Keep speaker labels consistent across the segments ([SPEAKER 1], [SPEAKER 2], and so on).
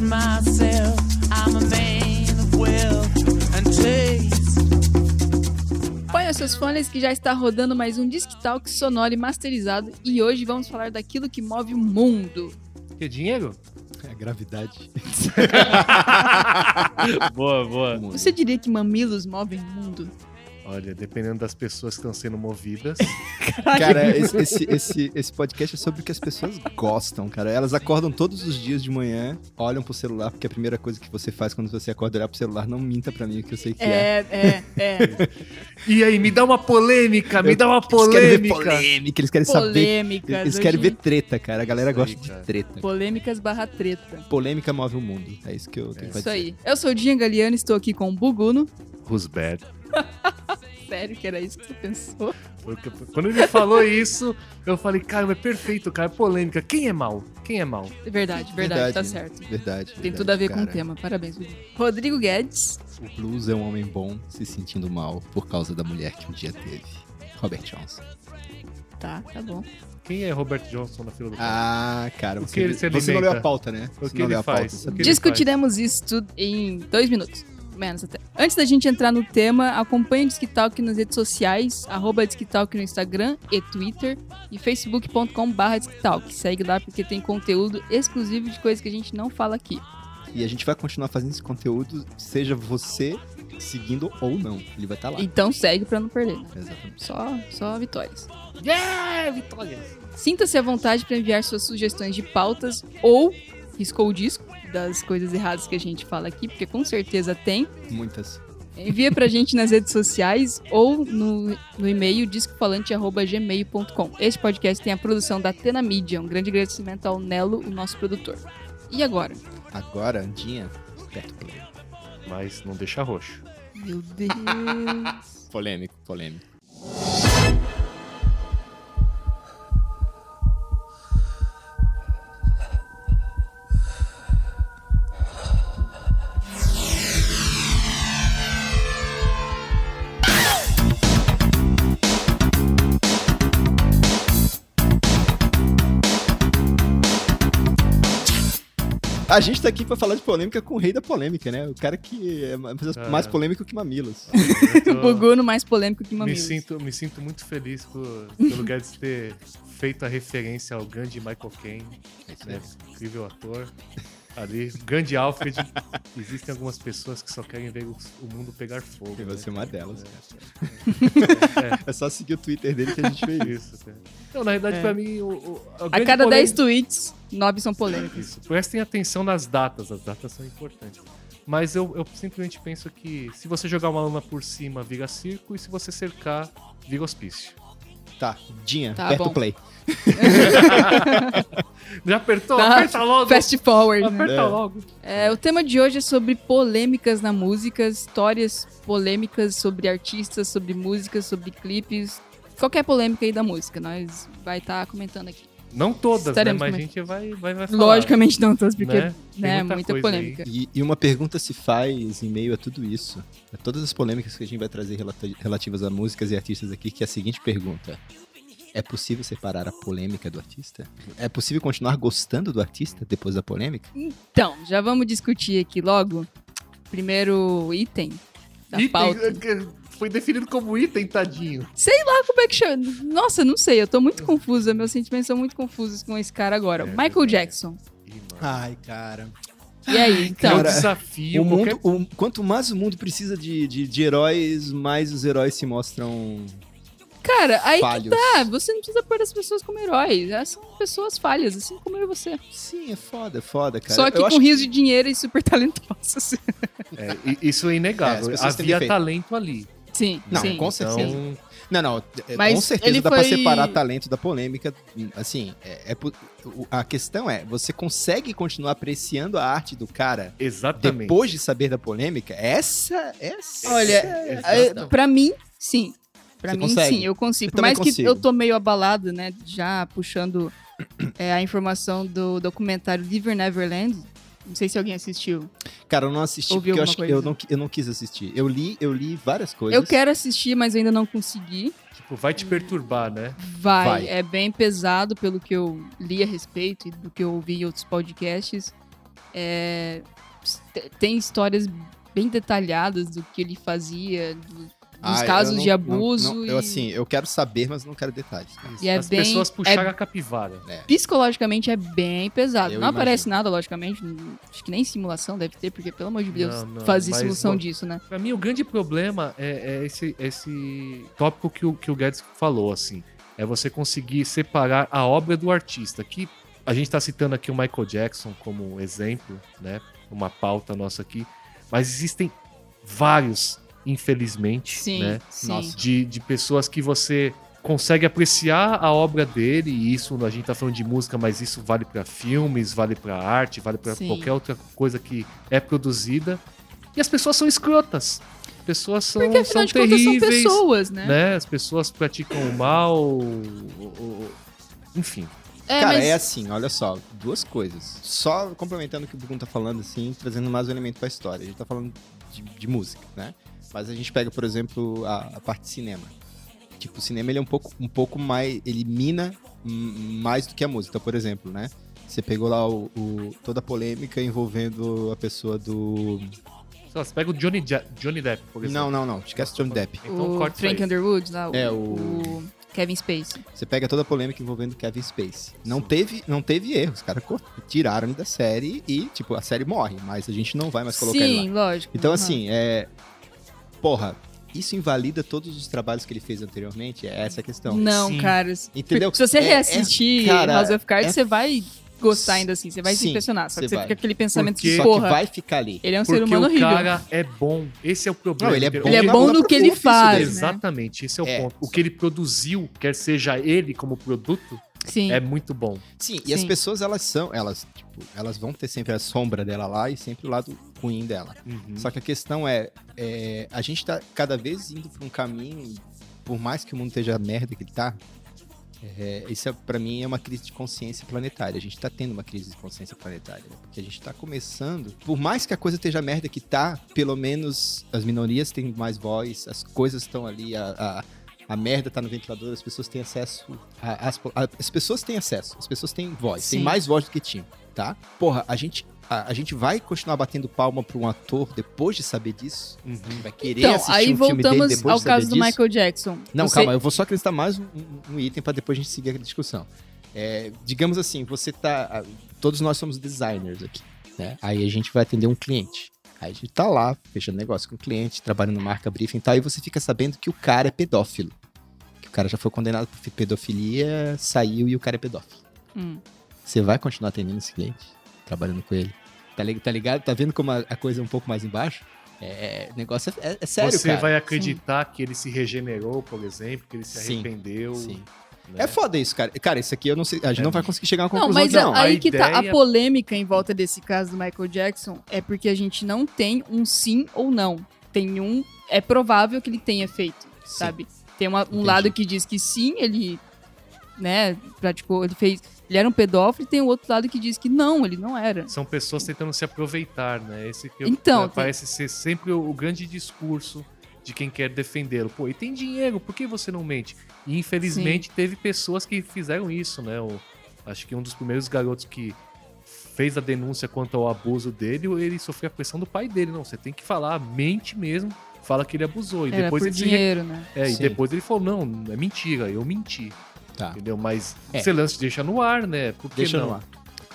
[SPEAKER 1] myself. I'm a man of will and taste.
[SPEAKER 2] Põe os seus fones que já está rodando mais um Disc Talk sonoro e masterizado e hoje vamos falar daquilo que move o mundo.
[SPEAKER 3] Que dinheiro?
[SPEAKER 4] É gravidade.
[SPEAKER 5] Ah,
[SPEAKER 3] boa, boa.
[SPEAKER 2] Você diria que mamilos movem o mundo?
[SPEAKER 5] Olha, dependendo das pessoas que estão sendo movidas.
[SPEAKER 4] Cara, esse, esse, esse, esse podcast é sobre o que as pessoas gostam, cara. Elas acordam todos os dias de manhã, olham pro celular, porque a primeira coisa que você faz quando você acorda é olhar pro celular. Não minta pra mim, que eu sei que é.
[SPEAKER 2] É, é, é.
[SPEAKER 3] E aí, me dá uma polêmica, me
[SPEAKER 4] Eu-
[SPEAKER 3] dá uma
[SPEAKER 4] Eles querem ver
[SPEAKER 3] polêmica.
[SPEAKER 4] polêmica, eles querem saber.
[SPEAKER 2] Polêmicas.
[SPEAKER 4] Eles querem
[SPEAKER 2] hoje-
[SPEAKER 4] ver treta, cara. A galera
[SPEAKER 5] Isso aí,
[SPEAKER 4] gosta
[SPEAKER 5] cara.
[SPEAKER 4] de treta.
[SPEAKER 2] Polêmicas barra treta.
[SPEAKER 4] Polêmica move o mundo. É isso que eu tenho pra
[SPEAKER 2] Isso
[SPEAKER 4] dizer.
[SPEAKER 2] aí. Eu sou o Dinha Galeano, estou aqui com o Buguno.
[SPEAKER 5] Who's bad?
[SPEAKER 2] Sério que era isso que tu pensou?
[SPEAKER 5] Porque-
[SPEAKER 3] Quando ele falou isso, eu falei, cara, é perfeito, cara, é polêmica. Quem é mal? Quem é mal?
[SPEAKER 2] Verdade, verdade, tá certo.
[SPEAKER 4] Verdade.
[SPEAKER 2] Tem tudo a ver com o
[SPEAKER 4] tempo.
[SPEAKER 2] tema. Parabéns, Buguno. Rodrigo Guedes.
[SPEAKER 4] O blues é um homem bom se sentindo mal por causa da mulher que um dia teve. Robert Johnson.
[SPEAKER 2] Tá, tá bom.
[SPEAKER 3] Quem é Robert Johnson na fila do pão?
[SPEAKER 4] Ah, cara,
[SPEAKER 3] O
[SPEAKER 4] você,
[SPEAKER 3] que ele se
[SPEAKER 4] você não
[SPEAKER 3] alimenta?
[SPEAKER 4] leu a pauta, né?
[SPEAKER 3] O
[SPEAKER 4] Você
[SPEAKER 3] que
[SPEAKER 4] não
[SPEAKER 3] ele
[SPEAKER 4] leu a
[SPEAKER 3] faz?
[SPEAKER 4] pauta.
[SPEAKER 3] O
[SPEAKER 4] você não-
[SPEAKER 3] que ele
[SPEAKER 2] Discutiremos isso tudo em dois minutos. Menos até. Antes da gente entrar no tema, acompanhe o DiscTalk nas redes sociais, arroba DiscTalk no Instagram e Twitter e facebook.com.br DiscTalk. Segue lá porque tem conteúdo exclusivo de coisas que a gente não fala aqui.
[SPEAKER 4] E a gente vai continuar fazendo esse conteúdo, seja você seguindo ou não. Ele vai estar lá.
[SPEAKER 2] Então segue pra não perder. né?
[SPEAKER 4] Exatamente.
[SPEAKER 2] Só, só vitórias.
[SPEAKER 3] Yeah, É, vitória!
[SPEAKER 2] Sinta-se à vontade para enviar suas sugestões de pautas ou riscou o disco das coisas erradas que a gente fala aqui, porque com certeza tem.
[SPEAKER 4] Muitas.
[SPEAKER 2] Envia pra gente nas redes sociais ou no, no e-mail discofalante.gmail.com. Este podcast tem a produção da Atena Media. Um grande agradecimento ao Nelo, o nosso produtor. E agora?
[SPEAKER 4] Agora, Andinha, esperto play.
[SPEAKER 5] Mas não deixa roxo.
[SPEAKER 2] Meu Deus.
[SPEAKER 4] Polêmico, polêmico. A gente tá aqui pra falar de polêmica com o rei da polêmica, né? O cara que é mais
[SPEAKER 3] Cara.
[SPEAKER 4] mais polêmico que Mamilos.
[SPEAKER 3] Eu tô-
[SPEAKER 2] Buguno mais polêmico que
[SPEAKER 3] Me
[SPEAKER 2] Mamilos.
[SPEAKER 3] sinto, me sinto muito feliz por, pelo lugar de ter feito a referência ao grande Michael Caine,
[SPEAKER 4] É
[SPEAKER 3] né? incrível ator. Ali, grande Alfred. Existem algumas pessoas que só querem ver o o mundo pegar fogo.
[SPEAKER 4] E
[SPEAKER 3] né?
[SPEAKER 4] você é uma delas,
[SPEAKER 3] É.
[SPEAKER 4] É só seguir o Twitter dele que a gente vê isso.
[SPEAKER 3] Isso, cara. Então, na realidade,
[SPEAKER 2] É.
[SPEAKER 3] pra mim, o, o-
[SPEAKER 2] A
[SPEAKER 3] grande
[SPEAKER 2] cada
[SPEAKER 3] polêmica- é
[SPEAKER 2] 10 tweets, 9 são polêmicos.
[SPEAKER 3] Isso. Prestem atenção nas datas, as datas são importantes. Mas eu, eu simplesmente penso que se você jogar uma lama por cima, vira circo, e se você cercar, vira hospício.
[SPEAKER 4] Tá, Dinha,
[SPEAKER 2] Tá
[SPEAKER 4] aperta
[SPEAKER 2] bom.
[SPEAKER 4] o play.
[SPEAKER 3] Já apertou?
[SPEAKER 2] Tá.
[SPEAKER 3] Aperta logo!
[SPEAKER 2] Fast forward. né?
[SPEAKER 3] Aperta
[SPEAKER 4] É.
[SPEAKER 3] logo!
[SPEAKER 2] É, o tema de hoje é sobre polêmicas na música, histórias polêmicas sobre artistas, sobre músicas, sobre clipes. Qualquer polêmica aí da música, nós vai estar comentando aqui.
[SPEAKER 3] Não todas,
[SPEAKER 2] Estaremos
[SPEAKER 3] né? Mas a
[SPEAKER 2] comentando.
[SPEAKER 3] gente vai, vai, vai falar.
[SPEAKER 2] Logicamente não todos, porque
[SPEAKER 3] né?
[SPEAKER 2] né?
[SPEAKER 3] Tem muita
[SPEAKER 2] muita,
[SPEAKER 3] coisa aí.
[SPEAKER 2] polêmica.
[SPEAKER 4] E, e uma pergunta se faz em meio a tudo isso, a todas as polêmicas que a gente vai trazer relata- relativas a músicas e artistas aqui, que é a seguinte pergunta. É possível separar a polêmica do artista? É possível continuar gostando do artista depois da polêmica?
[SPEAKER 2] Então, já vamos discutir aqui logo. Primeiro item da
[SPEAKER 3] Item,
[SPEAKER 2] pauta.
[SPEAKER 3] eh, Foi definido como item, tadinho.
[SPEAKER 2] Ah, como é que chama? Nossa, não sei, eu tô muito confusa. Meus sentimentos são muito confusos com esse cara agora.
[SPEAKER 3] É,
[SPEAKER 2] Michael
[SPEAKER 3] verdade.
[SPEAKER 2] Jackson.
[SPEAKER 3] Ih,
[SPEAKER 2] Então,
[SPEAKER 3] mano.
[SPEAKER 4] Ai, cara.
[SPEAKER 2] E aí,
[SPEAKER 3] é um
[SPEAKER 2] então?
[SPEAKER 4] cara,
[SPEAKER 3] desafio.
[SPEAKER 4] o mundo,
[SPEAKER 3] qualquer-
[SPEAKER 4] o- quanto mais o mundo precisa de, de, de heróis, mais os heróis se mostram
[SPEAKER 2] Cara, aí que
[SPEAKER 4] falhos.
[SPEAKER 2] tá. Você não precisa pôr as pessoas como heróis. Elas são pessoas falhas, assim como eu e você.
[SPEAKER 4] Sim, é foda, é foda, cara.
[SPEAKER 2] Só que
[SPEAKER 4] Eu
[SPEAKER 2] com
[SPEAKER 4] acho
[SPEAKER 2] rios de dinheiro e super talentosas.
[SPEAKER 3] É, i- isso é
[SPEAKER 4] É, as
[SPEAKER 3] inegável.
[SPEAKER 4] pessoas têm
[SPEAKER 3] Havia
[SPEAKER 4] defeito.
[SPEAKER 3] talento ali.
[SPEAKER 2] Sim,
[SPEAKER 4] Não,
[SPEAKER 2] sim.
[SPEAKER 4] com
[SPEAKER 3] Então,
[SPEAKER 4] certeza. Não, não, é,
[SPEAKER 2] Mas
[SPEAKER 4] com certeza
[SPEAKER 2] ele
[SPEAKER 4] dá
[SPEAKER 2] foi-
[SPEAKER 4] pra separar talento da polêmica. Assim, é, é po- o- a questão é, você consegue continuar apreciando a arte do cara
[SPEAKER 3] exatamente.
[SPEAKER 4] depois de saber da polêmica? Essa, essa...
[SPEAKER 3] É,
[SPEAKER 2] Olha, Ah, Pra mim, sim. Pra
[SPEAKER 4] Você
[SPEAKER 2] mim,
[SPEAKER 4] consegue?
[SPEAKER 2] sim, eu consigo.
[SPEAKER 4] Eu
[SPEAKER 2] Por
[SPEAKER 4] também
[SPEAKER 2] mais que
[SPEAKER 4] consigo.
[SPEAKER 2] eu tô meio abalado, né? Já puxando é, a informação do documentário River Neverland. Não sei se alguém assistiu.
[SPEAKER 4] Cara, eu não assisti
[SPEAKER 2] Ouvi
[SPEAKER 4] porque eu
[SPEAKER 2] alguma
[SPEAKER 4] acho que
[SPEAKER 2] coisa?
[SPEAKER 4] eu não, qui- eu não quis assistir. Eu li, eu li várias coisas.
[SPEAKER 2] Eu quero assistir, mas ainda não consegui.
[SPEAKER 3] Tipo, vai te perturbar, né?
[SPEAKER 2] Vai,
[SPEAKER 4] Vai.
[SPEAKER 2] é bem pesado pelo que eu li a respeito e do que eu ouvi em outros podcasts. É, te- tem histórias bem detalhadas do que ele fazia, do- dos
[SPEAKER 4] Ah, eu
[SPEAKER 2] casos
[SPEAKER 4] não-
[SPEAKER 2] de
[SPEAKER 4] não-
[SPEAKER 2] abuso.
[SPEAKER 4] não-
[SPEAKER 2] e-
[SPEAKER 4] eu, assim, eu quero saber, mas não quero detalhes.
[SPEAKER 2] E é
[SPEAKER 3] As
[SPEAKER 2] bem-
[SPEAKER 3] pessoas
[SPEAKER 2] é-
[SPEAKER 3] puxaram a capivara.
[SPEAKER 2] psicologicamente é bem pesado.
[SPEAKER 4] Eu
[SPEAKER 2] não aparece
[SPEAKER 4] imagino.
[SPEAKER 2] nada, logicamente. n- Acho que nem simulação deve ter, porque, pelo amor de Deus,
[SPEAKER 3] Não, não,
[SPEAKER 2] fazer
[SPEAKER 3] mas
[SPEAKER 2] simulação
[SPEAKER 3] não-
[SPEAKER 2] disso, né?
[SPEAKER 3] Pra mim, o grande problema é, é esse, esse tópico que o, que o Guedes falou, assim. É você conseguir separar a obra do artista, que a gente tá citando aqui o Michael Jackson como exemplo, né? Uma pauta nossa aqui. Mas existem vários, infelizmente,
[SPEAKER 2] Sim,
[SPEAKER 3] né?
[SPEAKER 2] sim.
[SPEAKER 4] Nossa.
[SPEAKER 3] De, de pessoas que você consegue apreciar a obra dele, e isso a gente tá falando de música, mas isso vale para filmes, vale para arte, vale para
[SPEAKER 2] Sim.
[SPEAKER 3] qualquer outra coisa que é produzida. E as pessoas são escrotas. Pessoas são,
[SPEAKER 2] Porque,
[SPEAKER 3] são
[SPEAKER 2] afinal de contas, são
[SPEAKER 3] terríveis,
[SPEAKER 2] pessoas, né?
[SPEAKER 3] né? As pessoas praticam o mal, o- o- enfim.
[SPEAKER 2] É,
[SPEAKER 4] Cara,
[SPEAKER 2] mas
[SPEAKER 4] é assim, olha só, duas coisas. Só complementando o que o Bruno tá falando, assim, trazendo mais um elemento pra história. A gente tá falando de, de música, né? Mas a gente pega, por exemplo, a, a parte de cinema. Tipo, o cinema ele é um pouco, um pouco mais. Ele mina hum, mais do que a música. Então, por exemplo, né? Você pegou lá o, o- toda a polêmica envolvendo a pessoa do.
[SPEAKER 3] Sei lá, Você pega o Johnny, Ja- Johnny Depp, por exemplo.
[SPEAKER 4] Não, não, não. Esquece o Johnny Depp.
[SPEAKER 3] Então
[SPEAKER 2] o
[SPEAKER 3] corta isso
[SPEAKER 2] Frank
[SPEAKER 3] aí.
[SPEAKER 2] Underwood lá, o,
[SPEAKER 4] É, o- é
[SPEAKER 2] o... Kevin Space.
[SPEAKER 4] Você pega toda a polêmica envolvendo Kevin Space. Não teve, não teve erros, cara. co- Tiraram ele da série e, tipo, a série morre, mas a gente não vai mais colocar ele lá.
[SPEAKER 2] Sim, lógico.
[SPEAKER 4] Então,
[SPEAKER 2] Uhum.
[SPEAKER 4] assim, é. Porra, isso invalida todos os trabalhos que ele fez anteriormente? É essa a questão.
[SPEAKER 2] não,
[SPEAKER 3] Sim.
[SPEAKER 2] cara.
[SPEAKER 4] Entendeu?
[SPEAKER 2] Se você
[SPEAKER 4] É- é-
[SPEAKER 2] reassistir
[SPEAKER 4] cara,
[SPEAKER 2] House of Cards,
[SPEAKER 4] é-
[SPEAKER 2] você vai gostar ainda assim, você vai se
[SPEAKER 4] Sim,
[SPEAKER 2] impressionar. Só que
[SPEAKER 4] você
[SPEAKER 2] você
[SPEAKER 4] vai.
[SPEAKER 2] fica com aquele pensamento de
[SPEAKER 3] Porque-
[SPEAKER 4] Só
[SPEAKER 2] porra.
[SPEAKER 4] que vai ficar ali.
[SPEAKER 2] Ele é um
[SPEAKER 3] Porque
[SPEAKER 2] ser humano
[SPEAKER 3] o
[SPEAKER 2] horrível.
[SPEAKER 3] cara é bom. Esse é o problema.
[SPEAKER 4] Não, ele é
[SPEAKER 3] entendeu?
[SPEAKER 4] bom.
[SPEAKER 2] Ele é
[SPEAKER 4] na-
[SPEAKER 2] bom
[SPEAKER 4] na
[SPEAKER 2] no que ele
[SPEAKER 4] profissão
[SPEAKER 2] faz,
[SPEAKER 4] dele.
[SPEAKER 2] né?
[SPEAKER 3] Exatamente, esse é o
[SPEAKER 4] É.
[SPEAKER 3] ponto. O que ele produziu, quer seja ele como produto,
[SPEAKER 2] Sim.
[SPEAKER 3] é muito bom.
[SPEAKER 4] Sim, e as
[SPEAKER 2] Sim.
[SPEAKER 4] pessoas, elas são, elas, tipo, elas vão ter sempre a sombra dela lá e sempre o lado ruim dela.
[SPEAKER 3] Uhum.
[SPEAKER 4] Só que a questão é, é, a gente tá cada vez indo pra um caminho, por mais que o mundo esteja a merda que ele tá, é, isso é, para mim é uma crise de consciência planetária. A gente tá tendo uma crise de consciência planetária, né? porque a gente tá começando, por mais que a coisa esteja a merda que tá, pelo menos as minorias têm mais voz, as coisas estão ali, a, a- a merda tá no ventilador, as pessoas têm acesso. a- as, po- a- as pessoas têm acesso, as pessoas têm voz, têm
[SPEAKER 2] Sim.
[SPEAKER 4] mais voz do que tinham, tá? Porra, a gente, a, a gente vai continuar batendo palma pra um ator depois de saber disso?
[SPEAKER 3] Uhum.
[SPEAKER 4] Vai querer
[SPEAKER 2] Então,
[SPEAKER 4] assistir
[SPEAKER 2] aí
[SPEAKER 4] um filme dele
[SPEAKER 2] voltamos
[SPEAKER 4] depois de
[SPEAKER 2] ao
[SPEAKER 4] saber
[SPEAKER 2] caso do
[SPEAKER 4] disso?
[SPEAKER 2] Michael Jackson.
[SPEAKER 4] Não,
[SPEAKER 2] Você-
[SPEAKER 4] calma, eu vou só acrescentar mais um, um- um item para depois a gente seguir a discussão. É, digamos assim, você tá. ah, Todos nós somos designers aqui, né? Aí a gente vai atender um cliente. Aí a gente tá lá, fechando negócio com o cliente, trabalhando marca briefing e tal, e você fica sabendo que o cara é pedófilo. Que o cara já foi condenado por pedofilia, saiu e o cara é pedófilo.
[SPEAKER 2] Hum.
[SPEAKER 4] Você vai continuar atendendo esse cliente? Trabalhando com ele? Tá, li- tá ligado? Tá vendo como a, a coisa é um pouco mais embaixo? É, é- o negócio é, é- é sério,
[SPEAKER 3] Você
[SPEAKER 4] cara.
[SPEAKER 3] vai acreditar que ele se regenerou, por exemplo, que ele se
[SPEAKER 4] Sim.
[SPEAKER 3] arrependeu.
[SPEAKER 4] Sim.
[SPEAKER 3] né? É
[SPEAKER 4] É foda isso, cara. Cara, isso aqui eu não sei. A gente não vai conseguir chegar a uma
[SPEAKER 2] Não,
[SPEAKER 4] conclusão
[SPEAKER 2] mas
[SPEAKER 4] aqui, não.
[SPEAKER 2] a- aí
[SPEAKER 3] A
[SPEAKER 2] que tá. A
[SPEAKER 3] ideia-
[SPEAKER 2] polêmica em volta desse caso do Michael Jackson é porque a gente não tem um sim ou não. Tem um. É provável que ele tenha feito,
[SPEAKER 4] Sim.
[SPEAKER 2] sabe? Tem uma- um
[SPEAKER 4] Entendi.
[SPEAKER 2] lado que diz que sim, ele. Né? Praticou, ele fez. Ele era um pedófilo e tem o outro lado que diz que não, ele não era.
[SPEAKER 3] São pessoas tentando se aproveitar, né? Esse que
[SPEAKER 2] Então,
[SPEAKER 3] né,
[SPEAKER 2] tem-
[SPEAKER 3] parece ser sempre o, o grande discurso de quem quer defendê-lo. Pô, e tem dinheiro, por que você não mente? E infelizmente teve pessoas que fizeram isso, né? O- acho que um dos primeiros garotos que fez a denúncia quanto ao abuso dele, ele sofreu a pressão do pai dele. Não, você tem que falar, mente mesmo, fala que ele abusou. E
[SPEAKER 2] Era
[SPEAKER 3] depois
[SPEAKER 2] por
[SPEAKER 3] ele se re-
[SPEAKER 2] dinheiro, né?
[SPEAKER 3] É, e
[SPEAKER 4] Sim.
[SPEAKER 3] depois ele falou, não, é mentira, eu menti.
[SPEAKER 4] Tá.
[SPEAKER 3] Entendeu? Mas
[SPEAKER 4] É.
[SPEAKER 3] esse lance deixa no ar, né? Por que
[SPEAKER 4] Deixa
[SPEAKER 3] não?
[SPEAKER 4] no ar.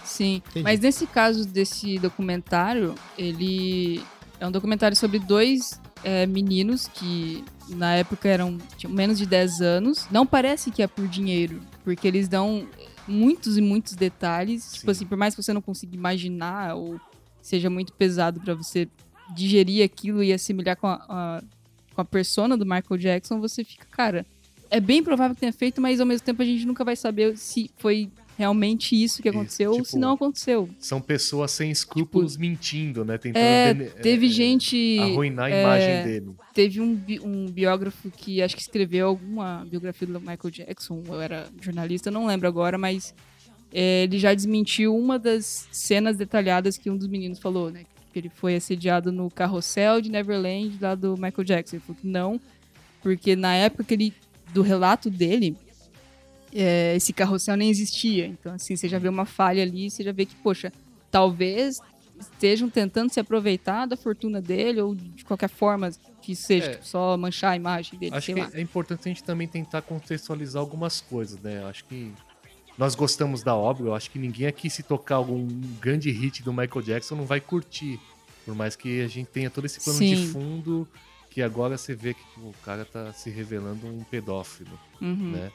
[SPEAKER 2] Sim.
[SPEAKER 4] Entendi.
[SPEAKER 2] Mas nesse caso desse documentário, ele é um documentário sobre dois é, meninos que na época eram tinham menos de 10 anos. Não parece que é por dinheiro, porque eles dão muitos e muitos detalhes. Tipo
[SPEAKER 3] Sim.
[SPEAKER 2] assim, por mais que você não consiga imaginar ou seja muito pesado pra você digerir aquilo e assimilar com a, a- com a persona do Michael Jackson, você fica, cara, é bem provável que tenha feito, mas ao mesmo tempo a gente nunca vai saber se foi realmente isso que
[SPEAKER 3] Isso,
[SPEAKER 2] aconteceu ou se
[SPEAKER 3] tipo,
[SPEAKER 2] não aconteceu.
[SPEAKER 3] São pessoas sem escrúpulos mentindo, né? Tentando
[SPEAKER 2] Tipo, É,
[SPEAKER 3] dene-
[SPEAKER 2] Teve
[SPEAKER 3] é,
[SPEAKER 2] gente.
[SPEAKER 3] arruinar a
[SPEAKER 2] é,
[SPEAKER 3] imagem dele.
[SPEAKER 2] Teve um, bi- um biógrafo que acho que escreveu alguma biografia do Michael Jackson, eu era jornalista, não lembro agora, mas é, ele já desmentiu uma das cenas detalhadas que um dos meninos falou, né? Que ele foi assediado no carrossel de Neverland lá do Michael Jackson. Ele falou que não, porque na época que ele, do relato dele, é, esse carrossel nem existia. Então, assim, você já vê uma falha ali, você já vê que, poxa, talvez estejam tentando se aproveitar da fortuna dele ou de qualquer forma que seja,
[SPEAKER 3] É.
[SPEAKER 2] tipo, só manchar a imagem dele,
[SPEAKER 3] Acho
[SPEAKER 2] sei
[SPEAKER 3] que
[SPEAKER 2] lá.
[SPEAKER 3] é importante a gente também tentar contextualizar algumas coisas, né? Acho que nós gostamos da obra, eu acho que ninguém aqui, se tocar algum grande hit do Michael Jackson, não vai curtir. Por mais que a gente tenha todo esse plano de
[SPEAKER 2] Sim.
[SPEAKER 3] fundo, que agora você vê que pô, o cara tá se revelando um pedófilo.
[SPEAKER 2] Uhum.
[SPEAKER 3] né?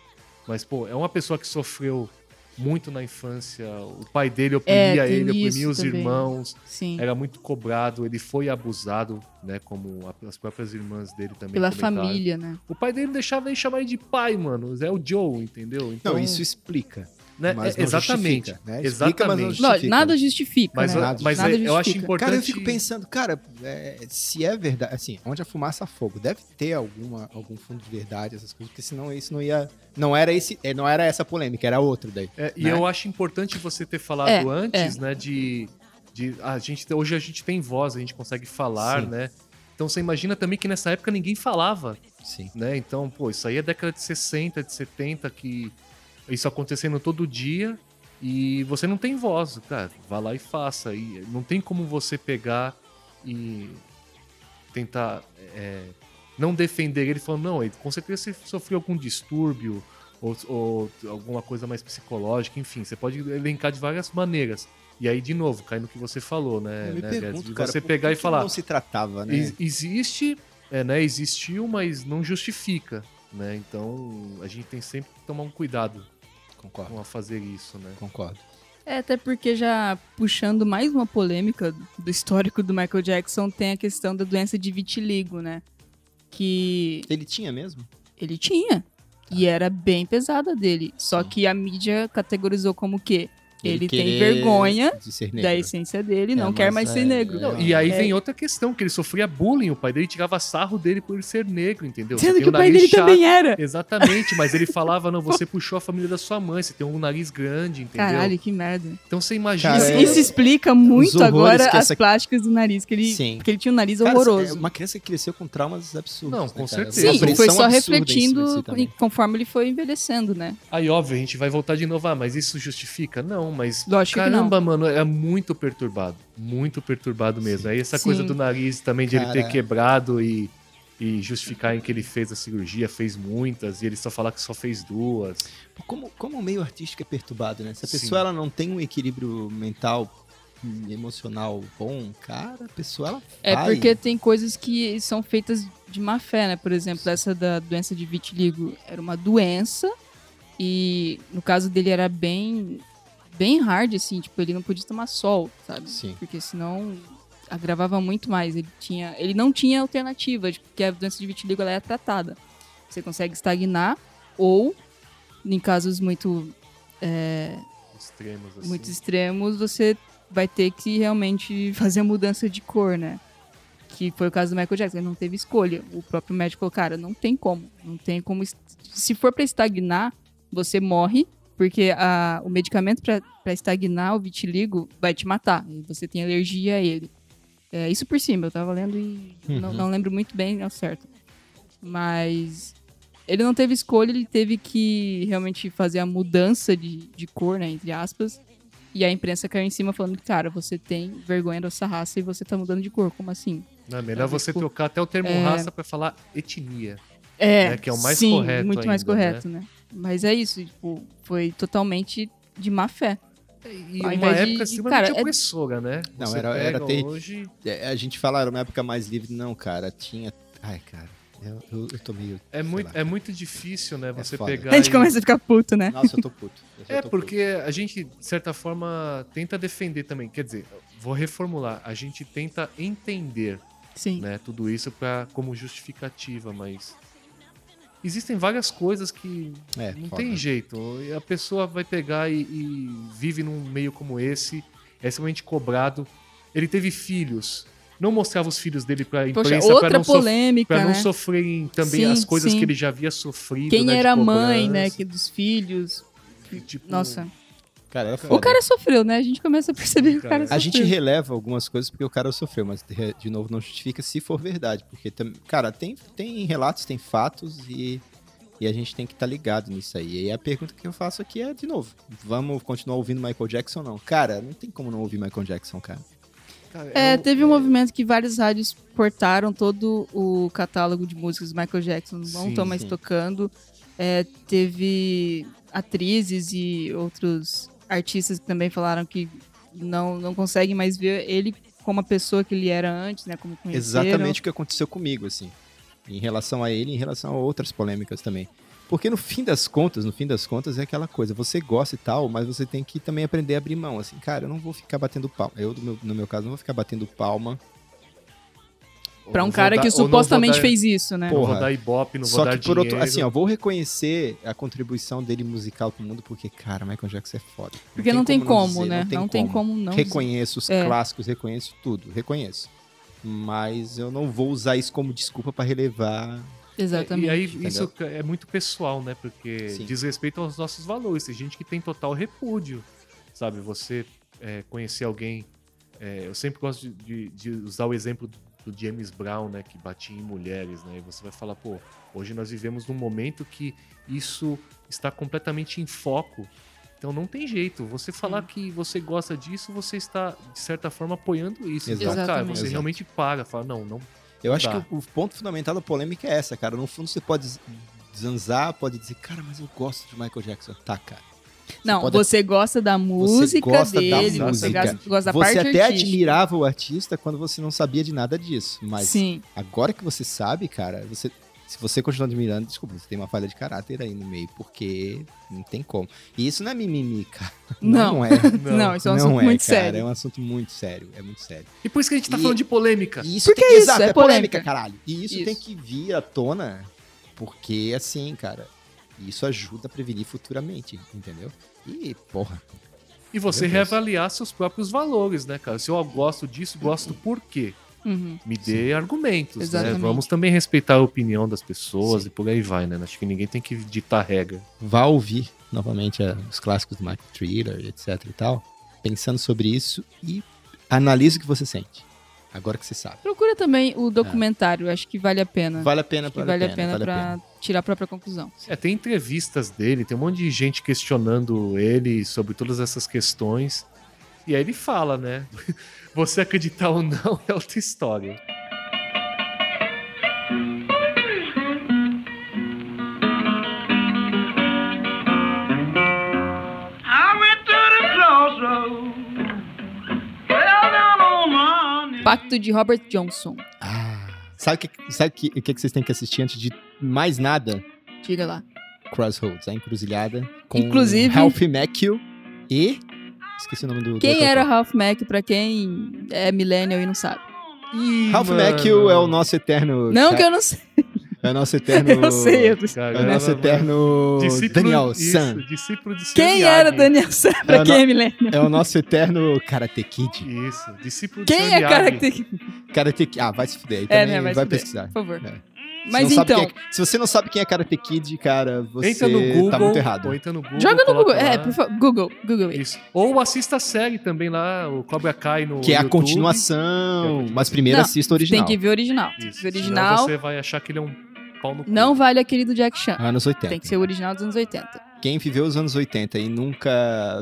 [SPEAKER 3] Mas, pô, é uma pessoa que sofreu muito na infância. O pai dele
[SPEAKER 2] É,
[SPEAKER 3] oprimia
[SPEAKER 2] tem
[SPEAKER 3] ele, oprimia
[SPEAKER 2] isso
[SPEAKER 3] os
[SPEAKER 2] também.
[SPEAKER 3] irmãos.
[SPEAKER 2] Sim.
[SPEAKER 3] Era muito cobrado, ele foi abusado, né? Como a- as próprias irmãs dele também
[SPEAKER 2] Pela
[SPEAKER 3] comentaram.
[SPEAKER 2] família, né?
[SPEAKER 3] O pai dele não deixava nem chamar ele de pai, mano. É o Joe, entendeu? Então,
[SPEAKER 2] é um
[SPEAKER 4] Não, isso explica.
[SPEAKER 3] né,
[SPEAKER 4] mas
[SPEAKER 3] é-
[SPEAKER 4] não
[SPEAKER 3] exatamente.
[SPEAKER 4] justifica, né? Explica,
[SPEAKER 3] Exatamente.
[SPEAKER 4] mas não
[SPEAKER 3] mas,
[SPEAKER 4] justifica.
[SPEAKER 2] Lógico, nada justifica,
[SPEAKER 3] mas,
[SPEAKER 2] né?
[SPEAKER 4] Nada
[SPEAKER 3] é-
[SPEAKER 2] justifica.
[SPEAKER 3] eu acho importante.
[SPEAKER 4] Cara, eu fico pensando, cara, é, se é verdade, assim, onde a fumaça há fogo, deve ter alguma, algum fundo de verdade, essas coisas, porque senão isso não ia. Não era esse, é, não era essa polêmica, era outra daí.
[SPEAKER 3] É, e
[SPEAKER 4] né?
[SPEAKER 3] eu acho importante você ter falado
[SPEAKER 2] É,
[SPEAKER 3] antes, né? De, de a gente hoje a gente tem voz, a gente consegue falar,
[SPEAKER 4] Sim.
[SPEAKER 3] né? Então você imagina também que nessa época ninguém falava,
[SPEAKER 4] Sim.
[SPEAKER 3] né? Então, pô, isso aí é década de 60, de 70 que isso acontecendo todo dia e você não tem voz, cara. Vá lá e faça e não tem como você pegar e tentar é, não defender ele falando, não, ele com certeza você sofreu algum distúrbio ou, ou alguma coisa mais psicológica, enfim, você pode elencar de várias maneiras. E aí, de novo, cai no que você falou, né?
[SPEAKER 4] eu me
[SPEAKER 3] né, Guedes?
[SPEAKER 4] pergunto,
[SPEAKER 3] De
[SPEAKER 4] cara,
[SPEAKER 3] você
[SPEAKER 4] por
[SPEAKER 3] pegar
[SPEAKER 4] que
[SPEAKER 3] e
[SPEAKER 4] que
[SPEAKER 3] falar.
[SPEAKER 4] Não se tratava, né?
[SPEAKER 3] Ex- Existe, é, né? Existiu, mas não justifica, né? Então a gente tem sempre que tomar um cuidado
[SPEAKER 4] Concordo,
[SPEAKER 3] com a fazer isso, né?
[SPEAKER 4] concordo.
[SPEAKER 2] É, até porque já puxando mais uma polêmica do histórico do Michael Jackson, tem a questão da doença de vitiligo, né? Que
[SPEAKER 4] Ele tinha mesmo?
[SPEAKER 2] ele tinha. E era bem pesada dele. Só
[SPEAKER 4] Tá. Sim.
[SPEAKER 2] que a mídia categorizou como que ele, tem
[SPEAKER 4] querer
[SPEAKER 2] vergonha
[SPEAKER 4] de ser negro.
[SPEAKER 2] da essência dele,
[SPEAKER 4] É,
[SPEAKER 2] não quer
[SPEAKER 4] mas
[SPEAKER 2] mais ser
[SPEAKER 4] é-
[SPEAKER 2] negro.
[SPEAKER 4] Não,
[SPEAKER 3] E aí
[SPEAKER 2] É.
[SPEAKER 3] vem outra questão, que ele sofria bullying, o pai dele tirava sarro dele por ele ser negro, entendeu? Você
[SPEAKER 2] Sendo
[SPEAKER 3] tem
[SPEAKER 2] que
[SPEAKER 3] um
[SPEAKER 2] o pai
[SPEAKER 3] nariz
[SPEAKER 2] dele
[SPEAKER 3] chato.
[SPEAKER 2] também é. era.
[SPEAKER 3] Exatamente, mas ele falava, não, você puxou a família da sua mãe, você tem um nariz grande, entendeu?
[SPEAKER 2] Caralho, que merda.
[SPEAKER 3] Então você imagina...
[SPEAKER 4] Cara,
[SPEAKER 2] isso,
[SPEAKER 4] é-
[SPEAKER 2] isso explica muito
[SPEAKER 4] horrores
[SPEAKER 2] agora
[SPEAKER 4] que
[SPEAKER 2] as
[SPEAKER 4] essa-
[SPEAKER 2] plásticas do nariz, que ele,
[SPEAKER 4] Sim.
[SPEAKER 2] porque ele tinha um nariz
[SPEAKER 4] Cara,
[SPEAKER 2] horroroso.
[SPEAKER 4] é uma criança que cresceu com traumas absurdos.
[SPEAKER 3] Não,
[SPEAKER 4] né,
[SPEAKER 3] com
[SPEAKER 4] cara? Uma
[SPEAKER 3] certeza.
[SPEAKER 2] Sim,
[SPEAKER 3] pressão
[SPEAKER 2] foi
[SPEAKER 4] absurda
[SPEAKER 2] só
[SPEAKER 4] em cima de si
[SPEAKER 2] refletindo
[SPEAKER 4] também.
[SPEAKER 2] conforme ele foi envelhecendo, né?
[SPEAKER 3] Aí, óbvio, a gente vai voltar de novo, ah, mas isso justifica? Não, mas.
[SPEAKER 2] Lógico que
[SPEAKER 3] caramba, mano, é muito perturbado. Muito perturbado mesmo. Aí essa
[SPEAKER 2] Sim.
[SPEAKER 3] coisa do nariz também, de ele
[SPEAKER 4] Cara.
[SPEAKER 3] ter quebrado e, e justificar em que ele fez a cirurgia, fez muitas, e ele só falar que só fez duas.
[SPEAKER 4] Como, como o meio artístico é perturbado, né? Se a
[SPEAKER 3] Sim.
[SPEAKER 4] pessoa ela não tem um equilíbrio mental e emocional bom, cara, a pessoa ela
[SPEAKER 2] É
[SPEAKER 4] vai.
[SPEAKER 2] porque tem coisas que são feitas de má fé, né? Por exemplo, essa da doença de vitiligo era uma doença e no caso dele era bem bem hard assim, tipo, ele não podia tomar sol, sabe?
[SPEAKER 4] Sim.
[SPEAKER 2] Porque senão agravava muito mais. Ele tinha, ele não tinha alternativa, tipo, porque a doença de vitiligo ela é tratada. Você consegue estagnar ou em casos muito é,
[SPEAKER 3] Extremos, assim.
[SPEAKER 2] muitos extremos, você vai ter que realmente fazer a mudança de cor, né? Que foi o caso do Michael Jackson, ele não teve escolha. O próprio médico falou, cara, não tem como. Não tem como. est- Se for pra estagnar, você morre, porque a- o medicamento pra pra estagnar o vitiligo vai te matar. E você tem alergia a ele. É, isso por cima, eu tava lendo e não,
[SPEAKER 4] Uhum.
[SPEAKER 2] não lembro muito bem ao certo. Mas ele não teve escolha, ele teve que realmente fazer a mudança de, de cor, né? Entre aspas. E a imprensa caiu em cima falando que, cara, você tem vergonha dessa raça e você tá mudando de cor. Como assim?
[SPEAKER 3] Não, é melhor você
[SPEAKER 2] Desculpa.
[SPEAKER 3] trocar até o termo
[SPEAKER 2] É.
[SPEAKER 3] raça pra falar etnia.
[SPEAKER 2] É,
[SPEAKER 3] É, que é o mais
[SPEAKER 2] sim,
[SPEAKER 3] correto
[SPEAKER 2] muito mais
[SPEAKER 3] ainda,
[SPEAKER 2] correto, né? Mas é isso, tipo, foi totalmente de má fé.
[SPEAKER 3] E
[SPEAKER 2] Ao
[SPEAKER 3] uma
[SPEAKER 2] invés de-
[SPEAKER 3] época
[SPEAKER 2] de-
[SPEAKER 3] extremamente
[SPEAKER 2] cara, é-
[SPEAKER 3] opressora, né?
[SPEAKER 4] Não,
[SPEAKER 3] Você
[SPEAKER 4] era- era
[SPEAKER 3] pega
[SPEAKER 4] terri-
[SPEAKER 3] hoje.
[SPEAKER 4] É, a gente falaram uma época mais livre, não, cara, tinha. Ai, cara, eu, eu, eu tô meio.
[SPEAKER 3] É muito,
[SPEAKER 4] lá.
[SPEAKER 3] é muito difícil, né? Você
[SPEAKER 4] foda.
[SPEAKER 3] pegar.
[SPEAKER 2] A gente
[SPEAKER 3] e-
[SPEAKER 2] começa a ficar puto, né?
[SPEAKER 4] Nossa, eu tô puto. Eu já
[SPEAKER 3] É,
[SPEAKER 4] tô
[SPEAKER 3] porque a gente, de certa forma, tenta defender também. Quer dizer, vou reformular. A gente tenta entender
[SPEAKER 2] Sim.
[SPEAKER 3] né, tudo isso pra, como justificativa, mas. Existem várias coisas que
[SPEAKER 4] puto. É,
[SPEAKER 3] não
[SPEAKER 4] foda.
[SPEAKER 3] tem jeito. E A pessoa vai pegar e, e vive num meio como esse, é extremamente cobrado. Ele teve filhos. Não mostrava os filhos dele pra
[SPEAKER 2] Poxa,
[SPEAKER 3] imprensa pra
[SPEAKER 2] outra
[SPEAKER 3] não, sof-
[SPEAKER 2] polêmica,
[SPEAKER 3] pra não
[SPEAKER 2] né?
[SPEAKER 3] sofrerem também
[SPEAKER 2] Sim,
[SPEAKER 3] as coisas
[SPEAKER 2] sim.
[SPEAKER 3] que ele já havia sofrido.
[SPEAKER 2] Quem
[SPEAKER 3] né, de
[SPEAKER 2] era mãe, né?
[SPEAKER 3] cobrança.
[SPEAKER 2] Que dos filhos.
[SPEAKER 3] E, tipo,
[SPEAKER 2] Nossa.
[SPEAKER 4] Cara, era foda.
[SPEAKER 2] O cara sofreu, né? A gente começa a perceber que o cara
[SPEAKER 3] Cara,
[SPEAKER 2] sofreu.
[SPEAKER 4] A gente releva algumas coisas porque o cara sofreu, mas re- de novo não justifica se for verdade. Porque, tam- cara, tem, tem relatos, tem fatos e, e a gente tem que estar ligado nisso aí. E a pergunta que eu faço aqui é, de novo, vamos continuar ouvindo Michael Jackson ou não? Cara, não tem como não ouvir Michael Jackson, cara.
[SPEAKER 3] Cara,
[SPEAKER 2] É,
[SPEAKER 3] eu-
[SPEAKER 2] teve um movimento que várias rádios portaram todo o catálogo de músicas do Michael Jackson, não
[SPEAKER 3] Sim,
[SPEAKER 2] estão mais
[SPEAKER 4] sim.
[SPEAKER 2] tocando. É, teve atrizes e outros artistas que também falaram que não, não conseguem mais ver ele como a pessoa que ele era antes, né? Como conheceram.
[SPEAKER 4] Exatamente o que aconteceu comigo, assim. Em relação a ele, em relação a outras polêmicas também. Porque no fim das contas, no fim das contas, é aquela coisa, você gosta e tal, mas você tem que também aprender a abrir mão, assim, cara, eu não vou ficar batendo palma. Eu, no meu, no meu caso, não vou ficar batendo palma.
[SPEAKER 2] Pra
[SPEAKER 3] Ou
[SPEAKER 2] um
[SPEAKER 3] não
[SPEAKER 2] cara
[SPEAKER 3] vou
[SPEAKER 2] que
[SPEAKER 3] dar- ou não vou
[SPEAKER 2] supostamente
[SPEAKER 3] dar-
[SPEAKER 2] fez isso, né?
[SPEAKER 3] Não
[SPEAKER 4] Porra.
[SPEAKER 3] vou dar ibope, não
[SPEAKER 4] Só
[SPEAKER 3] vou dar
[SPEAKER 4] que por outro,
[SPEAKER 3] dinheiro.
[SPEAKER 4] assim, ó, vou reconhecer a contribuição dele musical pro mundo, porque, cara, Michael Jackson é foda.
[SPEAKER 2] Porque não tem como,
[SPEAKER 4] dizer,
[SPEAKER 2] né? Não tem, como, não.
[SPEAKER 4] reconheço os
[SPEAKER 2] É.
[SPEAKER 4] clássicos, reconheço tudo, reconheço. Mas eu não vou usar isso como desculpa pra relevar.
[SPEAKER 2] Exatamente.
[SPEAKER 3] E aí,
[SPEAKER 4] Entendeu?
[SPEAKER 3] isso é muito pessoal, né? Porque
[SPEAKER 4] Sim.
[SPEAKER 3] diz respeito aos nossos valores. Tem gente que tem total repúdio, sabe? Você é, conhecer alguém. é, eu sempre gosto de, de- de usar o exemplo do James Brown, né? Que batia em mulheres, né? E você vai falar, pô, hoje nós vivemos num momento que isso está completamente em foco. Então não tem jeito. Você falar que você gosta disso, você está, de certa forma, apoiando isso. Então, cara,
[SPEAKER 2] Exatamente.
[SPEAKER 3] você
[SPEAKER 4] Exato.
[SPEAKER 3] realmente para, fala, não, não
[SPEAKER 4] Eu acho
[SPEAKER 3] Tá.
[SPEAKER 4] que o, o ponto fundamental da polêmica é essa, cara. No fundo, você pode z- zanzar, pode dizer, cara, mas eu gosto de Michael Jackson. Tá, cara.
[SPEAKER 2] não,
[SPEAKER 4] pode-
[SPEAKER 2] você gosta da música
[SPEAKER 4] gosta da
[SPEAKER 2] dele, você
[SPEAKER 4] música.
[SPEAKER 2] gosta- gosta da
[SPEAKER 4] você
[SPEAKER 2] parte
[SPEAKER 4] até
[SPEAKER 2] artística.
[SPEAKER 4] admirava o artista quando você não sabia de nada disso. Mas
[SPEAKER 2] Sim.
[SPEAKER 4] agora que você sabe, cara, você. Se você continuar admirando, desculpa, você tem uma falha de caráter aí no meio, porque não tem como. E isso não é mimimi, cara.
[SPEAKER 2] Não.
[SPEAKER 4] é.
[SPEAKER 2] Não, isso é um
[SPEAKER 4] Não
[SPEAKER 2] assunto
[SPEAKER 4] é,
[SPEAKER 2] muito
[SPEAKER 4] cara,
[SPEAKER 2] sério.
[SPEAKER 4] É um assunto muito sério. É muito sério.
[SPEAKER 3] E por isso que a gente tá
[SPEAKER 4] E-
[SPEAKER 3] falando de polêmica.
[SPEAKER 4] E isso
[SPEAKER 2] Porque
[SPEAKER 4] tem,
[SPEAKER 2] é isso,
[SPEAKER 4] exato,
[SPEAKER 2] é
[SPEAKER 4] é, polêmica,
[SPEAKER 2] polêmica.
[SPEAKER 4] caralho. E isso,
[SPEAKER 2] Isso.
[SPEAKER 4] tem que vir à tona, porque assim, cara, isso ajuda a prevenir futuramente, entendeu? E, porra,
[SPEAKER 3] E você
[SPEAKER 4] Meu Deus.
[SPEAKER 3] reavaliar seus próprios valores, né, cara? Se eu gosto disso, gosto por quê?
[SPEAKER 2] Uhum.
[SPEAKER 3] Me dê argumentos,
[SPEAKER 2] Exatamente.
[SPEAKER 3] né? Vamos também respeitar a opinião das pessoas
[SPEAKER 4] Sim.
[SPEAKER 3] e por aí vai, né? Acho que ninguém tem que ditar regra.
[SPEAKER 4] vá ouvir novamente a- os clássicos do Michael Thriller, etc e tal, pensando sobre isso e analise o que você sente, agora que você sabe.
[SPEAKER 2] Procura também o documentário, acho que vale a pena.
[SPEAKER 4] É. Vale a pena,
[SPEAKER 2] acho que vale a pena,
[SPEAKER 4] vale
[SPEAKER 2] pra tirar a própria conclusão.
[SPEAKER 3] É, tem entrevistas dele, tem um monte de gente questionando ele sobre todas essas questões. E aí ele fala, né? Você acreditar ou não é outra história.
[SPEAKER 6] I went to the crossroads, fell down on my knees.
[SPEAKER 2] Pacto de Robert Johnson.
[SPEAKER 4] Ah, sabe o que, sabe que, o que que vocês têm que assistir antes de mais nada?
[SPEAKER 2] Diga lá.
[SPEAKER 4] Crossroads, a encruzilhada com
[SPEAKER 2] Inclusive-
[SPEAKER 4] Ralph Macchio e esqueci o nome do do
[SPEAKER 2] Quem
[SPEAKER 4] outro
[SPEAKER 2] era
[SPEAKER 4] ator.
[SPEAKER 2] Ralph Mack pra quem é millennial e não sabe?
[SPEAKER 3] Ih,
[SPEAKER 4] Ralph
[SPEAKER 3] mano.
[SPEAKER 4] Macchio é o nosso eterno
[SPEAKER 2] Não
[SPEAKER 4] ca-
[SPEAKER 2] que eu não sei.
[SPEAKER 4] é o nosso eterno
[SPEAKER 2] Eu sei. eu-
[SPEAKER 4] é
[SPEAKER 3] Cara,
[SPEAKER 4] o nosso
[SPEAKER 3] mano.
[SPEAKER 4] eterno Daniel
[SPEAKER 3] isso,
[SPEAKER 4] San
[SPEAKER 3] discípulo de Sam
[SPEAKER 2] Quem
[SPEAKER 3] Miyagi.
[SPEAKER 2] era Daniel San pra
[SPEAKER 4] Eu
[SPEAKER 2] quem
[SPEAKER 4] não-
[SPEAKER 2] é millennial?
[SPEAKER 4] é o nosso eterno Karate Kid
[SPEAKER 3] Isso, discípulo de
[SPEAKER 2] Quem
[SPEAKER 3] Sam
[SPEAKER 2] é
[SPEAKER 3] Miyagi.
[SPEAKER 2] característico?
[SPEAKER 4] Karate Kid ah vai se fuder aí
[SPEAKER 2] É,
[SPEAKER 4] também
[SPEAKER 2] né?
[SPEAKER 4] vai,
[SPEAKER 2] Vai, se fuder,
[SPEAKER 4] pesquisar
[SPEAKER 2] Por favor.
[SPEAKER 4] É. Se
[SPEAKER 2] Mas
[SPEAKER 4] não sabe
[SPEAKER 2] então,
[SPEAKER 4] quem é- se você não sabe quem é Karate Kid cara você
[SPEAKER 3] Entra no Google.
[SPEAKER 4] tá muito errado
[SPEAKER 3] Ou entra no Google.
[SPEAKER 2] joga no
[SPEAKER 3] coloca
[SPEAKER 2] Google.
[SPEAKER 3] lá.
[SPEAKER 2] É, por favor. Google. Google it.
[SPEAKER 3] Isso. Ou assista a série também lá, o Cobra Kai no
[SPEAKER 4] que é a
[SPEAKER 3] YouTube.
[SPEAKER 4] continuação mas primeiro
[SPEAKER 2] Não,
[SPEAKER 4] assista o original
[SPEAKER 2] Tem que ver o original. Tem que
[SPEAKER 3] Isso.
[SPEAKER 2] ver o
[SPEAKER 3] Senão
[SPEAKER 2] original.
[SPEAKER 3] você vai achar que ele é um pau no cu.
[SPEAKER 2] Não vale aquele do Jack Chan.
[SPEAKER 4] anos 80
[SPEAKER 2] Tem que ser o original dos anos 80.
[SPEAKER 4] quem viveu os anos 80 e nunca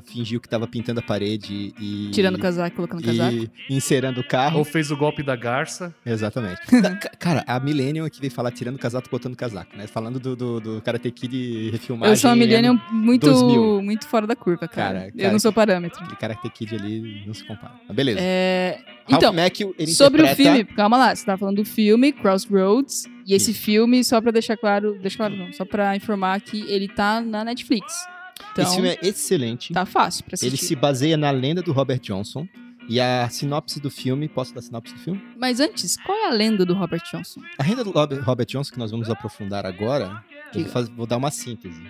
[SPEAKER 4] fingiu que tava pintando a parede e
[SPEAKER 2] Tirando o casaco, colocando o casaco.
[SPEAKER 4] e encerando o carro
[SPEAKER 3] Ou fez o golpe da garça.
[SPEAKER 4] Exatamente. Ca- ca- cara, a Millennium aqui veio falar tirando casaco, botando casaco, né? Falando do, do, do Karate Kid refilmagem. né?
[SPEAKER 2] Eu sou uma millennial muito,
[SPEAKER 4] 2000.
[SPEAKER 2] muito fora da curva, cara.
[SPEAKER 4] Cara,
[SPEAKER 2] Eu
[SPEAKER 4] cara,
[SPEAKER 2] não sou parâmetro.
[SPEAKER 4] Aquele Karate Kid ali não se compara. Mas beleza.
[SPEAKER 2] É,
[SPEAKER 4] Ralph
[SPEAKER 2] Então,
[SPEAKER 4] Macchio, ele
[SPEAKER 2] sobre o
[SPEAKER 4] interpreta-
[SPEAKER 2] filme, calma lá, você tá falando do filme Crossroads, e esse filme, só pra deixar claro, deixa claro não, só pra informar que ele tá na Netflix. Então,
[SPEAKER 4] Esse filme é excelente.
[SPEAKER 2] tá fácil pra
[SPEAKER 4] ele
[SPEAKER 2] assistir.
[SPEAKER 4] se baseia na lenda do Robert Johnson. E a sinopse do filme, posso dar a sinopse do filme?
[SPEAKER 2] Mas antes, qual é a lenda do Robert Johnson?
[SPEAKER 4] A lenda do Rob- Robert Johnson, que nós vamos aprofundar agora, eu
[SPEAKER 2] Diga.
[SPEAKER 4] vou, faz- vou dar uma síntese.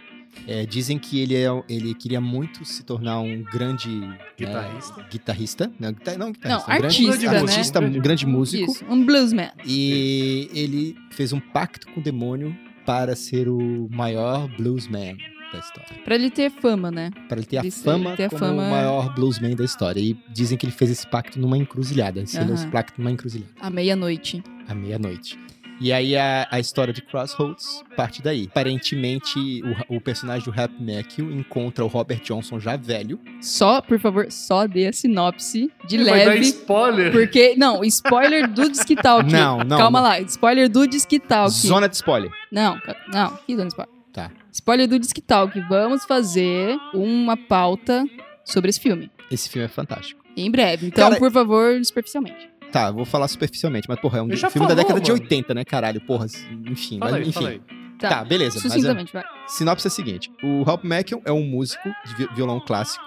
[SPEAKER 4] É, dizem que ele, é, ele queria muito se tornar um grande
[SPEAKER 3] Guitarrista.
[SPEAKER 4] É, guitarrista? Não, guita- não, guitarrista,
[SPEAKER 2] Não,
[SPEAKER 4] um grande-
[SPEAKER 2] artista,
[SPEAKER 4] um grande,
[SPEAKER 2] né?
[SPEAKER 4] artista, um grande músico.
[SPEAKER 2] Isso, um bluesman.
[SPEAKER 4] E ele fez um pacto com o demônio para ser o maior bluesman da história.
[SPEAKER 2] Pra ele ter fama, né?
[SPEAKER 4] Para ele ter a
[SPEAKER 2] Ele ser-
[SPEAKER 4] fama
[SPEAKER 2] ter a
[SPEAKER 4] como
[SPEAKER 2] fama- é.
[SPEAKER 4] o maior bluesman da história. E dizem que ele fez esse pacto numa encruzilhada. Ele selou
[SPEAKER 2] Aham.
[SPEAKER 4] esse pacto numa encruzilhada,
[SPEAKER 2] À meia-noite.
[SPEAKER 4] à meia-noite. E aí a, a história de Crossroads parte daí. Aparentemente, o, o personagem do Rap Matthew encontra o Robert Johnson já velho.
[SPEAKER 2] Só, por favor, só dê a sinopse de
[SPEAKER 3] Vai dar
[SPEAKER 2] leve.
[SPEAKER 3] spoiler.
[SPEAKER 2] Porque, não, spoiler do Disque Talk.
[SPEAKER 4] Não, não,
[SPEAKER 2] Calma
[SPEAKER 4] não.
[SPEAKER 2] lá, spoiler do Disque Talk.
[SPEAKER 4] Zona de spoiler.
[SPEAKER 2] Não, ca- não, que zona de spoiler?
[SPEAKER 4] Tá.
[SPEAKER 2] Spoiler do Disque Talk. Vamos fazer uma pauta sobre esse filme.
[SPEAKER 4] Esse filme é fantástico.
[SPEAKER 2] Em breve. Então,
[SPEAKER 4] Cara,
[SPEAKER 2] por favor, superficialmente.
[SPEAKER 4] Tá, vou falar superficialmente, mas porra, é um
[SPEAKER 3] Eu
[SPEAKER 4] filme
[SPEAKER 3] já
[SPEAKER 4] da
[SPEAKER 3] falou,
[SPEAKER 4] década de
[SPEAKER 3] mano.
[SPEAKER 4] 80, né, caralho? Porra, enfim,
[SPEAKER 3] Fala
[SPEAKER 4] mas,
[SPEAKER 3] aí,
[SPEAKER 4] enfim.
[SPEAKER 3] fala aí.
[SPEAKER 4] Tá, beleza. Mas é,
[SPEAKER 2] Sucintamente, vai.
[SPEAKER 4] sinopse é a seguinte: o Ralph Macchio é um músico de vi- violão clássico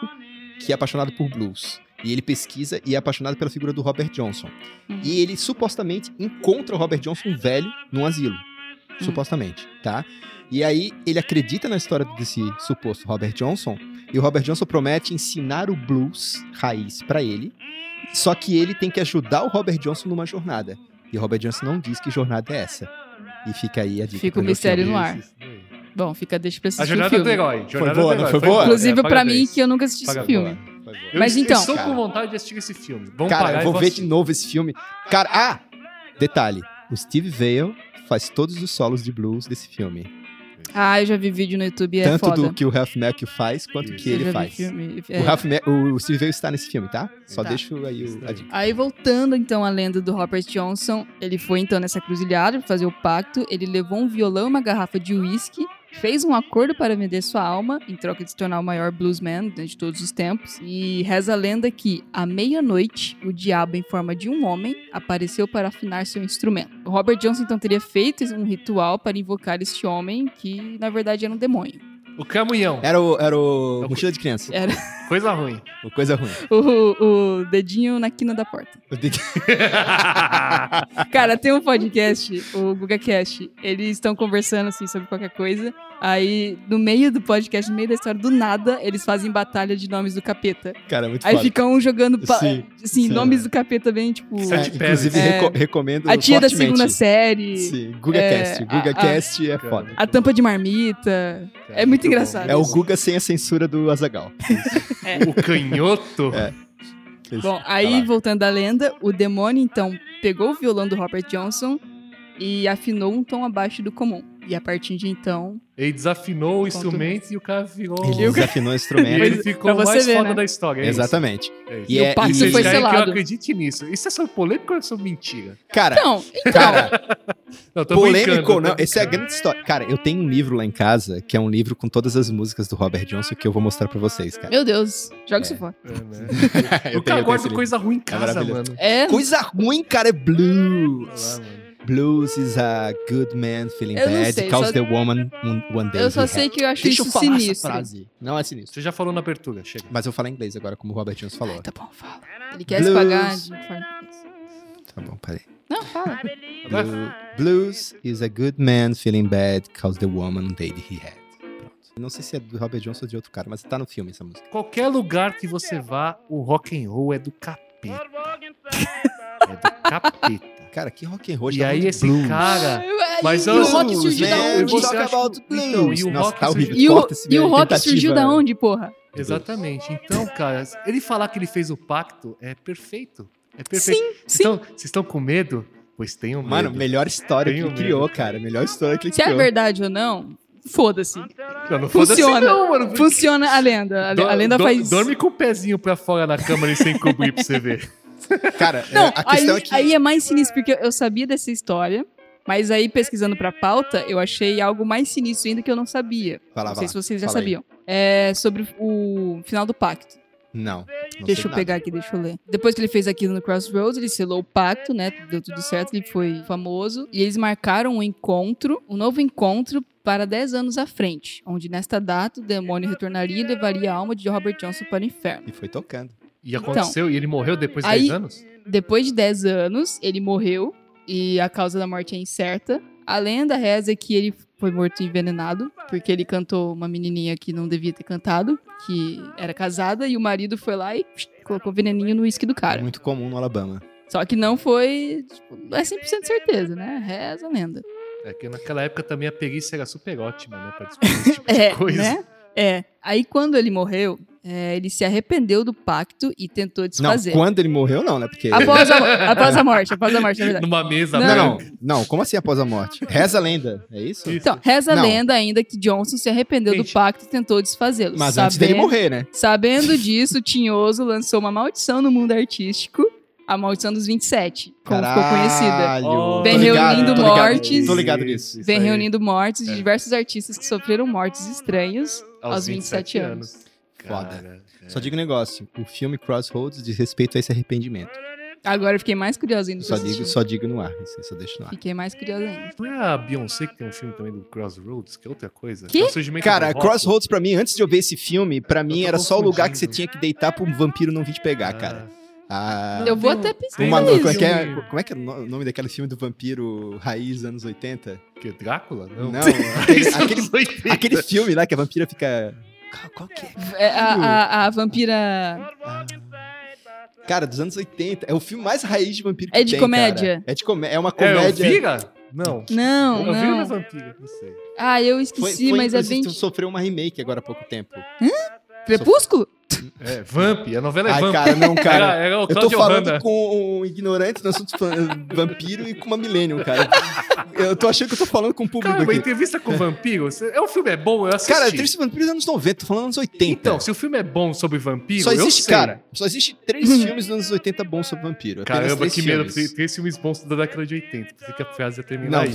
[SPEAKER 4] que é apaixonado por blues. E ele pesquisa e é apaixonado pela figura do Robert Johnson.
[SPEAKER 2] Uhum.
[SPEAKER 4] E ele supostamente encontra o Robert Johnson velho num asilo.
[SPEAKER 2] Uhum.
[SPEAKER 4] Supostamente, tá? E aí ele acredita na história desse suposto Robert Johnson. E o Robert Johnson promete ensinar o blues raiz pra ele. Só que ele tem que ajudar o Robert Johnson numa jornada. E o Robert Johnson não diz que jornada é essa. E fica aí a dica.
[SPEAKER 2] Fica
[SPEAKER 4] pra
[SPEAKER 2] o
[SPEAKER 4] ver filme.
[SPEAKER 2] mistério no ar.
[SPEAKER 3] Isso, isso daí.
[SPEAKER 2] Bom, fica, deixa pra assistir
[SPEAKER 3] A jornada
[SPEAKER 2] o filme.
[SPEAKER 3] do herói. Jornada
[SPEAKER 4] boa,
[SPEAKER 3] do herói.
[SPEAKER 4] não é foi boa?
[SPEAKER 2] Inclusive pra
[SPEAKER 3] parabéns.
[SPEAKER 2] mim, que eu nunca assisti esse
[SPEAKER 3] Paga
[SPEAKER 2] filme.
[SPEAKER 4] Vai,
[SPEAKER 3] Eu
[SPEAKER 2] Mas
[SPEAKER 3] es- eu
[SPEAKER 2] então-
[SPEAKER 3] Estou
[SPEAKER 4] Cara.
[SPEAKER 3] com vontade de assistir esse filme. Vamos
[SPEAKER 4] Cara,
[SPEAKER 3] parar
[SPEAKER 4] eu
[SPEAKER 3] e
[SPEAKER 4] vou
[SPEAKER 3] vou
[SPEAKER 4] ver de
[SPEAKER 3] assistir.
[SPEAKER 4] novo esse filme. Cara, ah! Detalhe: o Steve Vale faz todos os solos de blues desse filme.
[SPEAKER 2] Ah, eu já vi vídeo no YouTube, é
[SPEAKER 4] Tanto
[SPEAKER 2] foda.
[SPEAKER 4] do que o Ralph Macchio faz, quanto
[SPEAKER 3] Isso.
[SPEAKER 4] que
[SPEAKER 2] eu já
[SPEAKER 4] ele
[SPEAKER 2] vi
[SPEAKER 4] faz.
[SPEAKER 2] filme,
[SPEAKER 4] O,
[SPEAKER 2] é.
[SPEAKER 4] Ralph Ma- o Steve Vale está nesse filme, tá? Só
[SPEAKER 2] Tá.
[SPEAKER 4] deixo aí
[SPEAKER 3] Isso
[SPEAKER 4] o, a
[SPEAKER 3] daí.
[SPEAKER 4] dica.
[SPEAKER 2] Aí voltando então à lenda do Robert Johnson, ele foi então nessa cruzilhada pra fazer o pacto, ele levou um violão e uma garrafa de uísque, fez um acordo para vender sua alma em troca de se tornar o maior bluesman de todos os tempos, e reza a lenda que à meia-noite o diabo em forma de um homem apareceu para afinar seu instrumento. O Robert Johnson então teria feito um ritual para invocar este homem que na verdade era um demônio.
[SPEAKER 3] O Camunhão.
[SPEAKER 4] Era o, era o
[SPEAKER 3] Eu-
[SPEAKER 4] Mochila de Criança. É.
[SPEAKER 3] Coisa ruim.
[SPEAKER 2] É.
[SPEAKER 4] Uma Coisa ruim.
[SPEAKER 2] O, o dedinho na quina da porta.
[SPEAKER 4] Eu dei-
[SPEAKER 2] Cara, tem um podcast, o GugaCast. Eles estão conversando, assim, sobre qualquer coisa. Aí, no meio do podcast, no meio da história, do nada, eles fazem batalha de nomes do capeta.
[SPEAKER 4] Cara, é muito
[SPEAKER 2] Aí
[SPEAKER 4] foda.
[SPEAKER 2] fica um jogando, pa-
[SPEAKER 4] Sim,
[SPEAKER 2] assim,
[SPEAKER 4] sim.
[SPEAKER 2] nomes do capeta bem, tipo...
[SPEAKER 4] É,
[SPEAKER 3] Sete
[SPEAKER 4] inclusive,
[SPEAKER 2] Peles.
[SPEAKER 4] reco- recomendo.
[SPEAKER 2] a tia da
[SPEAKER 4] fortemente.
[SPEAKER 2] segunda série,
[SPEAKER 4] Sim, GugaCast.
[SPEAKER 2] É,
[SPEAKER 4] GugaCast é
[SPEAKER 3] Cara,
[SPEAKER 4] foda.
[SPEAKER 2] a tampa de marmita. É muito
[SPEAKER 3] bom.
[SPEAKER 2] engraçado.
[SPEAKER 4] É o Guga sem a censura do Azagal.
[SPEAKER 3] O canhoto.
[SPEAKER 4] É.
[SPEAKER 2] Bom, aí,
[SPEAKER 4] Tá lá.
[SPEAKER 2] voltando à lenda, o demônio, então, pegou o violão do Robert Johnson e afinou um tom abaixo do comum. E a partir de então,
[SPEAKER 3] Ele desafinou o instrumento e o cara virou.
[SPEAKER 4] Ele desafinou o
[SPEAKER 3] E
[SPEAKER 4] instrumento.
[SPEAKER 3] ele
[SPEAKER 2] Pra
[SPEAKER 3] ficou o
[SPEAKER 2] você
[SPEAKER 3] mais
[SPEAKER 2] ver,
[SPEAKER 3] foda
[SPEAKER 2] né?
[SPEAKER 3] da história. é isso.
[SPEAKER 4] Exatamente.
[SPEAKER 3] É isso.
[SPEAKER 4] E, é,
[SPEAKER 2] pacto
[SPEAKER 4] e-
[SPEAKER 2] foi
[SPEAKER 3] Vocês querem que
[SPEAKER 2] selado.
[SPEAKER 3] eu acredite nisso. Isso é só polêmico ou é só mentira?
[SPEAKER 4] Cara,
[SPEAKER 2] Então, então.
[SPEAKER 4] cara,
[SPEAKER 3] Não, tô
[SPEAKER 4] Polêmico
[SPEAKER 3] brincando,
[SPEAKER 4] ou
[SPEAKER 3] tô
[SPEAKER 4] não, essa é a
[SPEAKER 3] brincando.
[SPEAKER 4] grande história. Cara, eu tenho um livro lá em casa, que é um livro com todas as músicas do Robert Johnson que eu vou mostrar pra vocês, cara.
[SPEAKER 2] Meu Deus, joga isso
[SPEAKER 4] É.
[SPEAKER 2] fora.
[SPEAKER 3] É, né? O cara
[SPEAKER 4] Eu tenho- eu tenho esse
[SPEAKER 3] guarda
[SPEAKER 4] livro.
[SPEAKER 3] coisa ruim em casa,
[SPEAKER 4] maravilhoso.
[SPEAKER 3] mano.
[SPEAKER 2] É,
[SPEAKER 4] Coisa ruim, cara, é blues.
[SPEAKER 3] Olha lá, mano.
[SPEAKER 4] Blues is a good man feeling
[SPEAKER 2] Eu não
[SPEAKER 4] bad,
[SPEAKER 2] sei,
[SPEAKER 4] cause
[SPEAKER 2] só-
[SPEAKER 4] the woman one- one day.
[SPEAKER 2] eu só
[SPEAKER 4] he
[SPEAKER 2] sei
[SPEAKER 4] had.
[SPEAKER 2] que eu acho
[SPEAKER 4] Deixa eu
[SPEAKER 2] isso
[SPEAKER 4] falar essa
[SPEAKER 2] sinistro.
[SPEAKER 4] frase. Não é sinistro.
[SPEAKER 3] Você já falou na abertura, chega.
[SPEAKER 4] Mas eu falo em inglês agora, como o Robert Johnson falou.
[SPEAKER 2] Tá bom, fala. Ele quer se
[SPEAKER 4] Blues.
[SPEAKER 2] pagar de forma-
[SPEAKER 4] Tá bom, peraí.
[SPEAKER 2] Não, fala.
[SPEAKER 4] Blu- Blues is a good man feeling bad, cause the woman one day he had. Pronto. Não sei se é do Robert Johnson ou de outro cara, mas tá no filme essa música.
[SPEAKER 3] Qualquer lugar que você vá, o rock and roll é do capeta. É do capeta.
[SPEAKER 4] Cara, que rock and roll.
[SPEAKER 3] e
[SPEAKER 4] tá
[SPEAKER 3] aí
[SPEAKER 4] muito
[SPEAKER 3] esse
[SPEAKER 4] blues.
[SPEAKER 3] cara...
[SPEAKER 4] Mas
[SPEAKER 2] e
[SPEAKER 4] eu-
[SPEAKER 2] o rock surgiu da
[SPEAKER 4] Man,
[SPEAKER 3] né?
[SPEAKER 2] onde?
[SPEAKER 4] we
[SPEAKER 3] Você
[SPEAKER 4] talk
[SPEAKER 3] acha-
[SPEAKER 4] about blues.
[SPEAKER 3] Então, e o
[SPEAKER 4] Nossa,
[SPEAKER 3] rock
[SPEAKER 4] tá horrível.
[SPEAKER 3] surgiu-
[SPEAKER 2] E o,
[SPEAKER 4] Corta esse é.
[SPEAKER 2] e o
[SPEAKER 4] meio
[SPEAKER 2] rock
[SPEAKER 4] tentativa.
[SPEAKER 2] surgiu da onde, porra?
[SPEAKER 3] Exatamente. Então, cara, ele falar que ele fez o pacto é perfeito. É perfeito.
[SPEAKER 2] Sim.
[SPEAKER 3] Então, vocês estão com medo? Pois tenham medo.
[SPEAKER 4] Mano, melhor história que
[SPEAKER 3] Tenho
[SPEAKER 4] ele criou,
[SPEAKER 3] medo.
[SPEAKER 4] cara. Melhor história que ele
[SPEAKER 2] Se é
[SPEAKER 4] criou.
[SPEAKER 2] verdade ou não, foda-se.
[SPEAKER 3] Não, não foda-se
[SPEAKER 2] funciona.
[SPEAKER 3] não, mano.
[SPEAKER 2] Funciona a lenda. A, le- a
[SPEAKER 3] Do-
[SPEAKER 2] lenda
[SPEAKER 3] do-
[SPEAKER 2] faz.
[SPEAKER 3] Dorme com o pezinho pra fora na cama e sem cobrir pra você ver.
[SPEAKER 4] Cara, é,
[SPEAKER 2] Não,
[SPEAKER 4] a
[SPEAKER 2] aí,
[SPEAKER 4] questão é que.
[SPEAKER 2] aí é mais sinistro, porque eu- eu sabia dessa história. Mas aí, pesquisando pra pauta, eu achei algo mais sinistro ainda que eu não sabia.
[SPEAKER 4] Vai lá,
[SPEAKER 2] não
[SPEAKER 4] vai
[SPEAKER 2] sei
[SPEAKER 4] lá.
[SPEAKER 2] se vocês já
[SPEAKER 4] Fala aí.
[SPEAKER 2] sabiam. É sobre o final do pacto.
[SPEAKER 4] Não. não
[SPEAKER 2] Deixa
[SPEAKER 4] sei
[SPEAKER 2] eu
[SPEAKER 4] nada.
[SPEAKER 2] pegar aqui, deixa eu ler. Depois que ele fez aquilo no Crossroads, ele selou o pacto, né? Deu tudo certo, ele foi famoso. E eles marcaram um encontro, um novo encontro para 10 anos à frente, onde nesta data o demônio retornaria e levaria a alma de Robert Johnson para o inferno.
[SPEAKER 4] E foi tocando.
[SPEAKER 3] E aconteceu, e ele morreu depois de
[SPEAKER 2] Então, aí-
[SPEAKER 3] 10 anos?
[SPEAKER 2] Depois de 10 anos, ele morreu e a causa da morte é incerta. A lenda reza que ele foi morto envenenado, porque ele cantou uma menininha que não devia ter cantado, que era casada, e o marido foi lá e psh, colocou veneninho no uísque do cara.
[SPEAKER 4] É muito comum no Alabama.
[SPEAKER 2] Só que não foi. Tipo, não é 100% certeza, né? Reza a lenda.
[SPEAKER 3] É que naquela época também a perícia era super ótima, né? Pra descobrir esse tipo de
[SPEAKER 2] É,
[SPEAKER 3] coisa.
[SPEAKER 2] né? É. Aí quando ele morreu, é, ele se arrependeu do pacto e tentou
[SPEAKER 4] Não,
[SPEAKER 2] desfazer.
[SPEAKER 4] quando ele morreu, não, né? Porque.
[SPEAKER 2] Após a, mo- após a morte, após a morte, na verdade.
[SPEAKER 3] Numa mesa né?
[SPEAKER 4] Não, não.
[SPEAKER 3] branca.
[SPEAKER 4] Não, como assim após a morte? Reza a lenda, é isso?
[SPEAKER 3] Isso.
[SPEAKER 2] Então, reza a
[SPEAKER 4] Não.
[SPEAKER 2] lenda ainda que Johnson se arrependeu do
[SPEAKER 3] Gente.
[SPEAKER 2] pacto e tentou desfazê-lo.
[SPEAKER 4] Mas antes dele morrer, né?
[SPEAKER 2] Sabendo disso, Tinhoso lançou uma maldição no mundo artístico, a maldição dos 27, como ficou conhecida.
[SPEAKER 4] Caralho,
[SPEAKER 2] Vem
[SPEAKER 4] tô ligado,
[SPEAKER 2] reunindo
[SPEAKER 4] tô ligado,
[SPEAKER 2] mortes.
[SPEAKER 4] Tô ligado nisso.
[SPEAKER 3] Isso
[SPEAKER 2] Vem
[SPEAKER 3] aí.
[SPEAKER 2] reunindo mortes de
[SPEAKER 3] É.
[SPEAKER 2] diversos artistas que sofreram mortes estranhas aos, 27 anos.
[SPEAKER 4] Foda.
[SPEAKER 3] Cara,
[SPEAKER 4] Só digo um negócio: o filme Crossroads diz respeito a esse arrependimento.
[SPEAKER 2] Agora eu fiquei mais curiosa ainda.
[SPEAKER 4] Só
[SPEAKER 2] pra
[SPEAKER 4] digo,
[SPEAKER 2] assistir.
[SPEAKER 4] só digo no ar, isso aí, só deixo no ar.
[SPEAKER 2] Fiquei mais curiosa ainda.
[SPEAKER 3] Não é a Beyoncé que tem um filme também do Crossroads, que é outra coisa?
[SPEAKER 2] Que?
[SPEAKER 3] É o surgimento
[SPEAKER 4] Cara,
[SPEAKER 3] do rock.
[SPEAKER 4] Crossroads pra mim, antes de eu ver esse filme, pra mim
[SPEAKER 3] tô
[SPEAKER 4] era só o lugar que você
[SPEAKER 3] confundindo.
[SPEAKER 4] tinha que deitar pro vampiro não vir te pegar,
[SPEAKER 3] Ah,
[SPEAKER 4] cara. Ah,
[SPEAKER 2] Eu vou
[SPEAKER 3] tem um-
[SPEAKER 2] até pesquisar
[SPEAKER 3] tem
[SPEAKER 4] uma,
[SPEAKER 3] um
[SPEAKER 4] como, é que é,
[SPEAKER 3] filme-
[SPEAKER 4] como é que é o no- o nome daquele filme do vampiro raiz anos 80?
[SPEAKER 3] Ah, Que, Drácula? Não.
[SPEAKER 4] Não, aquele, aquele,
[SPEAKER 3] aquele...
[SPEAKER 4] aquele filme lá que a vampira fica... Qual, qual que é?
[SPEAKER 2] É, a, a- a vampira.
[SPEAKER 4] Cara, dos anos 80. É o filme mais raiz de vampiro que
[SPEAKER 2] É de
[SPEAKER 4] tem,
[SPEAKER 2] comédia?
[SPEAKER 4] cara. É de comédia. É uma
[SPEAKER 3] É,
[SPEAKER 4] comédia...
[SPEAKER 3] Elvira? Não. É
[SPEAKER 2] Não,
[SPEAKER 3] Eu vi na
[SPEAKER 2] não.
[SPEAKER 3] vampira, não sei.
[SPEAKER 2] Ah, eu
[SPEAKER 4] Foi,
[SPEAKER 2] esqueci,
[SPEAKER 4] foi,
[SPEAKER 2] mas é
[SPEAKER 4] inclusive,
[SPEAKER 2] bem. tipo,
[SPEAKER 4] Sofreu uma remake agora há pouco tempo.
[SPEAKER 2] Crepúsculo?
[SPEAKER 3] É, Vamp, a novela é
[SPEAKER 4] Ai,
[SPEAKER 3] Vamp. é
[SPEAKER 4] cara, não, cara.
[SPEAKER 3] era, era o
[SPEAKER 4] Eu tô
[SPEAKER 3] Claudio
[SPEAKER 4] falando
[SPEAKER 3] Hanna.
[SPEAKER 4] com um ignorante no assunto fan- vampiro e com uma millennium, cara. Eu tô achando que eu tô falando com o público
[SPEAKER 3] Cara, uma
[SPEAKER 4] aqui.
[SPEAKER 3] entrevista com o vampiro. cê- É um filme é bom, eu assisti.
[SPEAKER 4] Cara, Triste Vampiro é anos 90, tô falando anos 80.
[SPEAKER 3] Então, se o filme é bom sobre vampiro,
[SPEAKER 4] só existe,
[SPEAKER 3] eu sei.
[SPEAKER 4] cara, só existe três filmes dos anos 80 bons sobre vampiro. Apenas
[SPEAKER 3] Caramba,
[SPEAKER 4] três
[SPEAKER 3] que medo.
[SPEAKER 4] filmes.
[SPEAKER 3] Três, três filmes bons da década de 80. Pensei que a frase ia terminar
[SPEAKER 4] Não,
[SPEAKER 3] aí.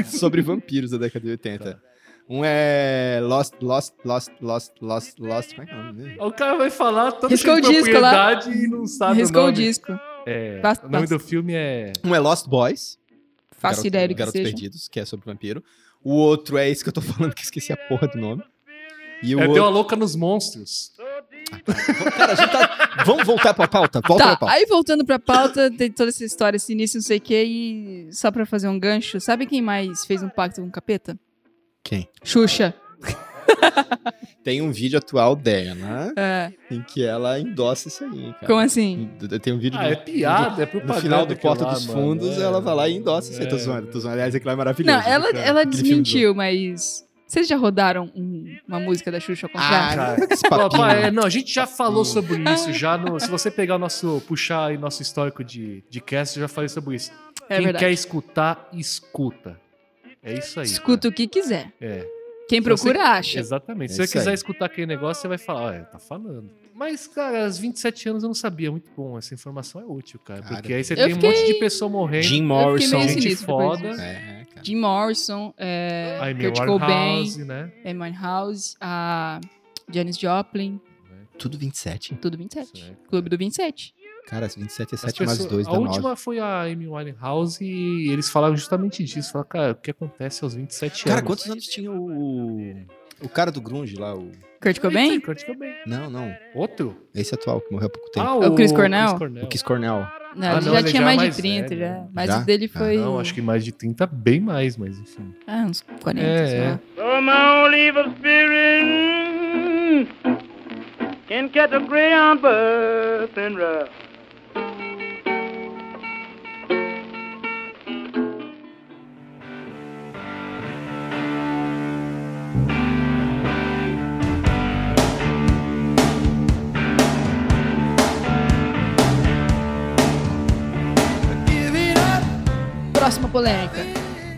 [SPEAKER 4] dos- sobre vampiros da década de
[SPEAKER 3] Tá.
[SPEAKER 4] 80. Um é Lost, Lost, Lost, Lost, Lost, Lost. Como é que é o nome dele?
[SPEAKER 3] O cara vai falar toda
[SPEAKER 2] Riscou
[SPEAKER 3] Riscou
[SPEAKER 2] o disco lá.
[SPEAKER 3] e não sabe
[SPEAKER 2] Riscou
[SPEAKER 3] o
[SPEAKER 2] o
[SPEAKER 3] nome.
[SPEAKER 2] disco.
[SPEAKER 3] É,
[SPEAKER 2] Basta-
[SPEAKER 3] o nome do filme é...
[SPEAKER 4] Um é Lost Boys.
[SPEAKER 2] Faço
[SPEAKER 4] Garoto-
[SPEAKER 2] ideia do que
[SPEAKER 4] Garotos
[SPEAKER 2] seja.
[SPEAKER 4] Perdidos, que é sobre vampiro. O outro é esse que eu tô falando, que eu esqueci a porra do nome. E o
[SPEAKER 3] é
[SPEAKER 4] outro...
[SPEAKER 3] Deu a Louca nos Monstros.
[SPEAKER 4] Cara, a gente tá... Vamos voltar pra pauta? Volta pra
[SPEAKER 2] Tá,
[SPEAKER 4] pauta.
[SPEAKER 2] aí voltando pra pauta, tem toda essa história, esse início, não sei o que, e só pra fazer um gancho, sabe quem mais fez um pacto com o capeta?
[SPEAKER 4] Quem?
[SPEAKER 2] Xuxa.
[SPEAKER 4] Tem um vídeo atual dela,
[SPEAKER 2] É,
[SPEAKER 4] em que ela endossa isso aí, cara.
[SPEAKER 2] como assim?
[SPEAKER 4] Tem um vídeo
[SPEAKER 3] Ah,
[SPEAKER 4] do-
[SPEAKER 3] é piada, é propaganda.
[SPEAKER 4] No final do
[SPEAKER 3] aquilo
[SPEAKER 4] Porta
[SPEAKER 3] lá,
[SPEAKER 4] dos
[SPEAKER 3] mano.
[SPEAKER 4] Fundos,
[SPEAKER 3] É,
[SPEAKER 4] ela vai lá e endossa isso aí. Tô
[SPEAKER 3] é.
[SPEAKER 4] zoando, tô zoando. Aliás, aquilo lá é maravilhoso.
[SPEAKER 2] Não, ela,
[SPEAKER 4] cara.
[SPEAKER 2] ela
[SPEAKER 4] Aquele filme do-
[SPEAKER 2] desmentiu, mas... Vocês já rodaram um- uma música da Xuxa ao contrário?
[SPEAKER 4] Ah, esse Hum. Ah.
[SPEAKER 3] Ó,
[SPEAKER 4] papinho.
[SPEAKER 3] pá, é, não, a gente já falou sobre isso já no- se você pegar o nosso puxar aí nosso histórico de de cast, eu já falei sobre isso.
[SPEAKER 2] é
[SPEAKER 3] Quem
[SPEAKER 2] verdade.
[SPEAKER 3] quer escutar, escuta. É isso aí.
[SPEAKER 2] Escuta o que quiser.
[SPEAKER 3] É.
[SPEAKER 2] Quem
[SPEAKER 3] Se você-
[SPEAKER 2] procura, acha.
[SPEAKER 3] Exatamente.
[SPEAKER 4] É
[SPEAKER 3] Se você
[SPEAKER 4] isso aí.
[SPEAKER 3] quiser escutar aquele negócio, você vai falar, olha, tá falando. Mas, cara, aos 27 anos eu não sabia. Muito bom. Essa informação é útil, cara.
[SPEAKER 4] Cara,
[SPEAKER 3] porque aí você
[SPEAKER 2] eu
[SPEAKER 3] tem um monte de pessoa morrendo.
[SPEAKER 4] Jim
[SPEAKER 2] Eu fiquei
[SPEAKER 4] Morrison.
[SPEAKER 2] meio
[SPEAKER 3] Gente
[SPEAKER 2] sinistro depois
[SPEAKER 3] foda.
[SPEAKER 2] disso.
[SPEAKER 4] É, cara.
[SPEAKER 2] Jim Morrison, é,
[SPEAKER 3] Aí meu
[SPEAKER 2] Kurt Cobain,
[SPEAKER 3] House, né?
[SPEAKER 2] Amy é, House, a Janis Joplin,
[SPEAKER 4] Tudo 27.
[SPEAKER 2] tudo 27.
[SPEAKER 3] Isso é.
[SPEAKER 2] Clube do 27.
[SPEAKER 4] Cara, 27 é
[SPEAKER 3] As
[SPEAKER 4] 7 mais
[SPEAKER 3] pessoas-
[SPEAKER 4] 2
[SPEAKER 3] a
[SPEAKER 4] dá
[SPEAKER 3] última
[SPEAKER 4] 9.
[SPEAKER 3] foi a Amy Winehouse e eles falaram justamente disso. Falaram, cara, o que acontece aos 27
[SPEAKER 4] Cara,
[SPEAKER 3] anos?
[SPEAKER 4] quantos anos tinha o... O cara do grunge lá, o...
[SPEAKER 2] Kurt Cobain?
[SPEAKER 3] Kurt Cobain.
[SPEAKER 4] Não, não.
[SPEAKER 3] Outro?
[SPEAKER 4] Esse atual, que morreu há pouco tempo.
[SPEAKER 3] Ah,
[SPEAKER 2] É o Chris Cornell?
[SPEAKER 4] O Kiss Cornell.
[SPEAKER 2] Não,
[SPEAKER 3] Ah,
[SPEAKER 2] ele
[SPEAKER 3] não,
[SPEAKER 2] já
[SPEAKER 3] ele
[SPEAKER 2] tinha
[SPEAKER 3] já é
[SPEAKER 2] mais de
[SPEAKER 3] mais
[SPEAKER 2] 30,
[SPEAKER 3] velho,
[SPEAKER 2] já.
[SPEAKER 3] né?
[SPEAKER 2] Mas
[SPEAKER 4] Já?
[SPEAKER 2] o dele
[SPEAKER 4] Ah,
[SPEAKER 2] foi.
[SPEAKER 3] Não, acho que mais de 30, bem mais, mas enfim.
[SPEAKER 2] Ah, uns 40,
[SPEAKER 3] É,
[SPEAKER 2] sei
[SPEAKER 3] é.
[SPEAKER 2] lá.
[SPEAKER 6] Come on, leave a spirit and catch a greyhound bus and ride.
[SPEAKER 2] Próxima polêmica.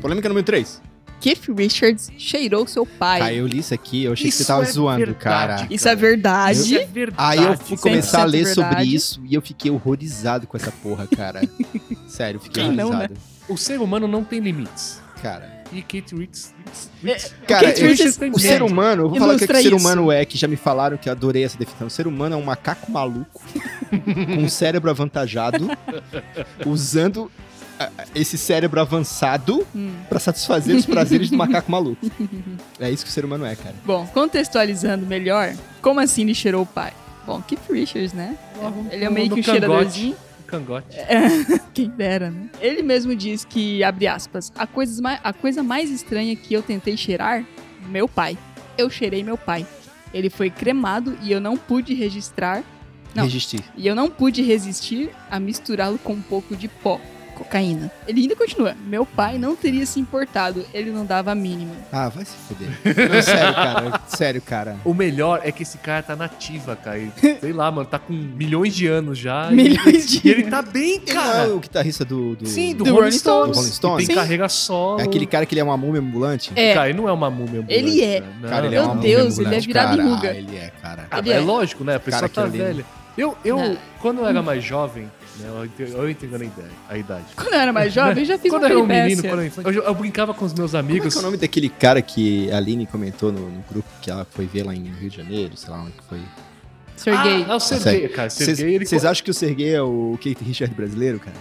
[SPEAKER 4] Polêmica número 3.
[SPEAKER 2] Keith Richards cheirou seu pai.
[SPEAKER 4] Cara, eu li isso aqui, eu achei que você
[SPEAKER 3] Isso
[SPEAKER 4] tava
[SPEAKER 3] é
[SPEAKER 4] zoando,
[SPEAKER 3] verdade,
[SPEAKER 4] cara.
[SPEAKER 2] Isso é verdade.
[SPEAKER 3] Isso é verdade.
[SPEAKER 4] Aí eu fui começar a ler
[SPEAKER 2] 100%
[SPEAKER 4] sobre
[SPEAKER 2] verdade.
[SPEAKER 4] isso e eu fiquei horrorizado com essa porra, cara. Sério, eu fiquei
[SPEAKER 2] Quem não,
[SPEAKER 4] horrorizado.
[SPEAKER 3] O ser humano não tem limites.
[SPEAKER 4] Cara,
[SPEAKER 3] E Kate Ritz.
[SPEAKER 4] cara
[SPEAKER 2] Kate
[SPEAKER 4] eu-
[SPEAKER 2] Richards
[SPEAKER 4] o ser humano, eu vou falar o que, é que
[SPEAKER 2] Ilustra
[SPEAKER 4] o ser
[SPEAKER 2] isso.
[SPEAKER 4] humano é, que já me falaram que eu adorei essa definição. O ser humano é um macaco maluco com um cérebro avantajado, usando ah, esse cérebro avançado
[SPEAKER 2] Hum.
[SPEAKER 4] pra satisfazer os prazeres do macaco maluco. É isso que o ser humano é, cara.
[SPEAKER 2] Bom, contextualizando melhor, como assim ele cheirou o pai? Bom, Keith Richards, né? Ele é meio que um cheiradorzinho.
[SPEAKER 3] Cangote.
[SPEAKER 2] Quem dera, né? Ele mesmo diz que, abre aspas, a coisa, mais, a coisa mais estranha que eu tentei cheirar, meu pai. Eu cheirei meu pai. Ele foi cremado e eu não pude registrar, Não.
[SPEAKER 4] Resistir.
[SPEAKER 2] e eu não pude resistir a misturá-lo com um pouco de pó. cocaína. Ele ainda continua. Meu pai não teria se importado, ele não dava a mínima.
[SPEAKER 4] Ah, vai se foder. Não, sério, cara. Sério, cara.
[SPEAKER 3] O melhor é que esse cara tá nativa, cara. Ele- sei lá, mano, tá com milhões de anos já. e-
[SPEAKER 2] Milhões
[SPEAKER 3] E
[SPEAKER 2] de.
[SPEAKER 3] ele tá bem,
[SPEAKER 4] Ele não é
[SPEAKER 3] cara.
[SPEAKER 4] o guitarrista do. do-
[SPEAKER 3] Sim,
[SPEAKER 2] Do
[SPEAKER 3] do, Rolling
[SPEAKER 2] Rolling
[SPEAKER 3] Stones.
[SPEAKER 4] Stones.
[SPEAKER 3] Que Tem
[SPEAKER 4] Sim.
[SPEAKER 3] carreira solo.
[SPEAKER 4] É aquele cara que ele é uma múmia ambulante?
[SPEAKER 2] É.
[SPEAKER 3] Cara, ele não é uma múmia.
[SPEAKER 2] Ele é.
[SPEAKER 3] ambulante, né? Cara,
[SPEAKER 4] Cara, ele é
[SPEAKER 2] Meu
[SPEAKER 4] uma múmia
[SPEAKER 2] Deus, ele é
[SPEAKER 4] ambulante,
[SPEAKER 2] virado
[SPEAKER 4] cara.
[SPEAKER 2] ruga.
[SPEAKER 4] Ah, ele é, cara.
[SPEAKER 3] Ah,
[SPEAKER 2] Ele
[SPEAKER 3] é
[SPEAKER 2] é.
[SPEAKER 3] lógico, né? A pessoa
[SPEAKER 4] Cara,
[SPEAKER 3] tá
[SPEAKER 4] aquilo ali-
[SPEAKER 3] velha. Eu, eu
[SPEAKER 2] Não.
[SPEAKER 3] quando eu era mais jovem, né, eu ente- eu entendo a ideia- a idade.
[SPEAKER 2] Quando eu era mais jovem, eu já fiz
[SPEAKER 3] quando
[SPEAKER 2] uma
[SPEAKER 3] eu era um
[SPEAKER 2] peripécia.
[SPEAKER 3] menino, quando eu, era infante, eu, eu brincava com os meus
[SPEAKER 4] Como é
[SPEAKER 3] amigos.
[SPEAKER 4] que é o nome daquele cara que a Aline comentou no, no grupo que ela foi ver lá em Rio de Janeiro, sei lá onde que foi?
[SPEAKER 2] Serguei.
[SPEAKER 3] Ah, é o Sergei, cara.
[SPEAKER 4] Vocês
[SPEAKER 3] Sergei, ele,
[SPEAKER 4] vocês acham que o Sergei é o Kate Richard brasileiro, cara?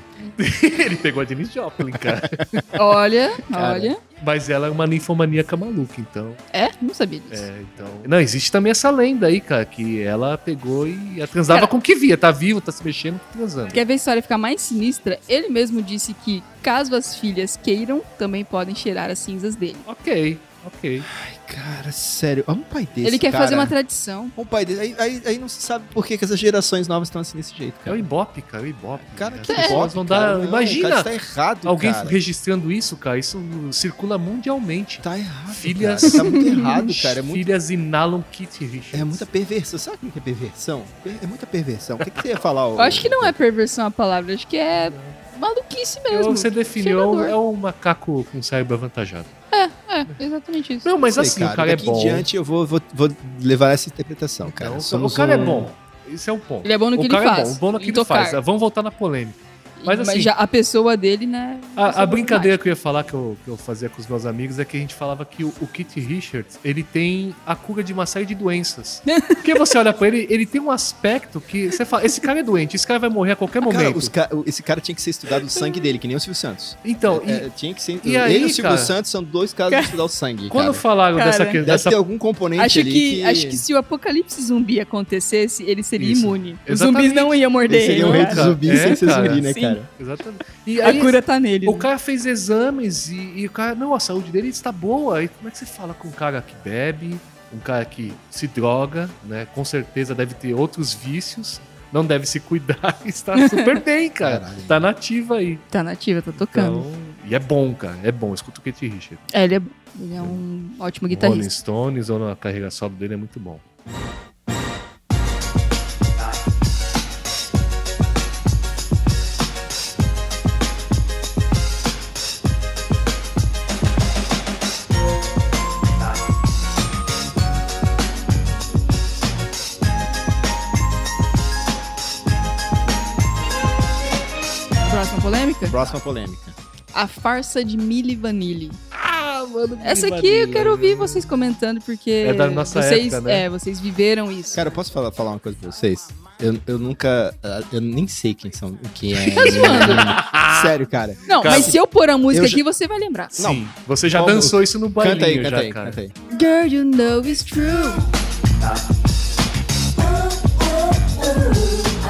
[SPEAKER 3] ele pegou a Denise Joplin, cara.
[SPEAKER 2] Olha,
[SPEAKER 4] Cara.
[SPEAKER 2] olha.
[SPEAKER 3] Mas ela é uma ninfomaníaca maluca, então.
[SPEAKER 2] É? Não sabia disso.
[SPEAKER 3] É, então. Não, existe também essa lenda aí, cara, que ela pegou e ela transava
[SPEAKER 2] Cara-
[SPEAKER 3] com o que via. Tá vivo, tá se mexendo, tá transando.
[SPEAKER 2] Quer ver a história ficar mais sinistra? Ele mesmo disse que, caso as filhas queiram, também podem cheirar as cinzas dele.
[SPEAKER 3] Ok, ok.
[SPEAKER 4] Ai, cara, sério. Olha um pai desse,
[SPEAKER 2] ele quer
[SPEAKER 4] cara.
[SPEAKER 2] fazer uma tradição.
[SPEAKER 4] Um pai desse. Aí, aí- aí não se sabe por que, que essas gerações novas estão assim desse jeito,
[SPEAKER 3] É o
[SPEAKER 4] cara.
[SPEAKER 3] Ibope, cara, é o Ibope.
[SPEAKER 4] Cara,
[SPEAKER 3] As
[SPEAKER 4] que
[SPEAKER 3] pessoas
[SPEAKER 4] bosta,
[SPEAKER 3] vão dar-
[SPEAKER 4] cara. Não,
[SPEAKER 3] Imagina
[SPEAKER 4] cara, isso tá errado,
[SPEAKER 3] alguém
[SPEAKER 4] cara.
[SPEAKER 3] registrando isso, cara. Isso circula mundialmente.
[SPEAKER 4] Tá errado,
[SPEAKER 3] Filhas-
[SPEAKER 4] cara. Tá muito errado, cara. É, muito,
[SPEAKER 3] Filhas inalam Kit Richards.
[SPEAKER 4] é muita perversão. Sabe o que é perversão? Per- É muita perversão. O que, que você ia falar?
[SPEAKER 2] Eu acho que não é perversão a palavra, acho que é maluquice mesmo.
[SPEAKER 3] Então, Você definiu,
[SPEAKER 2] Cheirador.
[SPEAKER 3] é um macaco com cérebro avantajado.
[SPEAKER 2] É, exatamente isso.
[SPEAKER 3] Não, mas
[SPEAKER 4] Sei,
[SPEAKER 3] assim, o cara é
[SPEAKER 4] Daqui
[SPEAKER 3] bom.
[SPEAKER 4] em diante eu vou, vou- vou levar essa interpretação, cara.
[SPEAKER 3] Então,
[SPEAKER 4] Somos
[SPEAKER 3] o cara é
[SPEAKER 4] um-
[SPEAKER 3] bom. Isso é um ponto.
[SPEAKER 2] Ele é bom no que
[SPEAKER 3] o
[SPEAKER 2] ele
[SPEAKER 3] cara é
[SPEAKER 2] faz,
[SPEAKER 3] bom, bom no que
[SPEAKER 2] em
[SPEAKER 3] ele faz.
[SPEAKER 2] tocar.
[SPEAKER 3] Vamos voltar na polêmica. mas
[SPEAKER 2] mas
[SPEAKER 3] assim-
[SPEAKER 2] já a pessoa dele, né?
[SPEAKER 3] A, a
[SPEAKER 2] pessoa
[SPEAKER 3] brincadeira que eu ia falar, que eu, que eu fazia com os meus amigos, é que a gente falava que o, o Kit Richards, ele tem a cura de uma série de doenças. Porque você olha pra ele, ele tem um aspecto que você fala, esse cara é doente, esse cara vai morrer a qualquer
[SPEAKER 4] Ah, Cara,
[SPEAKER 3] momento.
[SPEAKER 4] os ca- esse cara tinha que ser estudado o sangue dele, que nem o Silvio Santos.
[SPEAKER 3] Então, e
[SPEAKER 4] É, tinha que ser.
[SPEAKER 3] e
[SPEAKER 4] ele
[SPEAKER 3] aí,
[SPEAKER 4] e o Silvio
[SPEAKER 3] cara?
[SPEAKER 4] Santos são dois casos de estudar o sangue.
[SPEAKER 3] quando
[SPEAKER 4] cara.
[SPEAKER 3] falaram
[SPEAKER 2] Cara,
[SPEAKER 3] dessa, que-
[SPEAKER 4] Deve
[SPEAKER 3] dessa
[SPEAKER 4] ter algum componente
[SPEAKER 2] Acho
[SPEAKER 4] ali
[SPEAKER 2] que, acho que se o apocalipse zumbi acontecesse, ele seria
[SPEAKER 3] Isso.
[SPEAKER 2] imune. Os
[SPEAKER 3] Exatamente.
[SPEAKER 2] zumbis não iam morder
[SPEAKER 4] Ele
[SPEAKER 2] ele.
[SPEAKER 4] seria um rei
[SPEAKER 2] né?
[SPEAKER 4] do
[SPEAKER 3] cara.
[SPEAKER 4] zumbi
[SPEAKER 3] É,
[SPEAKER 4] sem ser
[SPEAKER 3] cara.
[SPEAKER 4] zumbi, né,
[SPEAKER 2] Sim.
[SPEAKER 4] cara?
[SPEAKER 3] Exatamente. E
[SPEAKER 2] A
[SPEAKER 3] aí, assim,
[SPEAKER 2] cura tá nele.
[SPEAKER 3] o
[SPEAKER 2] né?
[SPEAKER 3] cara fez exames e, e o cara, não, a saúde dele está boa. E como é que você fala com um cara que bebe, um cara que se droga, né? Com certeza deve ter outros vícios, não deve se cuidar e está super bem, cara.
[SPEAKER 4] Caralho.
[SPEAKER 3] Tá nativa aí.
[SPEAKER 2] Tá nativa, tá tocando.
[SPEAKER 3] Então, e é bom, cara. É bom. Escuta o Kate Richard.
[SPEAKER 2] É, ele é, ele é um ótimo
[SPEAKER 3] Rolling
[SPEAKER 2] guitarrista.
[SPEAKER 3] Stones ou na carreira solo dele é muito bom.
[SPEAKER 2] Próxima polêmica?
[SPEAKER 4] Próxima polêmica.
[SPEAKER 2] A farsa de Milli Vanilli.
[SPEAKER 3] Ah, mano.
[SPEAKER 2] Essa aqui eu quero ouvir vocês comentando, porque
[SPEAKER 3] É da nossa
[SPEAKER 2] vocês,
[SPEAKER 3] época, né?
[SPEAKER 2] é, vocês viveram isso.
[SPEAKER 4] Cara, eu posso falar, falar uma coisa pra vocês? Eu, eu nunca. ah, Eu nem sei quem são. o que é. Sério, cara.
[SPEAKER 2] não,
[SPEAKER 3] cara,
[SPEAKER 2] mas se eu pôr a música
[SPEAKER 4] eu já-
[SPEAKER 2] aqui, você vai lembrar.
[SPEAKER 3] Sim, você já
[SPEAKER 4] Como-
[SPEAKER 3] dançou isso no bailinho
[SPEAKER 4] Canta aí,
[SPEAKER 3] já,
[SPEAKER 4] canta aí,
[SPEAKER 3] cara.
[SPEAKER 4] canta aí.
[SPEAKER 2] Girl, you know it's true.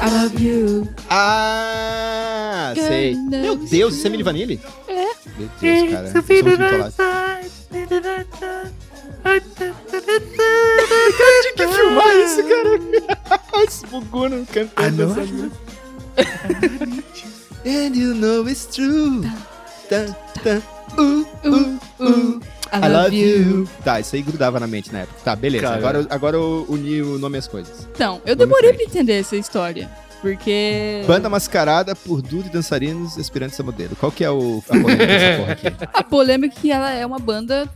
[SPEAKER 2] I love you.
[SPEAKER 4] Ah, sei.
[SPEAKER 2] Não,
[SPEAKER 4] Meu
[SPEAKER 2] isso
[SPEAKER 4] Deus, isso é Mili Vanille? É. Meu Deus, cara. Vocês vão me falar. Cara, tinha que filmar isso, cara. Esse bugando cantando. essa música. And you know it's true. Tan, tan, Tá, uh, uh, uh.
[SPEAKER 2] I,
[SPEAKER 4] I love
[SPEAKER 2] you.
[SPEAKER 4] you. Tá, isso aí grudava na mente na época. Tá, beleza.
[SPEAKER 3] Cara.
[SPEAKER 4] Agora, eu- agora eu uni o nome às coisas.
[SPEAKER 2] Então, eu demorei
[SPEAKER 4] frente.
[SPEAKER 2] pra entender essa história. Porque.
[SPEAKER 4] Banda mascarada por dudo e dançarinos aspirantes a modelo. Qual que é o, a polêmica dessa porra aqui?
[SPEAKER 2] A polêmica é que ela é uma banda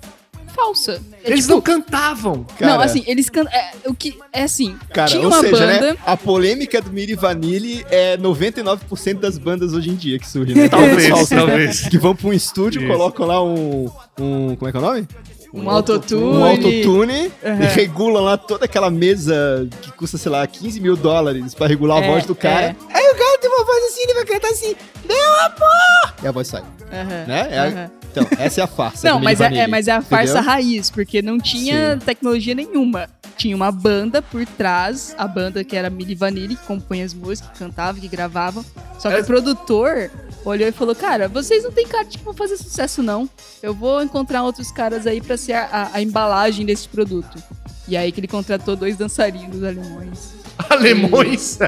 [SPEAKER 2] falsa. É
[SPEAKER 3] Eles
[SPEAKER 2] tipo-
[SPEAKER 3] não cantavam.
[SPEAKER 2] Não,
[SPEAKER 4] Cara.
[SPEAKER 2] assim, eles cantam. É, o que. É assim.
[SPEAKER 4] Cara,
[SPEAKER 2] tinha
[SPEAKER 4] ou
[SPEAKER 2] uma
[SPEAKER 4] seja,
[SPEAKER 2] banda.
[SPEAKER 4] né? A polêmica do Miri Vanille é 99% das bandas hoje em dia que surgem, né?
[SPEAKER 3] Talvez,
[SPEAKER 4] Falsas, né?
[SPEAKER 3] talvez.
[SPEAKER 4] Que vão pra um estúdio,
[SPEAKER 3] Isso.
[SPEAKER 4] colocam lá um, um. Como é que é o nome?
[SPEAKER 2] Um autotune.
[SPEAKER 4] Um autotune
[SPEAKER 2] Aham.
[SPEAKER 4] e regulam lá toda aquela mesa que custa, sei lá, 15 mil dólares pra regular a
[SPEAKER 2] É,
[SPEAKER 4] voz do cara. Aí o cara tem uma voz assim, ele vai cantar assim, meu amor! E a voz sai,
[SPEAKER 2] Aham,
[SPEAKER 4] né? É a-
[SPEAKER 2] aham.
[SPEAKER 4] Então, essa é a farsa.
[SPEAKER 2] Não,
[SPEAKER 4] do
[SPEAKER 2] mas
[SPEAKER 4] Mili
[SPEAKER 2] é, é-
[SPEAKER 4] Vanilli,
[SPEAKER 2] mas é a farsa
[SPEAKER 4] entendeu?
[SPEAKER 2] raiz, porque não tinha tecnologia nenhuma. Tinha uma banda por trás, a banda que era Milli Vanilli, que compunha as músicas, que cantava, que gravava. Só que
[SPEAKER 3] É.
[SPEAKER 2] o produtor olhou e falou: Cara, vocês não têm cara de que vão fazer sucesso, não. Eu vou encontrar outros caras aí pra ser a, a- a embalagem desse produto. E aí que ele contratou dois dançarinos alemães.
[SPEAKER 4] É?
[SPEAKER 3] Alemões.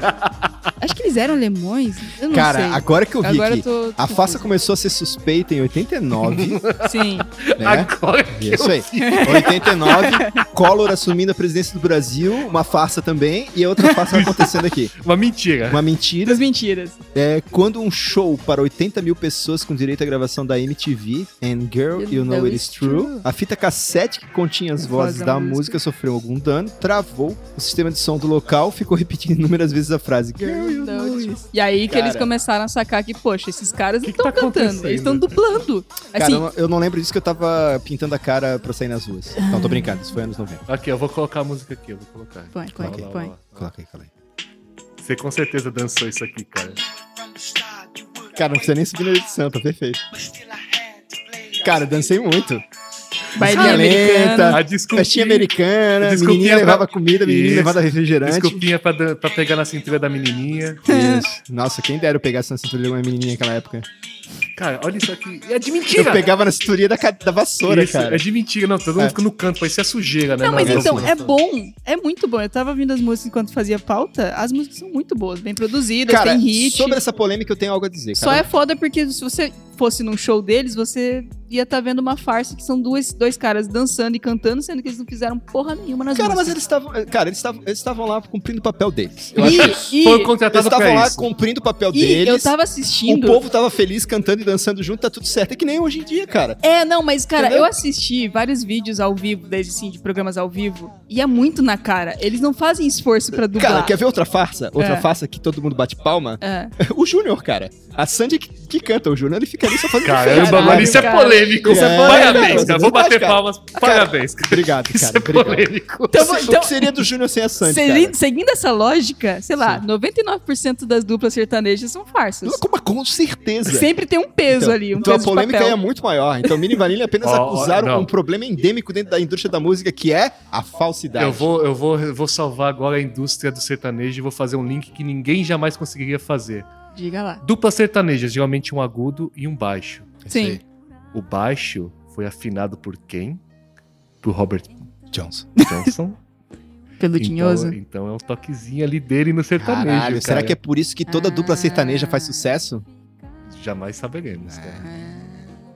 [SPEAKER 2] Acho que eles Eles eram lemões? Eu não
[SPEAKER 4] Cara,
[SPEAKER 2] sei.
[SPEAKER 4] agora que eu vi
[SPEAKER 2] Agora
[SPEAKER 4] aqui,
[SPEAKER 2] eu tô- tipo, tô
[SPEAKER 4] a
[SPEAKER 2] confusa.
[SPEAKER 4] Faça começou a ser suspeita em 89,
[SPEAKER 2] Sim.
[SPEAKER 4] né?
[SPEAKER 3] Agora que
[SPEAKER 4] Isso aí. 89, Collor assumindo a presidência do Brasil, uma farsa também, e a outra farsa acontecendo aqui.
[SPEAKER 3] Uma mentira.
[SPEAKER 4] Uma mentira.
[SPEAKER 2] Das mentiras.
[SPEAKER 4] É quando um show para 80 mil pessoas com direito à gravação da MTV, And Girl, You, Know It Is True, a fita cassete que continha as vozes da música. sofreu algum dano, travou, o sistema de som do local ficou repetindo inúmeras vezes a frase Girl, You
[SPEAKER 2] Não,
[SPEAKER 4] Know It
[SPEAKER 2] tipo,
[SPEAKER 4] Is
[SPEAKER 2] E aí que
[SPEAKER 4] Cara.
[SPEAKER 2] eles começaram a sacar que, poxa, esses caras não
[SPEAKER 3] Que que
[SPEAKER 2] estão
[SPEAKER 3] tá
[SPEAKER 2] cantando,
[SPEAKER 3] acontecendo?
[SPEAKER 2] eles estão dublando.
[SPEAKER 4] Cara,
[SPEAKER 2] Assim,
[SPEAKER 4] eu, não, eu não lembro disso que eu tava pintando a cara pra sair nas ruas. Não, tô brincando, isso foi anos 90.
[SPEAKER 3] Aqui, eu vou colocar a música aqui, eu vou colocar.
[SPEAKER 2] põe, põe,
[SPEAKER 3] Olha lá,
[SPEAKER 2] põe.
[SPEAKER 3] olha lá.
[SPEAKER 4] Coloca aí, coloca aí.
[SPEAKER 3] Você com certeza dançou isso aqui, cara.
[SPEAKER 4] Cara, não precisa nem subir na edição, tá perfeito. Cara, dancei muito.
[SPEAKER 2] Bailinha
[SPEAKER 4] Ah,
[SPEAKER 2] americana.
[SPEAKER 4] lenta.
[SPEAKER 3] A desculpinha,
[SPEAKER 4] Festinha americana,
[SPEAKER 3] Desculpinha
[SPEAKER 4] menininha
[SPEAKER 3] pra-
[SPEAKER 4] levava comida, menininha
[SPEAKER 3] Isso.
[SPEAKER 4] levava refrigerante.
[SPEAKER 3] desculpinha pra, dan- pra pegar na cintura da menininha.
[SPEAKER 4] Isso. Nossa, quem dera eu pegasse na cinturinha de uma menininha naquela época.
[SPEAKER 3] Cara, olha isso aqui. É de
[SPEAKER 4] Eu
[SPEAKER 3] mentira!
[SPEAKER 4] pegava na cinturinha da, ca- da vassoura,
[SPEAKER 3] Isso,
[SPEAKER 4] cara.
[SPEAKER 3] É de mentira, não. Todo mundo
[SPEAKER 4] É.
[SPEAKER 3] fica no canto, parecia sujeira, né?
[SPEAKER 2] Não, mas
[SPEAKER 4] não,
[SPEAKER 2] então,
[SPEAKER 4] não.
[SPEAKER 2] é bom, é muito bom. Eu tava ouvindo as músicas enquanto fazia pauta, as músicas são muito boas, bem produzidas,
[SPEAKER 4] Cara,
[SPEAKER 2] tem hit.
[SPEAKER 4] sobre essa polêmica eu tenho algo a dizer,
[SPEAKER 2] Só
[SPEAKER 4] cara.
[SPEAKER 2] é foda porque se você fosse num show deles, você ia estar vendo uma farsa que são duas, dois caras dançando e cantando, sendo que eles não fizeram porra nenhuma nas
[SPEAKER 4] Cara, mas
[SPEAKER 2] músicas.
[SPEAKER 4] eles estavam... Cara, eles estavam eles estavam lá cumprindo o papel deles. Eu acho isso.
[SPEAKER 2] E, e,
[SPEAKER 3] Foi
[SPEAKER 4] Eles
[SPEAKER 3] contratado
[SPEAKER 4] estavam
[SPEAKER 3] pra
[SPEAKER 4] lá
[SPEAKER 3] isso.
[SPEAKER 4] cumprindo o papel
[SPEAKER 2] e
[SPEAKER 4] deles.
[SPEAKER 2] eu tava
[SPEAKER 4] O
[SPEAKER 2] assistindo.
[SPEAKER 4] povo tava feliz cantando e dançando junto, tá tudo certo. É que nem hoje em dia, cara.
[SPEAKER 2] É, não, mas cara,
[SPEAKER 4] Entendeu?
[SPEAKER 2] eu assisti vários vídeos ao vivo, desde assim, de programas ao vivo, e é muito na cara. Eles não fazem esforço pra dublar.
[SPEAKER 4] Cara, quer ver outra farsa? Outra
[SPEAKER 2] É.
[SPEAKER 4] farsa que todo mundo bate palma?
[SPEAKER 2] É.
[SPEAKER 4] O Júnior, cara. A Sandy que, que canta o Júnior, ele fica ali só fazendo
[SPEAKER 3] Caramba,
[SPEAKER 4] referência.
[SPEAKER 3] mano, isso é
[SPEAKER 2] cara.
[SPEAKER 3] polêmico.
[SPEAKER 4] Isso é
[SPEAKER 3] Parabéns,
[SPEAKER 4] polêmico.
[SPEAKER 3] cara. Vou bater
[SPEAKER 4] Cara,
[SPEAKER 3] palmas. Parabéns, cara.
[SPEAKER 4] Obrigado, cara.
[SPEAKER 3] Isso é
[SPEAKER 4] obrigado.
[SPEAKER 3] polêmico.
[SPEAKER 2] Então,
[SPEAKER 4] Se-
[SPEAKER 2] então-
[SPEAKER 4] o que seria do Júnior sem a Sandy,
[SPEAKER 2] Segui-
[SPEAKER 4] cara?
[SPEAKER 2] Seguindo essa lógica, sei lá, 99% das duplas sertanejas são farsas.
[SPEAKER 4] Não, Com, com certeza.
[SPEAKER 2] Sempre tem um peso
[SPEAKER 4] Então,
[SPEAKER 2] ali, um
[SPEAKER 4] então a
[SPEAKER 2] peso de
[SPEAKER 4] polêmica aí
[SPEAKER 2] papel.
[SPEAKER 4] é muito maior. Então Mini Vanilla apenas
[SPEAKER 3] Ó, ó,
[SPEAKER 4] acusaram
[SPEAKER 3] não.
[SPEAKER 4] um problema endêmico dentro da indústria da música, que é a falsidade.
[SPEAKER 3] Eu vou, eu, vou, eu vou salvar agora a indústria do sertanejo e vou fazer um link que ninguém jamais conseguiria fazer.
[SPEAKER 2] Diga lá.
[SPEAKER 3] Duplas sertanejas, geralmente um agudo e um baixo.
[SPEAKER 2] Sim.
[SPEAKER 4] Esse É aí,
[SPEAKER 3] O baixo foi afinado por quem? Por Robert
[SPEAKER 4] Johnson.
[SPEAKER 3] Johnson.
[SPEAKER 2] Peludinhoso.
[SPEAKER 3] Então, então é um toquezinho ali dele no sertanejo.
[SPEAKER 4] Caralho, será
[SPEAKER 3] cara.
[SPEAKER 4] que é por isso que toda dupla
[SPEAKER 2] Ah.
[SPEAKER 4] sertaneja faz sucesso? é-
[SPEAKER 3] Jamais saberemos. cara.
[SPEAKER 2] Ah.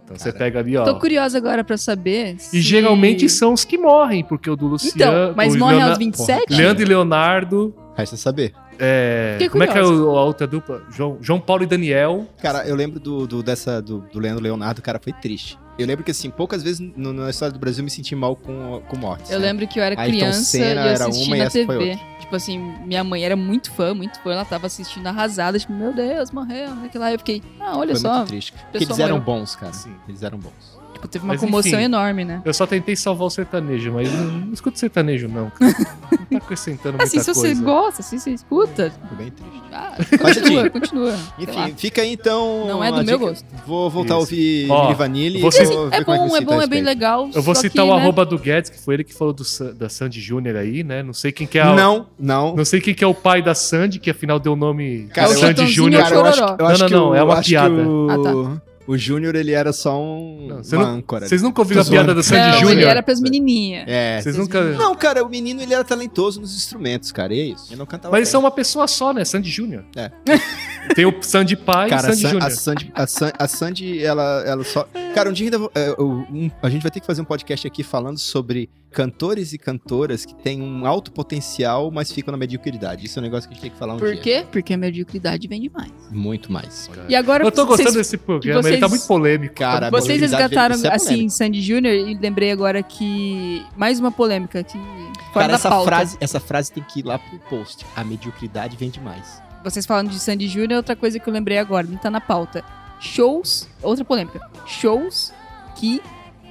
[SPEAKER 3] Então você pega ali, ó.
[SPEAKER 2] Tô curiosa agora pra saber.
[SPEAKER 3] E
[SPEAKER 2] se-
[SPEAKER 3] geralmente são os que morrem, porque o do Luciano.
[SPEAKER 2] Então, mas
[SPEAKER 3] o
[SPEAKER 2] morre
[SPEAKER 3] Leona-
[SPEAKER 2] aos 27?
[SPEAKER 4] Porra,
[SPEAKER 3] Leandro e Leonardo.
[SPEAKER 4] Resta saber.
[SPEAKER 3] é,
[SPEAKER 2] Fiquei
[SPEAKER 3] Como é que é
[SPEAKER 2] curiosa.
[SPEAKER 3] o- a outra dupla? João, João Paulo e Daniel.
[SPEAKER 4] Cara, eu lembro do, do- dessa do, do Leandro Leonardo, cara, foi triste. Eu lembro que, assim, poucas vezes no- na história do Brasil eu me senti mal com, com mortes.
[SPEAKER 2] Eu
[SPEAKER 4] né?
[SPEAKER 2] lembro que eu era
[SPEAKER 4] Ayrton
[SPEAKER 2] criança
[SPEAKER 4] Senna
[SPEAKER 2] e eu
[SPEAKER 4] era
[SPEAKER 2] assisti
[SPEAKER 4] uma e
[SPEAKER 2] na
[SPEAKER 4] essa foi
[SPEAKER 2] TV. Tipo assim, minha mãe era muito fã, muito fã. Ela tava assistindo arrasada, tipo, meu Deus, morreu. né, que lá eu fiquei, ah, olha
[SPEAKER 4] Foi
[SPEAKER 2] só.
[SPEAKER 4] muito triste. Porque eles
[SPEAKER 2] pessoal
[SPEAKER 4] eram
[SPEAKER 2] morreu.
[SPEAKER 4] bons, cara.
[SPEAKER 3] Sim.
[SPEAKER 4] Eles eram bons.
[SPEAKER 2] Tipo, teve uma
[SPEAKER 3] Mas,
[SPEAKER 2] comoção
[SPEAKER 3] enfim.
[SPEAKER 2] enorme, né?
[SPEAKER 3] Eu só tentei salvar o sertanejo, mas não, não escuto sertanejo, não. cara. Não tá acrescentando muita
[SPEAKER 2] Assim, se você
[SPEAKER 3] coisa.
[SPEAKER 2] gosta, assim, você escuta,
[SPEAKER 4] Foi bem triste.
[SPEAKER 2] ah,
[SPEAKER 4] Mas,
[SPEAKER 2] continua,
[SPEAKER 4] enfim,
[SPEAKER 2] continua. sei lá.
[SPEAKER 4] Enfim, fica aí então.
[SPEAKER 2] Não é do
[SPEAKER 4] a
[SPEAKER 2] meu
[SPEAKER 4] dica.
[SPEAKER 2] gosto.
[SPEAKER 4] Vou voltar a
[SPEAKER 3] Isso.
[SPEAKER 4] ouvir
[SPEAKER 3] Ó,
[SPEAKER 4] Mini Vanille.
[SPEAKER 3] vou- Assim,
[SPEAKER 2] É bom, é bom, é bem legal.
[SPEAKER 3] Eu vou
[SPEAKER 2] só
[SPEAKER 3] citar
[SPEAKER 2] que,
[SPEAKER 3] o
[SPEAKER 2] né,
[SPEAKER 3] arroba do Guedes, que foi ele que falou do Sa- da Sandy Júnior aí, né? Não sei quem que é a-
[SPEAKER 4] Não, não.
[SPEAKER 3] Não sei quem que é o pai da Sandy, que afinal deu o nome
[SPEAKER 4] Cara,
[SPEAKER 3] da
[SPEAKER 4] eu-
[SPEAKER 3] Sandy
[SPEAKER 2] Chitãozinho
[SPEAKER 3] Júnior.
[SPEAKER 2] é
[SPEAKER 4] Cara, eu acho, eu
[SPEAKER 2] Chororó.
[SPEAKER 4] acho
[SPEAKER 3] Não,
[SPEAKER 4] que
[SPEAKER 3] não, não,
[SPEAKER 4] o-
[SPEAKER 3] é uma
[SPEAKER 4] acho que
[SPEAKER 3] piada.
[SPEAKER 4] O,
[SPEAKER 2] Ah,
[SPEAKER 4] o Júnior, ele era só um.
[SPEAKER 3] Não, você
[SPEAKER 4] uma
[SPEAKER 3] não-
[SPEAKER 4] âncora.
[SPEAKER 3] Vocês nunca ouviram a
[SPEAKER 4] Tô zoando.
[SPEAKER 3] piada da
[SPEAKER 2] não,
[SPEAKER 3] Sandy
[SPEAKER 2] ele
[SPEAKER 3] Júnior?
[SPEAKER 2] era pras menininhas.
[SPEAKER 4] É.
[SPEAKER 3] Vocês nunca.
[SPEAKER 4] Não, cara, o menino, ele era talentoso nos instrumentos, cara. E é isso. Ele não cantava.
[SPEAKER 3] Mas eles
[SPEAKER 4] bem.
[SPEAKER 3] são uma pessoa só, né? Sandy Júnior.
[SPEAKER 4] É.
[SPEAKER 3] Tem o Sandy Pai
[SPEAKER 4] Cara,
[SPEAKER 3] e
[SPEAKER 4] a,
[SPEAKER 3] Sandy
[SPEAKER 4] San- a
[SPEAKER 3] Júnior.
[SPEAKER 4] Sandy, a, San- a Sandy, ela, ela só. Cara, um dia ainda. vou- é, eu- um- a gente vai ter que fazer um podcast aqui falando sobre cantores e cantoras que têm um alto potencial, mas ficam na mediocridade. Isso é um negócio que a gente tem que falar um
[SPEAKER 2] Por
[SPEAKER 4] dia.
[SPEAKER 2] quê? Porque a mediocridade vem demais.
[SPEAKER 4] Muito mais.
[SPEAKER 2] E agora
[SPEAKER 3] É. Eu tô gostando
[SPEAKER 2] vocês,
[SPEAKER 3] desse programa,
[SPEAKER 2] vocês-
[SPEAKER 3] ele tá muito polêmico.
[SPEAKER 4] Cara,
[SPEAKER 2] vocês
[SPEAKER 4] mediocridade
[SPEAKER 2] resgataram
[SPEAKER 4] vem- isso é
[SPEAKER 2] assim
[SPEAKER 4] polêmico.
[SPEAKER 2] Sandy Júnior e lembrei agora que mais uma polêmica que fora
[SPEAKER 4] Cara,
[SPEAKER 2] da
[SPEAKER 4] essa
[SPEAKER 2] pauta.
[SPEAKER 4] frase, essa frase tem que ir lá pro post. A mediocridade vem demais.
[SPEAKER 2] Vocês falando de Sandy Júnior, é outra coisa que eu lembrei agora, não tá na pauta. Shows, outra polêmica. Shows que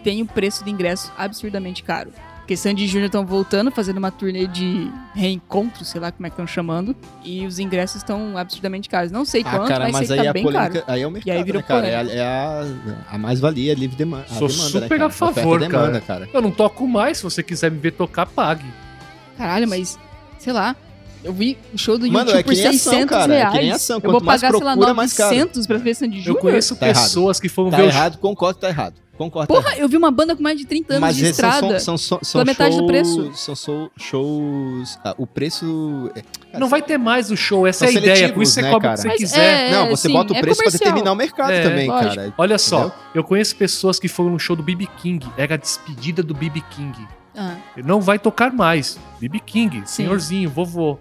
[SPEAKER 2] tem o preço de ingresso absurdamente caro. Porque Sandy e Júnior estão voltando, fazendo uma turnê de reencontro, sei lá como é que estão chamando, e os ingressos estão absurdamente caros. Não sei quanto, mas, sei que tá bem caro.
[SPEAKER 4] Ah, aí é o mercado,
[SPEAKER 2] aí virou
[SPEAKER 4] né, cara? É a, é a- a mais-valia, a livre deman- a
[SPEAKER 3] Sou
[SPEAKER 4] demanda. né,
[SPEAKER 3] super
[SPEAKER 4] cara?
[SPEAKER 3] a
[SPEAKER 4] Oferta e
[SPEAKER 3] favor,
[SPEAKER 4] demanda, cara.
[SPEAKER 3] Eu não toco mais, se você quiser me ver tocar, pague.
[SPEAKER 2] Caralho, mas sei lá. Eu vi o show do
[SPEAKER 4] Mano,
[SPEAKER 2] YouTube
[SPEAKER 4] é que
[SPEAKER 2] por
[SPEAKER 4] nem ação,
[SPEAKER 2] 600
[SPEAKER 4] cara, é que
[SPEAKER 2] reais.
[SPEAKER 4] nem ação.
[SPEAKER 2] Eu
[SPEAKER 4] Quanto
[SPEAKER 2] vou
[SPEAKER 4] mais
[SPEAKER 2] pagar, sei lá,
[SPEAKER 4] procura, mais caro.
[SPEAKER 2] 900 pra ver Sandy
[SPEAKER 3] Eu
[SPEAKER 2] Júnior.
[SPEAKER 3] conheço
[SPEAKER 4] Tá
[SPEAKER 3] pessoas que foram
[SPEAKER 4] Tá
[SPEAKER 3] ver o
[SPEAKER 4] errado, concordo que tá errado. Concorda?
[SPEAKER 2] Porra, eu vi uma banda com mais de 30 anos
[SPEAKER 4] Mas
[SPEAKER 2] de
[SPEAKER 4] esses são-
[SPEAKER 2] estrada.
[SPEAKER 4] são, são, são
[SPEAKER 2] pela metade
[SPEAKER 4] shows,
[SPEAKER 2] do preço.
[SPEAKER 4] São show- shows. ah, o preço. é, cara,
[SPEAKER 3] Não vai ter mais o show, essa é
[SPEAKER 4] São
[SPEAKER 3] a ideia.
[SPEAKER 4] seletivos,
[SPEAKER 3] Por isso você
[SPEAKER 4] né,
[SPEAKER 3] cobra
[SPEAKER 4] cara?
[SPEAKER 3] o que você
[SPEAKER 2] Mas
[SPEAKER 3] quiser.
[SPEAKER 2] é,
[SPEAKER 4] Não, você
[SPEAKER 2] sim,
[SPEAKER 4] bota o
[SPEAKER 2] é
[SPEAKER 4] preço pra
[SPEAKER 2] comercial.
[SPEAKER 4] determinar o mercado
[SPEAKER 3] É,
[SPEAKER 4] também,
[SPEAKER 2] lógico.
[SPEAKER 4] cara.
[SPEAKER 3] Olha só,
[SPEAKER 4] Entendeu?
[SPEAKER 3] eu conheço pessoas que foram no show do BB King. Era a despedida do BB King.
[SPEAKER 2] Ah,
[SPEAKER 3] Não vai tocar mais. BB King,
[SPEAKER 2] Sim.
[SPEAKER 3] senhorzinho, vovô.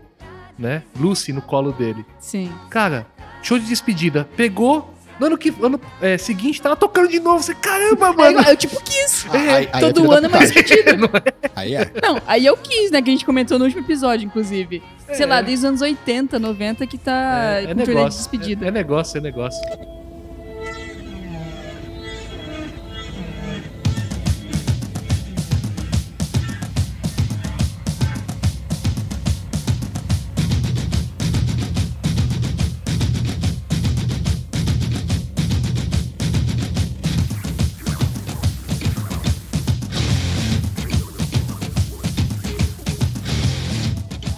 [SPEAKER 3] Né? Lucy no colo dele.
[SPEAKER 2] sim.
[SPEAKER 3] Cara, show de despedida. Pegou. No ano, que, ano é, seguinte, tava tocando de novo. Você, caramba,
[SPEAKER 2] Aí,
[SPEAKER 3] mano.
[SPEAKER 2] eu tipo quis.
[SPEAKER 4] Ah, aí- aí é
[SPEAKER 2] Todo
[SPEAKER 4] filho da
[SPEAKER 2] ano é mais
[SPEAKER 4] putagem.
[SPEAKER 2] divertido.
[SPEAKER 4] Aí é.
[SPEAKER 2] Não, aí eu quis, né? Que a gente comentou no último episódio, inclusive. Sei
[SPEAKER 3] É,
[SPEAKER 2] lá, desde os anos 80, 90, que tá com turnê de despedida.
[SPEAKER 3] É, é negócio, é negócio.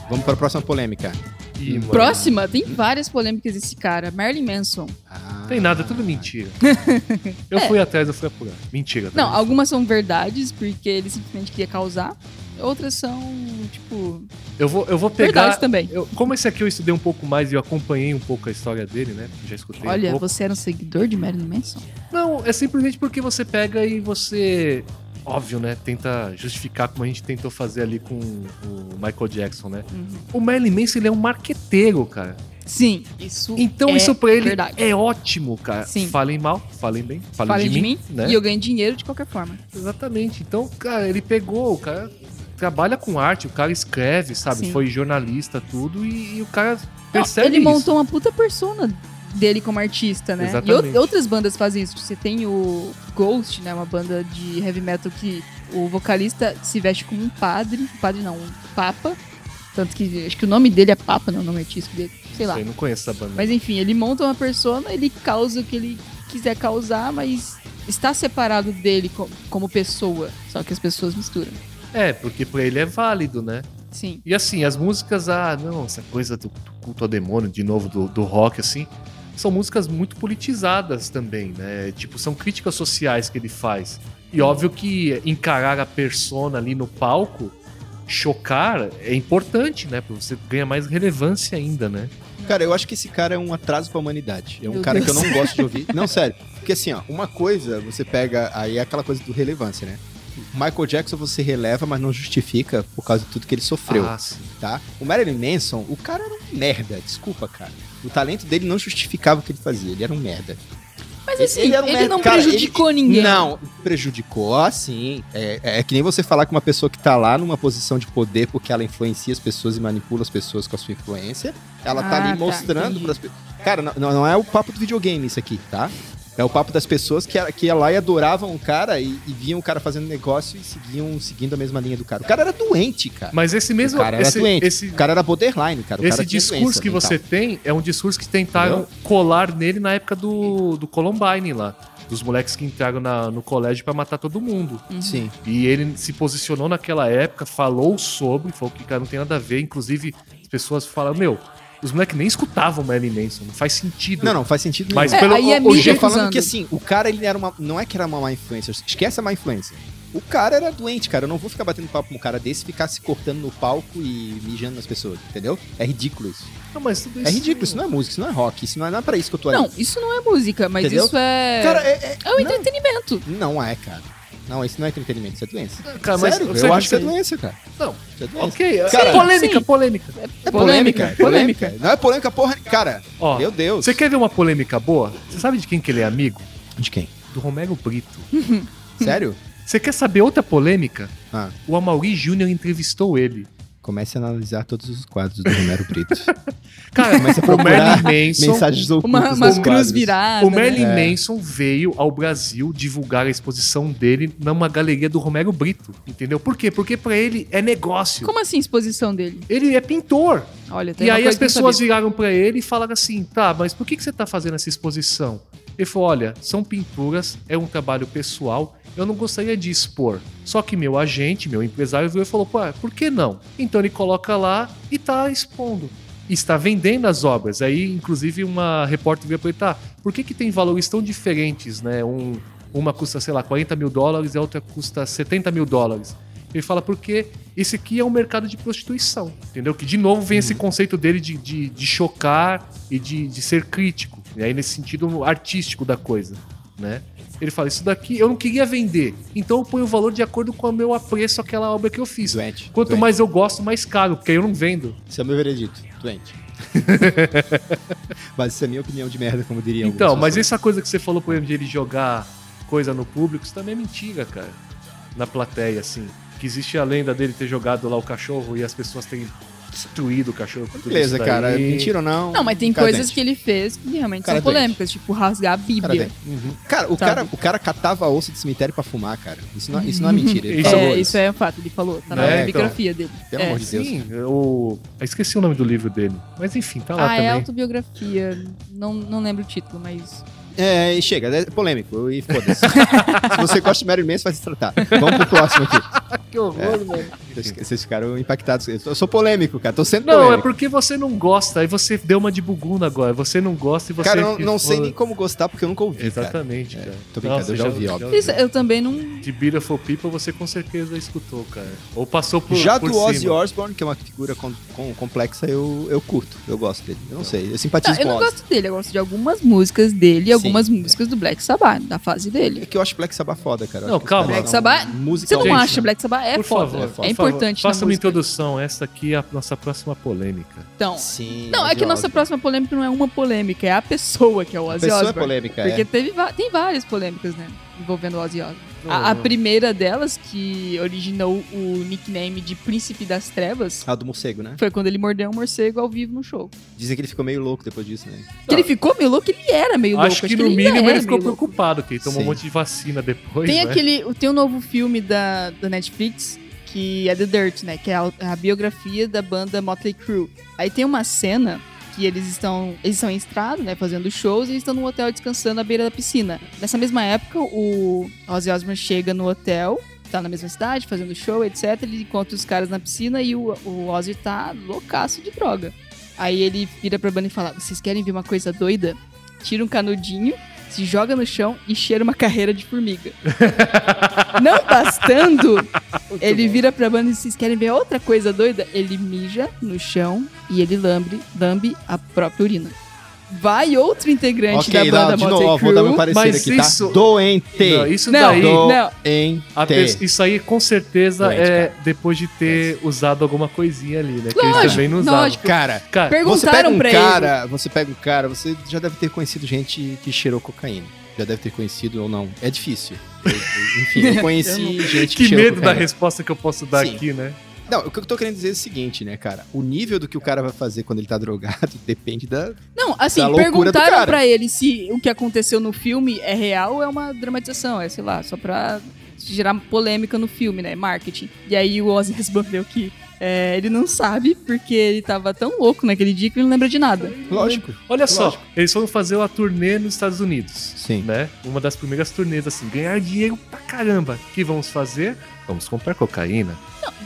[SPEAKER 4] Vamos para a próxima polêmica.
[SPEAKER 3] Ih, mano,
[SPEAKER 2] Próxima, tem várias polêmicas desse cara. Marilyn Manson.
[SPEAKER 4] Ah,
[SPEAKER 3] Tem nada, é tudo mentira. Eu
[SPEAKER 2] É.
[SPEAKER 3] fui atrás, eu fui apurar. Mentira. tá
[SPEAKER 2] Não,
[SPEAKER 3] vendo?
[SPEAKER 2] algumas são verdades, porque ele simplesmente queria causar. Outras são, tipo,
[SPEAKER 3] Eu vou, eu vou
[SPEAKER 2] verdades
[SPEAKER 3] pegar.
[SPEAKER 2] também.
[SPEAKER 3] Eu- como esse aqui eu estudei um pouco mais e eu acompanhei um pouco a história dele, né? Já escutei um
[SPEAKER 2] Olha,
[SPEAKER 3] pouco.
[SPEAKER 2] você era um seguidor de Marilyn Manson?
[SPEAKER 3] Não, é simplesmente porque você pega e você. Óbvio, né? Tenta justificar como a gente tentou fazer ali com o Michael Jackson, né?
[SPEAKER 2] Uhum.
[SPEAKER 3] O Marilyn Manson, ele é um marqueteiro, cara.
[SPEAKER 2] Sim, isso
[SPEAKER 3] Então
[SPEAKER 2] é
[SPEAKER 3] isso pra ele
[SPEAKER 2] verdade.
[SPEAKER 3] é ótimo, cara.
[SPEAKER 2] Sim.
[SPEAKER 3] Falem mal, falem bem, falem,
[SPEAKER 2] Falem
[SPEAKER 3] de, mim, né?
[SPEAKER 2] e eu ganho dinheiro de qualquer forma.
[SPEAKER 3] Exatamente. Então, cara, ele pegou, o cara trabalha com arte, o cara escreve, sabe?
[SPEAKER 2] Sim.
[SPEAKER 3] Foi jornalista, tudo, e, e o cara
[SPEAKER 2] Não,
[SPEAKER 3] percebe
[SPEAKER 2] ele
[SPEAKER 3] isso.
[SPEAKER 2] montou uma puta persona dele como artista, né? E
[SPEAKER 3] Exatamente.
[SPEAKER 2] ou- outras bandas fazem isso. Você tem o Ghost, né? Uma banda de heavy metal que o vocalista se veste como um padre. Um padre não, um papa. Tanto que acho que o nome dele é Papa, né? O nome artístico dele. Sei lá.
[SPEAKER 3] Eu não conheço essa banda.
[SPEAKER 2] Mas enfim, ele monta uma persona, ele causa o que ele quiser causar, mas está separado dele co- como pessoa. Só que as pessoas misturam.
[SPEAKER 3] É, porque pra ele é válido, né?
[SPEAKER 2] Sim.
[SPEAKER 3] E assim, as músicas, ah, não, essa coisa do, do culto ao demônio, de novo, do, do rock, assim, são músicas muito politizadas também, né? Tipo, são críticas sociais que ele faz. E óbvio que encarar a persona ali no palco, chocar, é importante, né? Pra você ganhar mais relevância ainda, né?
[SPEAKER 4] Cara, eu acho que esse cara é um atraso pra humanidade. É um
[SPEAKER 2] Meu
[SPEAKER 4] cara que eu
[SPEAKER 2] Deus.
[SPEAKER 4] não gosto de ouvir. Não, sério. Porque assim, ó, uma coisa você pega. Aí é aquela coisa do relevância, né? Michael Jackson você releva, mas não justifica por causa de tudo que ele sofreu,
[SPEAKER 3] Ah, sim.
[SPEAKER 4] tá? O Marilyn Manson, o cara era um merda, desculpa, cara. O talento dele não justificava o que ele fazia, ele era um merda.
[SPEAKER 2] Mas
[SPEAKER 4] Ele-
[SPEAKER 2] assim, ele,
[SPEAKER 4] ele era um merda-
[SPEAKER 2] não
[SPEAKER 4] cara,
[SPEAKER 2] prejudicou ninguém.
[SPEAKER 4] Não, prejudicou, sim. É, é que nem você falar que uma pessoa que tá lá numa posição de poder porque ela influencia as pessoas e manipula as pessoas com a sua influência, ela tá
[SPEAKER 2] Ah,
[SPEAKER 4] ali
[SPEAKER 2] tá,
[SPEAKER 4] mostrando
[SPEAKER 2] entendi.
[SPEAKER 4] pras pessoas. Cara, não, não é o papo do videogame isso aqui, tá? É o papo das pessoas que, que ia lá e adoravam o cara e, e viam o cara fazendo negócio e seguiam seguindo a mesma linha do cara. O cara era doente, cara.
[SPEAKER 3] Mas esse mesmo.
[SPEAKER 4] o cara
[SPEAKER 3] esse,
[SPEAKER 4] era doente.
[SPEAKER 3] esse,
[SPEAKER 4] O cara era borderline, cara. É né, O
[SPEAKER 3] esse
[SPEAKER 4] cara tinha
[SPEAKER 3] discurso
[SPEAKER 4] doença
[SPEAKER 3] que
[SPEAKER 4] mental.
[SPEAKER 3] você tem é um discurso que tentaram colar nele na época do, do Columbine lá. Dos moleques que entraram na- no colégio pra matar todo mundo.
[SPEAKER 2] Uhum.
[SPEAKER 4] Sim.
[SPEAKER 3] E ele se posicionou naquela época, falou sobre, falou que cara não tem nada a ver. Inclusive, as pessoas falam, meu, os moleques nem escutavam Marilyn Manson, não faz sentido.
[SPEAKER 4] Não, não, faz sentido nenhum.
[SPEAKER 3] Mas
[SPEAKER 2] É,
[SPEAKER 3] pelo
[SPEAKER 2] aí é
[SPEAKER 3] o-
[SPEAKER 2] mídia
[SPEAKER 4] Eu tô
[SPEAKER 3] jeito-
[SPEAKER 2] acusando.
[SPEAKER 4] falando que assim, o cara ele era uma. Não é que era uma má influência. Esquece a má influência. O cara era doente, cara. Eu não vou ficar batendo papo com um cara desse e ficar se cortando no palco e mijando nas pessoas, entendeu? É ridículo isso.
[SPEAKER 3] Não, mas tudo isso.
[SPEAKER 4] É ridículo, isso não é música, isso não é rock, isso não é, não é pra isso que eu tô
[SPEAKER 2] Não,
[SPEAKER 4] ali.
[SPEAKER 2] isso não é música, mas
[SPEAKER 4] Entendeu?
[SPEAKER 2] isso é.
[SPEAKER 4] Cara, é, é-
[SPEAKER 2] é o entretenimento.
[SPEAKER 4] Não é, cara. Não, isso não é entretenimento, isso é doença.
[SPEAKER 3] Cara, mas
[SPEAKER 4] Sério,
[SPEAKER 3] você
[SPEAKER 4] eu
[SPEAKER 3] acha
[SPEAKER 4] acho que é
[SPEAKER 3] que-
[SPEAKER 4] doença, cara.
[SPEAKER 3] Não.
[SPEAKER 4] Isso é doença.
[SPEAKER 3] Ok, é-
[SPEAKER 4] Cara,
[SPEAKER 3] polêmica,
[SPEAKER 2] sim.
[SPEAKER 3] polêmica.
[SPEAKER 4] É polêmica,
[SPEAKER 2] polêmica.
[SPEAKER 4] polêmica. Não é polêmica, porra. Cara,
[SPEAKER 3] Ó,
[SPEAKER 4] meu Deus.
[SPEAKER 3] Você quer ver uma polêmica boa? Você sabe de quem que ele é amigo?
[SPEAKER 4] De quem?
[SPEAKER 3] Do Romero Brito. Hum.
[SPEAKER 4] Sério?
[SPEAKER 3] Você quer saber outra polêmica?
[SPEAKER 4] Ah.
[SPEAKER 3] O Amaury Júnior entrevistou ele.
[SPEAKER 4] Comece a analisar todos os quadros do Romero Brito.
[SPEAKER 3] Cara,
[SPEAKER 4] Comece a
[SPEAKER 3] o
[SPEAKER 4] procurar
[SPEAKER 3] Merlin Manson.
[SPEAKER 4] mensagens ocultas.
[SPEAKER 2] Uma,
[SPEAKER 4] nos
[SPEAKER 2] umas cruz
[SPEAKER 4] quadros.
[SPEAKER 2] viradas. né?
[SPEAKER 3] O Merlin
[SPEAKER 4] É.
[SPEAKER 3] Manson veio ao Brasil divulgar a exposição dele numa galeria do Romero Brito, entendeu? Por quê? Porque pra ele é negócio.
[SPEAKER 2] Como assim, exposição dele?
[SPEAKER 3] Ele é pintor.
[SPEAKER 2] Olha, tem
[SPEAKER 3] E
[SPEAKER 2] uma
[SPEAKER 3] aí
[SPEAKER 2] coisa
[SPEAKER 3] as
[SPEAKER 2] que eu não
[SPEAKER 3] pessoas
[SPEAKER 2] sabia.
[SPEAKER 3] viraram pra ele e falaram assim: "Tá, mas por que que você tá fazendo essa exposição?" Ele falou: "Olha, são pinturas, é um trabalho pessoal, eu não gostaria de expor". Só que meu agente, meu empresário viu e falou: "Pô, por que não?". Então ele coloca lá e tá expondo. E Está vendendo as obras. "Tá, Aí, inclusive, uma repórter veio perguntar: por que, que tem valores tão diferentes, né? Um, Uma custa, sei lá, 40 mil dólares e a outra custa 70 mil dólares. Ele fala, porque esse aqui é um mercado de prostituição, entendeu? Que de novo vem esse
[SPEAKER 4] Uhum.
[SPEAKER 3] conceito dele de, de, de chocar e de, de ser crítico. E aí, nesse sentido artístico da coisa, né? Ele fala, isso daqui eu não queria vender, então eu ponho o valor de acordo com o meu apreço àquela obra que eu fiz.
[SPEAKER 4] Doente.
[SPEAKER 3] Quanto
[SPEAKER 4] doente.
[SPEAKER 3] mais eu gosto, mais caro, porque aí eu não vendo.
[SPEAKER 4] Esse é o meu veredito. Doente. mas isso é minha opinião de merda, como diriam
[SPEAKER 3] Então,
[SPEAKER 4] algumas
[SPEAKER 3] mas
[SPEAKER 4] pessoas.
[SPEAKER 3] essa coisa que você falou, por exemplo, de ele jogar coisa no público, isso também é mentira, cara. Na plateia, assim. Que existe a lenda dele ter jogado lá o cachorro e as pessoas terem destruído o cachorro. com tudo
[SPEAKER 4] Beleza,
[SPEAKER 3] isso daí.
[SPEAKER 4] cara. é Mentira ou não?
[SPEAKER 2] Não, mas tem
[SPEAKER 4] cara
[SPEAKER 2] coisas
[SPEAKER 4] doente.
[SPEAKER 2] que ele fez que realmente
[SPEAKER 4] Cara
[SPEAKER 2] são
[SPEAKER 4] doente.
[SPEAKER 2] polêmicas, tipo rasgar a
[SPEAKER 4] Cara,
[SPEAKER 2] Bíblia.
[SPEAKER 4] doente.
[SPEAKER 3] Uhum.
[SPEAKER 4] Cara,
[SPEAKER 2] Sabe?
[SPEAKER 4] o cara, o cara catava osso de cemitério pra fumar, cara. Isso não, isso não é mentira. Ele
[SPEAKER 3] Isso
[SPEAKER 4] falou
[SPEAKER 2] é, isso é um fato, ele falou. Tá na
[SPEAKER 3] É, então.
[SPEAKER 2] biografia dele.
[SPEAKER 4] Pelo
[SPEAKER 2] é.
[SPEAKER 4] amor de Deus.
[SPEAKER 3] Sim, eu... eu esqueci o nome do livro dele. Mas enfim, tá lá
[SPEAKER 2] Ah, é
[SPEAKER 3] também.
[SPEAKER 2] autobiografia. Não, não lembro o título, mas.
[SPEAKER 4] É, e chega, é polêmico. E foda-se. se você gosta de Mary Manson, vai se tratar. Vamos pro próximo aqui.
[SPEAKER 3] Que
[SPEAKER 4] É,
[SPEAKER 3] horror, mano.
[SPEAKER 4] Vocês- Vocês ficaram impactados. Eu sou polêmico, cara. Tô sendo
[SPEAKER 3] Não, é
[SPEAKER 4] polêmico.
[SPEAKER 3] porque você não gosta. Aí você deu uma de buguna agora. Você não gosta e você.
[SPEAKER 4] Cara, eu não, não sei
[SPEAKER 3] ficou-
[SPEAKER 4] nem como gostar, porque eu nunca ouvi, cara.
[SPEAKER 3] Exatamente, cara.
[SPEAKER 4] tô brincando, eu já ouvi,
[SPEAKER 3] já
[SPEAKER 4] óbvio.
[SPEAKER 2] Isso, é- eu também não.
[SPEAKER 3] De Beautiful People você com certeza escutou, cara. Ou passou por.
[SPEAKER 4] Já
[SPEAKER 3] por
[SPEAKER 4] do Ozzy
[SPEAKER 3] cima.
[SPEAKER 4] Osbourne, que é uma figura com, com- complexa, eu, eu curto. Eu gosto dele. Eu não sei. Eu
[SPEAKER 2] Não,
[SPEAKER 4] simpatizo
[SPEAKER 2] Tá, eu
[SPEAKER 4] com
[SPEAKER 2] não
[SPEAKER 4] o Ozzy.
[SPEAKER 2] gosto dele, eu gosto de algumas músicas dele e
[SPEAKER 4] Sim.
[SPEAKER 2] algumas músicas do Black Sabbath, da fase
[SPEAKER 4] É
[SPEAKER 2] dele.
[SPEAKER 4] que eu acho Black Sabbath foda, cara. Eu
[SPEAKER 3] Não,
[SPEAKER 4] acho que é
[SPEAKER 3] calma.
[SPEAKER 4] os
[SPEAKER 2] Black
[SPEAKER 4] caras são
[SPEAKER 2] Sabbath- Você
[SPEAKER 4] musicalmente-
[SPEAKER 2] não acha Black Sabbath? É
[SPEAKER 3] Por
[SPEAKER 2] foda.
[SPEAKER 3] favor,
[SPEAKER 2] é
[SPEAKER 4] por
[SPEAKER 2] importante. na
[SPEAKER 3] Faça uma
[SPEAKER 2] música.
[SPEAKER 3] introdução. Essa aqui é a nossa próxima polêmica.
[SPEAKER 2] Então.
[SPEAKER 4] Sim.
[SPEAKER 2] Não, é que
[SPEAKER 4] Ozzy
[SPEAKER 2] nossa
[SPEAKER 4] Osbourne.
[SPEAKER 2] próxima polêmica não é uma polêmica, é a pessoa que é o
[SPEAKER 4] A
[SPEAKER 2] Ozzy
[SPEAKER 4] pessoa é
[SPEAKER 2] Osbourne.
[SPEAKER 4] polêmica,
[SPEAKER 2] Porque
[SPEAKER 4] é.
[SPEAKER 2] teve va- tem várias polêmicas, né? Envolvendo o Ozzy Osbourne.
[SPEAKER 3] Não,
[SPEAKER 2] A, a
[SPEAKER 3] não.
[SPEAKER 2] primeira delas, que originou o nickname de Príncipe das Trevas,
[SPEAKER 4] Ah, do morcego, né?
[SPEAKER 2] foi quando ele mordeu um morcego ao vivo no show.
[SPEAKER 3] Tá.
[SPEAKER 4] Dizem que ele ficou meio louco depois disso, né?
[SPEAKER 2] Que ele ficou meio louco, ele era meio louco.
[SPEAKER 3] Acho que no
[SPEAKER 2] ainda
[SPEAKER 3] mínimo
[SPEAKER 2] é
[SPEAKER 3] ele ficou
[SPEAKER 2] meio louco.
[SPEAKER 3] preocupado, que ele tomou
[SPEAKER 4] Sim.
[SPEAKER 3] um monte de vacina depois.
[SPEAKER 2] Tem
[SPEAKER 3] né?
[SPEAKER 2] aquele. Tem um novo filme da, da Netflix que é The Dirt, né? Que é a, a biografia da banda Motley Crue. Aí tem uma cena que eles estão. Eles estão em estrada, né? Fazendo shows e eles estão num hotel descansando à beira da piscina. Nessa mesma época, o Ozzy Osbourne chega no hotel. Tá na mesma cidade, fazendo show, etc. Ele encontra os caras na piscina e o, o Ozzy tá loucaço de droga. Aí ele vira pra banda e fala: Vocês querem ver uma coisa doida? Tira um canudinho, se joga no chão e cheira uma carreira de formiga. Não bastando, ele vira pra banda e diz, vocês querem ver outra coisa doida? Ele mija no chão e ele lambe, lambe a própria urina. Vai outro integrante
[SPEAKER 4] Ok,
[SPEAKER 2] da
[SPEAKER 4] não,
[SPEAKER 2] banda
[SPEAKER 4] de
[SPEAKER 2] Motley
[SPEAKER 4] novo, ó, vou dar meu
[SPEAKER 2] Crue.
[SPEAKER 4] parecer
[SPEAKER 3] Mas
[SPEAKER 4] aqui, tá?
[SPEAKER 3] isso-
[SPEAKER 4] Doente.
[SPEAKER 3] Não, isso
[SPEAKER 2] Não,
[SPEAKER 3] daí. né,
[SPEAKER 2] não.
[SPEAKER 4] Doente.
[SPEAKER 3] a pe- Isso aí com certeza
[SPEAKER 4] Doente,
[SPEAKER 3] é depois de ter usado alguma coisinha ali, né? Que eles
[SPEAKER 2] Lógico,
[SPEAKER 3] também não usavam.
[SPEAKER 2] lógico.
[SPEAKER 4] Cara,
[SPEAKER 3] Cara,
[SPEAKER 4] você pega
[SPEAKER 2] Perguntaram
[SPEAKER 4] um
[SPEAKER 2] pra ele.
[SPEAKER 4] cara, você pega um cara, você já deve ter conhecido gente que cheirou cocaína. Já deve ter conhecido ou não. É difícil. Eu- eu- enfim, eu conheci gente que,
[SPEAKER 3] que
[SPEAKER 4] cheirou
[SPEAKER 3] medo da
[SPEAKER 4] cocaína.
[SPEAKER 3] resposta que eu posso dar
[SPEAKER 4] Sim.
[SPEAKER 3] aqui, né?
[SPEAKER 4] Não, o que eu tô querendo dizer é o seguinte, né, cara? O nível do que o cara vai fazer quando ele tá drogado depende da...
[SPEAKER 2] Não, assim,
[SPEAKER 4] Da é loucura do
[SPEAKER 2] perguntaram
[SPEAKER 4] cara.
[SPEAKER 2] pra ele se o que aconteceu no filme é real ou é uma dramatização, é, sei lá, só pra gerar polêmica no filme, né, marketing. E aí o Ozzy respondeu que é, ele não sabe porque ele tava tão louco naquele dia que ele não lembra de nada.
[SPEAKER 4] Lógico.
[SPEAKER 3] Olha só, eles foram fazer uma turnê nos Estados Unidos.
[SPEAKER 4] Sim.
[SPEAKER 3] né? Uma das primeiras turnês, assim, ganhar dinheiro pra caramba. O que vamos fazer? Vamos comprar cocaína.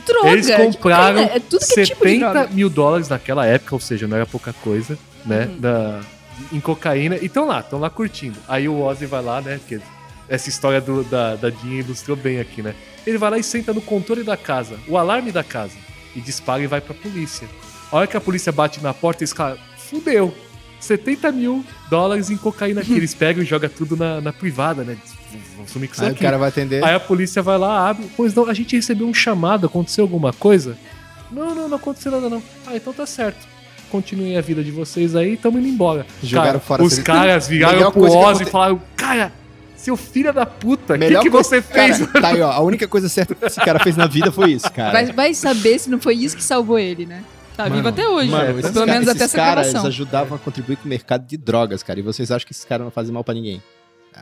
[SPEAKER 2] Droga!
[SPEAKER 3] Eles
[SPEAKER 2] de
[SPEAKER 3] compraram
[SPEAKER 2] cocaína, é tudo que é
[SPEAKER 3] 70
[SPEAKER 2] tipo de droga.
[SPEAKER 3] mil dólares naquela época, ou seja, não era pouca coisa, né?
[SPEAKER 2] Uhum.
[SPEAKER 3] Da, em cocaína. E estão lá, estão lá curtindo. Aí o Ozzy vai lá, né? Porque essa história do, da, da Dinha ilustrou bem aqui, né? Ele vai lá e senta no controle da casa, o alarme da casa, e dispara e vai pra polícia. A hora que a polícia bate na porta, esse cara, fudeu. 70 mil dólares em cocaína que eles pegam e jogam tudo na, na privada, né? Vamos sumir com isso
[SPEAKER 4] Aí o
[SPEAKER 3] aqui.
[SPEAKER 4] cara vai atender.
[SPEAKER 3] Aí a polícia vai lá, abre. Pois não, a gente recebeu um chamado, aconteceu alguma coisa? Não, não, não aconteceu nada não. Ah, então tá certo. Continuem a vida de vocês aí, tamo indo embora.
[SPEAKER 4] Jogaram
[SPEAKER 3] Cara,
[SPEAKER 4] fora
[SPEAKER 3] Os
[SPEAKER 4] a
[SPEAKER 3] caras viraram
[SPEAKER 4] Melhor
[SPEAKER 3] pro
[SPEAKER 4] coisa que
[SPEAKER 3] Ozzy e
[SPEAKER 4] aconte-
[SPEAKER 3] falaram, cara, seu filho da puta, o que,
[SPEAKER 4] Melhor
[SPEAKER 3] que
[SPEAKER 4] coisa-
[SPEAKER 3] você
[SPEAKER 4] Cara,
[SPEAKER 3] fez?
[SPEAKER 4] tá aí, ó. A única coisa certa que esse cara fez na vida foi isso, cara.
[SPEAKER 2] Vai, vai saber se não foi isso que salvou ele, né? Tá vivo até hoje,
[SPEAKER 4] Mano,
[SPEAKER 2] né?
[SPEAKER 4] esses
[SPEAKER 2] pelo
[SPEAKER 4] ca-
[SPEAKER 2] menos até
[SPEAKER 4] esses
[SPEAKER 2] essa
[SPEAKER 4] caras
[SPEAKER 2] gravação.
[SPEAKER 4] ajudavam a contribuir com o mercado de drogas, cara. E vocês acham que esses caras não fazem mal pra ninguém?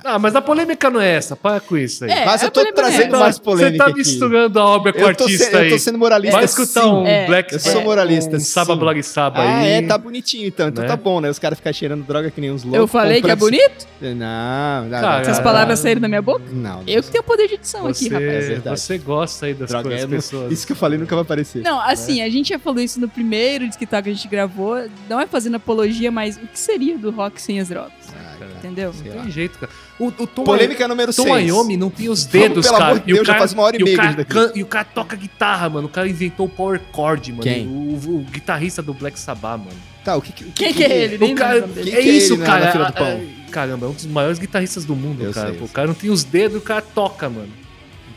[SPEAKER 3] Ah, mas a polêmica não é essa, para com isso aí.
[SPEAKER 2] É,
[SPEAKER 4] Mas eu tô
[SPEAKER 2] polêmica
[SPEAKER 3] Você
[SPEAKER 4] trazendo
[SPEAKER 2] mesmo.
[SPEAKER 3] tá-
[SPEAKER 4] mais
[SPEAKER 3] Você
[SPEAKER 4] polêmica
[SPEAKER 3] tá
[SPEAKER 4] aqui.
[SPEAKER 3] misturando a obra com o
[SPEAKER 4] Eu tô,
[SPEAKER 3] artista
[SPEAKER 4] se- eu
[SPEAKER 3] aí.
[SPEAKER 4] tô sendo moralista.
[SPEAKER 3] Vai escutar
[SPEAKER 4] sim.
[SPEAKER 3] um
[SPEAKER 2] É,
[SPEAKER 3] Black
[SPEAKER 4] Eu sou
[SPEAKER 3] é,
[SPEAKER 4] moralista,
[SPEAKER 3] um Saba
[SPEAKER 4] sim.
[SPEAKER 3] Black Saba
[SPEAKER 4] Ah,
[SPEAKER 3] aí.
[SPEAKER 4] é, tá bonitinho então. Então
[SPEAKER 3] né?
[SPEAKER 4] tá bom, né? Os caras ficam cheirando droga que nem uns loucos.
[SPEAKER 2] Eu falei que é
[SPEAKER 4] comprando-
[SPEAKER 2] bonito?
[SPEAKER 4] Não, não.
[SPEAKER 3] Cara,
[SPEAKER 2] Essas
[SPEAKER 3] Ah.
[SPEAKER 2] palavras saíram da minha boca?
[SPEAKER 4] Não.
[SPEAKER 2] Eu que tenho poder de edição aqui,
[SPEAKER 3] Você,
[SPEAKER 2] rapaz.
[SPEAKER 4] é verdade.
[SPEAKER 3] você gosta aí das
[SPEAKER 4] Droga,
[SPEAKER 3] coisas,
[SPEAKER 4] eu não-
[SPEAKER 3] pessoas.
[SPEAKER 4] Isso que eu falei nunca vai aparecer.
[SPEAKER 3] Né?
[SPEAKER 2] Não, assim, a gente já falou isso no primeiro Disquital que a gente gravou. Não é fazendo apologia, mas o que seria do rock sem as drogas?
[SPEAKER 4] Ah,
[SPEAKER 3] cara.
[SPEAKER 2] Entendeu?
[SPEAKER 4] Sei
[SPEAKER 3] Não
[SPEAKER 4] lá.
[SPEAKER 3] tem jeito, cara. O, o Tom
[SPEAKER 4] Polêmica número
[SPEAKER 3] Tom
[SPEAKER 4] 6.
[SPEAKER 3] Iommi não tem os dedos,
[SPEAKER 4] pelo
[SPEAKER 3] cara.
[SPEAKER 4] amor de Deus, já faz uma hora e
[SPEAKER 3] o
[SPEAKER 4] meia que a
[SPEAKER 3] cara
[SPEAKER 4] gente tá
[SPEAKER 3] can- e o cara toca guitarra, mano. O cara inventou o power chord, mano.
[SPEAKER 4] Quem?
[SPEAKER 3] O, o- o guitarrista do Black Sabbath, mano.
[SPEAKER 4] Tá, o que que... o
[SPEAKER 2] Quem que é ele? Nem
[SPEAKER 3] O cara,
[SPEAKER 2] lembro o nome
[SPEAKER 4] dele.
[SPEAKER 3] é
[SPEAKER 4] Quem que é
[SPEAKER 3] isso,
[SPEAKER 4] ele na-
[SPEAKER 3] cara.
[SPEAKER 4] na fila do
[SPEAKER 3] Ah,
[SPEAKER 4] pão?
[SPEAKER 3] ah, Caramba, é um dos maiores guitarristas do mundo,
[SPEAKER 4] Eu
[SPEAKER 3] cara.
[SPEAKER 4] sei, eu
[SPEAKER 3] o
[SPEAKER 4] sei.
[SPEAKER 3] cara não tem os dedos, o cara toca, mano.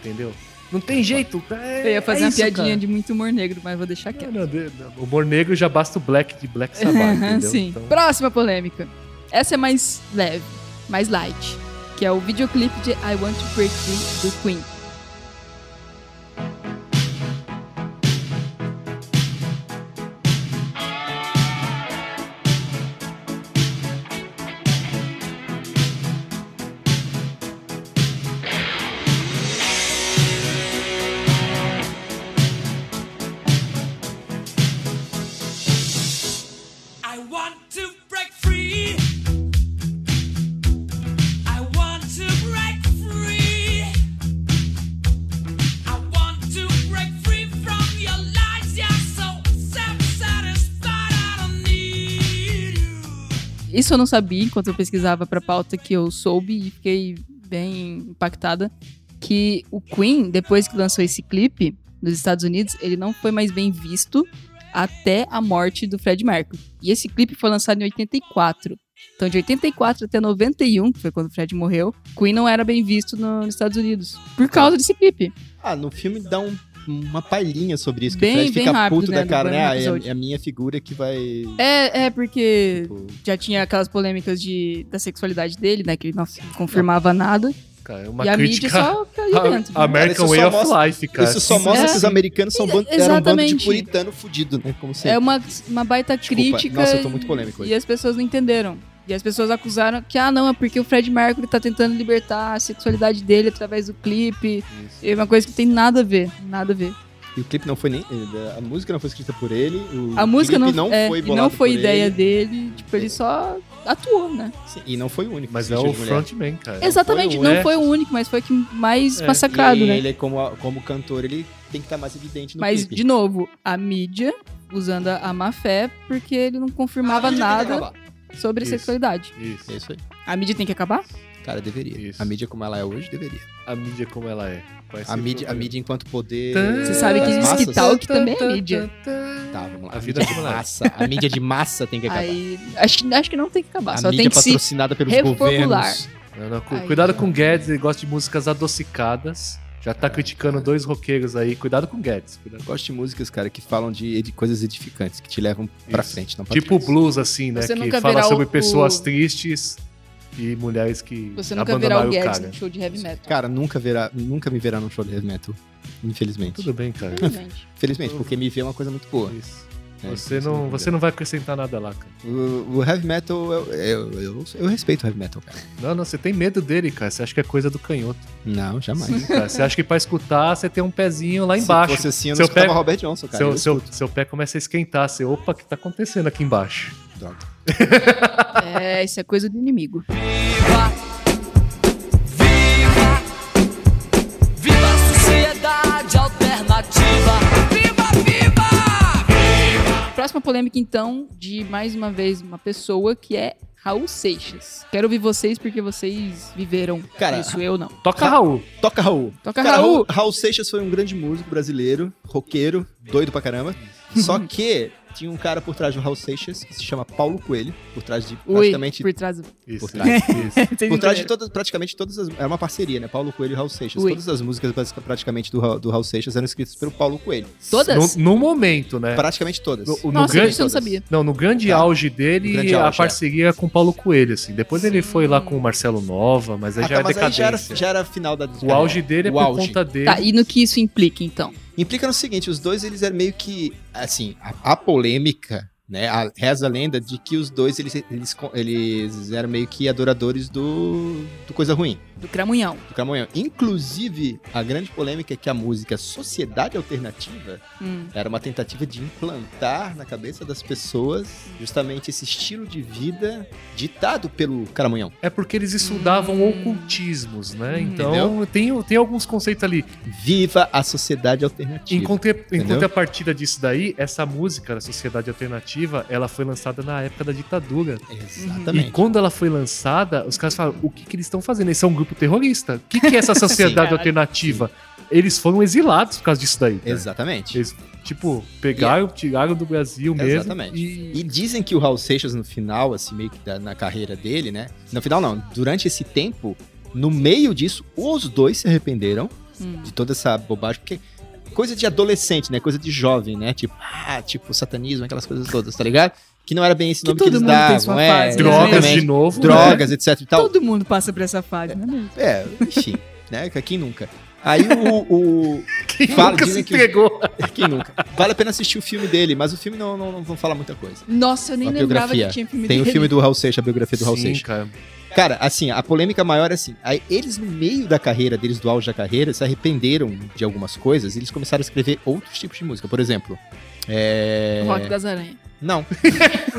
[SPEAKER 3] Entendeu? Não tem jeito, o cara. É,
[SPEAKER 2] Eu ia fazer
[SPEAKER 3] é
[SPEAKER 2] uma
[SPEAKER 3] isso,
[SPEAKER 2] piadinha
[SPEAKER 3] cara.
[SPEAKER 2] de muito humor negro, mas vou deixar quieto.
[SPEAKER 3] Não, não, de- não. O humor negro já basta o black de Black Sabbath, entendeu?
[SPEAKER 2] Sim.
[SPEAKER 3] Então,
[SPEAKER 2] Próxima polêmica. Essa é mais leve, mais light. Que é o videoclipe de I Want to Break Free do Queen.
[SPEAKER 1] I want to break free. I want to break free. I want to break free from your lies. You're so self-satisfied. I don't need you.
[SPEAKER 2] Isso eu não sabia enquanto eu pesquisava pra pauta que eu soube e fiquei bem impactada. Que o Queen, depois que lançou esse clipe nos Estados Unidos, ele não foi mais bem visto até a morte do Fred Mercury. E esse clipe foi lançado em 84. Então, de 84 até 91, que foi quando o Fred morreu, Queen não era bem visto no- nos Estados Unidos. Por causa desse clipe.
[SPEAKER 4] Ah, no filme dá um- uma palhinha sobre isso, que
[SPEAKER 2] Bem-
[SPEAKER 4] o Fred
[SPEAKER 2] bem
[SPEAKER 4] fica
[SPEAKER 2] rápido,
[SPEAKER 4] puto
[SPEAKER 2] né,
[SPEAKER 4] da
[SPEAKER 2] no
[SPEAKER 4] cara, né?
[SPEAKER 2] primeiro
[SPEAKER 4] Ah, é,
[SPEAKER 2] episódio.
[SPEAKER 4] é a minha figura que vai...
[SPEAKER 2] É, é porque
[SPEAKER 4] tipo,
[SPEAKER 2] já tinha aquelas polêmicas de, da sexualidade dele, né? Que ele não confirmava nada.
[SPEAKER 3] cara, é uma
[SPEAKER 2] e a mídia
[SPEAKER 3] crítica.
[SPEAKER 2] só caiu dentro.
[SPEAKER 3] A-
[SPEAKER 2] né?
[SPEAKER 4] Cara, isso
[SPEAKER 3] American Way
[SPEAKER 4] só
[SPEAKER 3] of
[SPEAKER 4] mostra-
[SPEAKER 3] Life, cara.
[SPEAKER 4] tipo, isso só mostra
[SPEAKER 2] É.
[SPEAKER 4] que os americanos são ban- eram um bando de
[SPEAKER 2] Exatamente.
[SPEAKER 4] puritano fudido, né? Como se...
[SPEAKER 2] É uma, uma baita
[SPEAKER 4] Desculpa.
[SPEAKER 2] crítica.
[SPEAKER 4] Nossa, eu tô muito polêmico hoje.
[SPEAKER 2] E as pessoas não entenderam. E as pessoas acusaram que, ah, não, é porque o Fred Mercury tá tentando libertar a sexualidade dele através do clipe.
[SPEAKER 3] Isso.
[SPEAKER 2] É uma coisa que tem nada a ver. Nada a ver.
[SPEAKER 4] E o clipe não foi nem... eh, A música não foi escrita por ele. o
[SPEAKER 2] A música
[SPEAKER 4] clipe
[SPEAKER 2] não,
[SPEAKER 4] não
[SPEAKER 2] é,
[SPEAKER 4] foi
[SPEAKER 2] e
[SPEAKER 4] bolado
[SPEAKER 2] não foi
[SPEAKER 4] por
[SPEAKER 2] ideia
[SPEAKER 4] ele. É.
[SPEAKER 2] dele. Tipo, ele só atuou, né?
[SPEAKER 4] Sim, E não foi o único.
[SPEAKER 3] Mas
[SPEAKER 4] que
[SPEAKER 3] é
[SPEAKER 4] vestiu
[SPEAKER 3] o
[SPEAKER 4] de mulher.
[SPEAKER 3] frontman, cara.
[SPEAKER 2] Exatamente,
[SPEAKER 3] o-
[SPEAKER 2] não
[SPEAKER 3] é.
[SPEAKER 2] foi o único, mas foi o que mais
[SPEAKER 3] É.
[SPEAKER 2] massacrado,
[SPEAKER 4] e
[SPEAKER 2] né?
[SPEAKER 4] ele, como, como cantor, ele tem que estar mais evidente no
[SPEAKER 2] Mas,
[SPEAKER 4] clipe.
[SPEAKER 2] de novo, a mídia usando a má fé porque ele não confirmava nada sobre
[SPEAKER 3] Isso.
[SPEAKER 2] sexualidade.
[SPEAKER 3] Isso.
[SPEAKER 4] É isso aí.
[SPEAKER 2] A mídia tem que acabar?
[SPEAKER 4] Cara, deveria.
[SPEAKER 3] Isso.
[SPEAKER 4] A mídia como ela é hoje, deveria.
[SPEAKER 3] A mídia como ela é. Vai
[SPEAKER 4] A
[SPEAKER 3] ser
[SPEAKER 4] mídia, a
[SPEAKER 3] problema.
[SPEAKER 4] mídia enquanto poder...
[SPEAKER 2] Você sabe que
[SPEAKER 4] das
[SPEAKER 2] diz que
[SPEAKER 4] massas.
[SPEAKER 2] tal que também é mídia.
[SPEAKER 4] Tá, vamos lá.
[SPEAKER 3] A
[SPEAKER 4] A,
[SPEAKER 3] vida
[SPEAKER 4] mídia de
[SPEAKER 3] como ela é.
[SPEAKER 4] massa. A mídia de massa tem que acabar.
[SPEAKER 2] Aí, acho, acho que não tem que acabar,
[SPEAKER 4] a
[SPEAKER 2] só
[SPEAKER 4] mídia
[SPEAKER 2] tem que se...
[SPEAKER 4] patrocinada pelos
[SPEAKER 2] reformular.
[SPEAKER 4] governos.
[SPEAKER 3] Não, não, cu-
[SPEAKER 2] Aí.
[SPEAKER 3] cuidado com o Guedes, ele gosta de músicas adocicadas. Já
[SPEAKER 4] É.
[SPEAKER 3] tá criticando dois roqueiros aí. Cuidado com o Guedes. cuidado.
[SPEAKER 4] Eu gosto de músicas, cara, que falam de, de coisas edificantes, que te levam pra
[SPEAKER 3] Isso.
[SPEAKER 4] frente, não pra
[SPEAKER 3] Tipo o
[SPEAKER 4] trás.
[SPEAKER 3] blues, assim, né?
[SPEAKER 2] Você
[SPEAKER 3] que
[SPEAKER 2] nunca
[SPEAKER 3] fala
[SPEAKER 2] verá o-
[SPEAKER 3] sobre pessoas
[SPEAKER 2] o-
[SPEAKER 3] tristes e mulheres que
[SPEAKER 2] Você nunca verá
[SPEAKER 3] abandonaram
[SPEAKER 2] o Guedes né?
[SPEAKER 3] o cara.
[SPEAKER 2] num show de heavy metal.
[SPEAKER 4] Cara, nunca, verá, nunca me verá num show de heavy metal. Infelizmente.
[SPEAKER 3] Tudo bem, cara.
[SPEAKER 2] Realmente.
[SPEAKER 4] Infelizmente, porque me vê é uma coisa muito boa.
[SPEAKER 3] Isso.
[SPEAKER 4] É,
[SPEAKER 3] Você,
[SPEAKER 4] isso
[SPEAKER 3] não,
[SPEAKER 4] me
[SPEAKER 3] você não vai acrescentar nada lá, cara.
[SPEAKER 4] O, o heavy metal, eu, eu, eu, eu respeito o heavy metal, cara.
[SPEAKER 3] Não, não, você tem medo dele, cara. Você acha que é coisa do canhoto.
[SPEAKER 4] Não, jamais.
[SPEAKER 3] cara. Você acha que pra escutar você tem um pezinho lá embaixo.
[SPEAKER 4] Se fosse assim, eu
[SPEAKER 3] Se
[SPEAKER 4] não
[SPEAKER 3] eu
[SPEAKER 4] escutava
[SPEAKER 3] pego-
[SPEAKER 4] Robert Johnson, cara.
[SPEAKER 3] seu,
[SPEAKER 4] Eu
[SPEAKER 3] seu,
[SPEAKER 4] escuto.
[SPEAKER 3] seu pé começa a esquentar. Você, opa, o que tá acontecendo aqui embaixo?
[SPEAKER 4] Droga.
[SPEAKER 2] É, isso é coisa do inimigo.
[SPEAKER 1] Viva, viva a sociedade alternativa. Viva, viva!
[SPEAKER 2] Próxima polêmica, então, de mais uma vez uma pessoa que é Raul Seixas. Quero ouvir vocês porque vocês viveram
[SPEAKER 4] Cara,
[SPEAKER 2] isso, eu não.
[SPEAKER 3] Toca
[SPEAKER 4] Ra-
[SPEAKER 3] Raul.
[SPEAKER 4] Toca Raul.
[SPEAKER 2] Toca
[SPEAKER 4] Cara,
[SPEAKER 2] Raul.
[SPEAKER 4] Raul. Raul Seixas foi um grande músico brasileiro, roqueiro, doido pra caramba. Só que tinha um cara por trás do Raul Seixas que se chama Paulo Coelho, por trás de
[SPEAKER 2] Ui,
[SPEAKER 4] praticamente
[SPEAKER 2] por trás do...
[SPEAKER 3] Isso,
[SPEAKER 4] Por trás.
[SPEAKER 3] isso.
[SPEAKER 2] Vocês
[SPEAKER 4] Por trás de
[SPEAKER 2] entenderam.
[SPEAKER 4] todas, praticamente todas as. Era uma parceria, né? Paulo Coelho e Raul Seixas.
[SPEAKER 2] Ui.
[SPEAKER 4] Todas as músicas, basic- praticamente, do, Ra- do Raul Seixas eram escritas pelo Paulo Coelho. É.
[SPEAKER 2] Todas?
[SPEAKER 3] No, no momento, né?
[SPEAKER 4] Praticamente todas.
[SPEAKER 3] No, no
[SPEAKER 2] Nossa,
[SPEAKER 3] grande,
[SPEAKER 2] isso eu não
[SPEAKER 4] todas.
[SPEAKER 2] sabia.
[SPEAKER 3] não, no grande
[SPEAKER 4] Tá.
[SPEAKER 3] auge dele,
[SPEAKER 4] No grande
[SPEAKER 3] a
[SPEAKER 4] auge, é.
[SPEAKER 3] parceria com o Paulo Coelho, assim. Depois ele foi lá com o Marcelo Nova, mas aí
[SPEAKER 4] Ah,
[SPEAKER 3] já
[SPEAKER 4] tá,
[SPEAKER 3] é
[SPEAKER 4] mas aí já era,
[SPEAKER 3] decadência.
[SPEAKER 4] já era final da
[SPEAKER 3] O auge dele é
[SPEAKER 4] O
[SPEAKER 3] por
[SPEAKER 4] auge.
[SPEAKER 3] conta dele.
[SPEAKER 2] Tá, e no que isso implica, então?
[SPEAKER 4] Implica no seguinte, os dois eles eram meio que, assim, a, a polêmica, né, a, reza a lenda de que os dois eles, eles, co- eles eram meio que adoradores do, do Coisa Ruim,
[SPEAKER 2] Do Cramunhão.
[SPEAKER 4] do Camunhão. Inclusive, a grande polêmica é que a música Sociedade Alternativa
[SPEAKER 2] Hum.
[SPEAKER 4] era uma tentativa de implantar na cabeça das pessoas justamente esse estilo de vida ditado pelo Caramunhão.
[SPEAKER 3] É porque eles estudavam
[SPEAKER 2] Hum.
[SPEAKER 3] ocultismos, né? Então
[SPEAKER 4] Entendeu?
[SPEAKER 3] tem, tem alguns conceitos ali.
[SPEAKER 4] Viva a Sociedade Alternativa.
[SPEAKER 3] Em, contra, em
[SPEAKER 4] Entendeu?
[SPEAKER 3] contrapartida disso daí, essa música da Sociedade Alternativa retrospectiva, ela foi lançada na época da ditadura.
[SPEAKER 2] Uhum.
[SPEAKER 3] E
[SPEAKER 4] Exatamente.
[SPEAKER 3] quando ela foi lançada, os caras falaram: o que, que eles estão fazendo? Eles são um grupo terrorista. O que, que é essa sociedade
[SPEAKER 2] Sim.
[SPEAKER 3] alternativa? Eles foram exilados por causa disso daí. cara.
[SPEAKER 2] É.
[SPEAKER 4] Exatamente.
[SPEAKER 3] Eles, tipo, pegaram, tiraram do Brasil mesmo.
[SPEAKER 4] é- Exatamente.
[SPEAKER 3] E,
[SPEAKER 4] E dizem que o Raul Seixas, no final, assim, meio que da- na carreira dele, né? No final, não. Durante esse tempo, no meio disso, os dois se arrependeram
[SPEAKER 2] Hum.
[SPEAKER 4] de toda essa bobagem, porque coisa de adolescente, né? Coisa de jovem, né? Tipo, ah, tipo, satanismo, aquelas coisas todas, tá ligado? Que não era bem esse
[SPEAKER 2] Que
[SPEAKER 4] nome que,
[SPEAKER 2] todo
[SPEAKER 4] eles
[SPEAKER 2] mundo tem
[SPEAKER 4] davam,
[SPEAKER 2] sua
[SPEAKER 4] é,
[SPEAKER 2] fase, né?
[SPEAKER 3] drogas
[SPEAKER 4] exatamente.
[SPEAKER 3] de novo. né?
[SPEAKER 4] drogas, etc e tal.
[SPEAKER 2] Todo mundo passa por essa fase, né? mesmo?
[SPEAKER 4] É, enfim, né? Quem nunca? Aí o- o,
[SPEAKER 3] Quem
[SPEAKER 4] Fala,
[SPEAKER 3] nunca se
[SPEAKER 4] dizem que-
[SPEAKER 3] entregou.
[SPEAKER 4] Quem nunca? Vale a pena assistir o filme dele, mas o filme não, não, não fala muita coisa.
[SPEAKER 2] Nossa, eu nem
[SPEAKER 4] Uma
[SPEAKER 2] lembrava que
[SPEAKER 4] biografia.
[SPEAKER 2] tinha um filme
[SPEAKER 4] Tem o
[SPEAKER 2] dele.
[SPEAKER 4] filme do Raul Seixas, a biografia do Raul
[SPEAKER 3] Sim,
[SPEAKER 4] Seixas.
[SPEAKER 3] cara.
[SPEAKER 4] Cara, assim, a polêmica maior é assim, aí eles no meio da carreira deles, do auge da carreira, se arrependeram de algumas coisas e eles começaram a escrever outros tipos de música. Por exemplo, é...
[SPEAKER 2] Rock das Aranhas.
[SPEAKER 4] Não,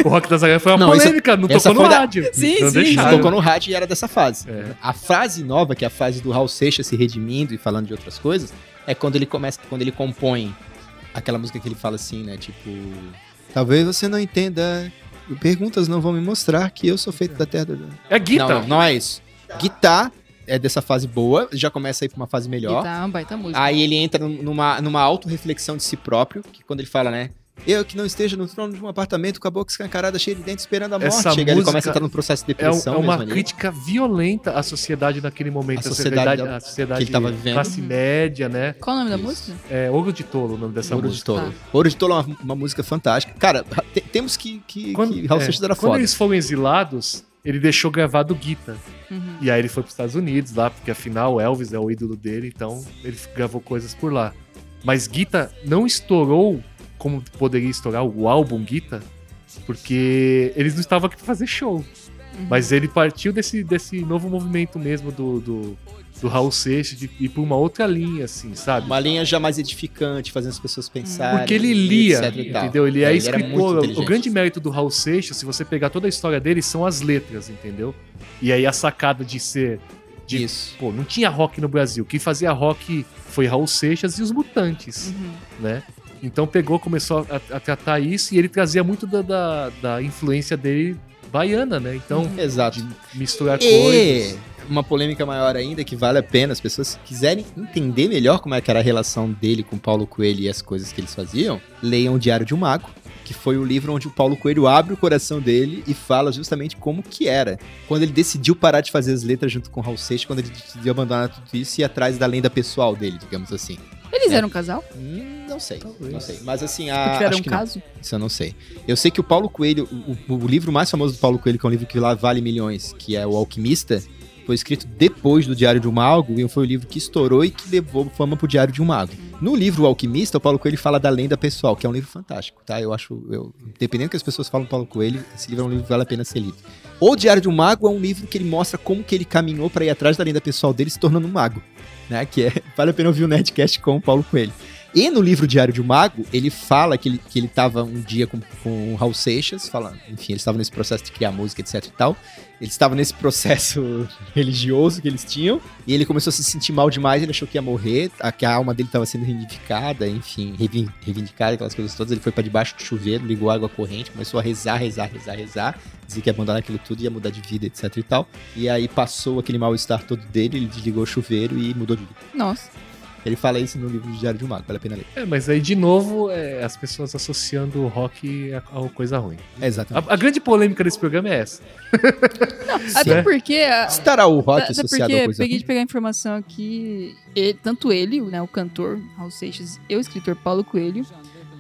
[SPEAKER 3] O Rock das Aranhas foi uma
[SPEAKER 4] Não, essa-
[SPEAKER 3] polêmica, não
[SPEAKER 4] essa
[SPEAKER 3] tocou no
[SPEAKER 4] foi da-
[SPEAKER 3] rádio.
[SPEAKER 2] Sim,
[SPEAKER 3] não
[SPEAKER 2] sim,
[SPEAKER 4] eles
[SPEAKER 3] deixaram.
[SPEAKER 4] tocou no rádio e era dessa fase.
[SPEAKER 3] É.
[SPEAKER 4] A frase nova, que é a frase do Raul Seixas se redimindo e falando de outras coisas, é quando ele começa, quando ele compõe aquela música que ele fala assim, né? Tipo. Talvez você não entenda. Perguntas não vão me mostrar que eu sou feito da terra. Do...
[SPEAKER 3] É Guita.
[SPEAKER 4] Não, não, não é isso. Guitar é dessa fase boa, já começa aí pra uma fase melhor.
[SPEAKER 2] E tá uma baita música.
[SPEAKER 4] Aí ele entra num- numa, numa autorreflexão de si próprio, que quando ele fala, né? Eu que não esteja no trono de um apartamento com a boca escancarada, cheia de dentes, esperando a morte.
[SPEAKER 3] Essa
[SPEAKER 4] Chega, ele
[SPEAKER 3] música
[SPEAKER 4] começa a entrar num processo de
[SPEAKER 3] É, um-
[SPEAKER 4] depressão
[SPEAKER 3] é uma
[SPEAKER 4] mesmo ali.
[SPEAKER 3] crítica violenta à sociedade naquele momento.
[SPEAKER 4] A
[SPEAKER 3] à
[SPEAKER 4] sociedade da-
[SPEAKER 3] a sociedade
[SPEAKER 4] que ele tava vivendo.
[SPEAKER 3] classe média, né?
[SPEAKER 2] Qual o nome da
[SPEAKER 4] Isso.
[SPEAKER 2] música?
[SPEAKER 3] É Ouro de Tolo o nome dessa
[SPEAKER 4] Ouro de
[SPEAKER 3] música.
[SPEAKER 4] Tolo. Ouro de Tolo é uma, uma música fantástica. Cara, te- temos que, que, que Raul
[SPEAKER 3] é,
[SPEAKER 4] Seixas era
[SPEAKER 3] quando
[SPEAKER 4] foda.
[SPEAKER 3] eles foram exilados, ele deixou gravado o Guita.
[SPEAKER 2] Uhum.
[SPEAKER 3] E aí ele foi para os Estados Unidos lá, porque afinal o Elvis é o ídolo dele, então ele gravou coisas por lá. Mas Guita não estourou como poderia estourar o álbum Guita, porque eles não estavam aqui para fazer show. Mas ele partiu desse, desse novo movimento mesmo do, do, do Raul Seixas de ir por uma outra linha, assim, sabe?
[SPEAKER 4] Uma linha já mais edificante, fazendo as pessoas pensarem.
[SPEAKER 3] Porque ele
[SPEAKER 4] e
[SPEAKER 3] lia,
[SPEAKER 4] etc e tal.
[SPEAKER 3] entendeu? Ele é,
[SPEAKER 4] era muito
[SPEAKER 3] escritor.
[SPEAKER 4] inteligente.
[SPEAKER 3] O grande mérito do Raul Seixas, se você pegar toda a história dele, são as letras, entendeu? E aí a sacada de ser. de-
[SPEAKER 4] Isso.
[SPEAKER 3] Pô, não tinha rock no Brasil. Quem fazia rock foi Raul Seixas e os Mutantes,
[SPEAKER 2] Uhum.
[SPEAKER 3] né? Então pegou, começou a, a tratar isso e ele trazia muito da, da, da influência dele baiana, né? Então,
[SPEAKER 4] Exato.
[SPEAKER 3] de misturar
[SPEAKER 4] E
[SPEAKER 3] coisas.
[SPEAKER 4] uma polêmica maior ainda que vale a pena as pessoas quiserem entender melhor como é que era a relação dele com o Paulo Coelho e as coisas que eles faziam, leiam o Diário de um Mago, que foi o livro onde o Paulo Coelho abre o coração dele e fala justamente como que era. Quando ele decidiu parar de fazer as letras junto com o Raul Seixas, quando ele decidiu abandonar tudo isso e ir atrás da lenda pessoal dele, digamos assim.
[SPEAKER 2] Eles eram um casal?
[SPEAKER 4] Hum, não sei,
[SPEAKER 3] Talvez.
[SPEAKER 4] não sei. Mas assim,
[SPEAKER 2] Ou
[SPEAKER 4] a,
[SPEAKER 2] tiveram
[SPEAKER 4] acho
[SPEAKER 2] um
[SPEAKER 4] que não.
[SPEAKER 2] caso?
[SPEAKER 4] Isso eu não sei. Eu sei que o Paulo Coelho, o, o- o livro mais famoso do Paulo Coelho, que é um livro que lá vale milhões, que é O Alquimista, foi escrito depois do Diário de um Mago e foi o livro que estourou e que levou fama pro Diário de um Mago. No livro O Alquimista, o Paulo Coelho fala da lenda pessoal, que é um livro fantástico, tá? Eu acho, eu, dependendo do que as pessoas falam do Paulo Coelho, esse livro é um livro que vale a pena ser lido. O Diário de um Mago é um livro que ele mostra como que ele caminhou para ir atrás da lenda pessoal dele se tornando um mago, né? Que é, vale a pena ouvir o Nerdcast com o Paulo Coelho. E no livro Diário de um Mago, ele fala que ele, que ele tava um dia com, com o Raul Seixas, falando, enfim, eles estavam nesse processo de criar música, etc e tal. Eles estavam nesse processo religioso que eles tinham, e ele começou a se sentir mal demais, ele achou que ia morrer, a, que a alma dele estava sendo reivindicada, enfim, revi- reivindicada, aquelas coisas todas. Ele foi para debaixo do chuveiro, ligou água corrente, começou a rezar, rezar, rezar, rezar, dizia que ia abandonar aquilo tudo, ia mudar de vida, etc e tal. E aí passou aquele mal-estar todo dele, ele desligou o chuveiro e mudou de vida.
[SPEAKER 2] Nossa.
[SPEAKER 4] Ele fala isso no livro Diário de um Mago, vale a pena ler.
[SPEAKER 3] É, mas aí de novo é, as pessoas associando o rock a, a coisa ruim.
[SPEAKER 4] É, Exatamente.
[SPEAKER 3] A, a grande polêmica desse programa é essa.
[SPEAKER 2] Até porque. a-
[SPEAKER 4] Estará o rock
[SPEAKER 2] Até
[SPEAKER 4] associado
[SPEAKER 2] Tá,
[SPEAKER 4] a
[SPEAKER 2] porque
[SPEAKER 4] coisa
[SPEAKER 2] peguei de pegar informação aqui, ele- tanto ele, né, o cantor Raul Seixas e o escritor Paulo Coelho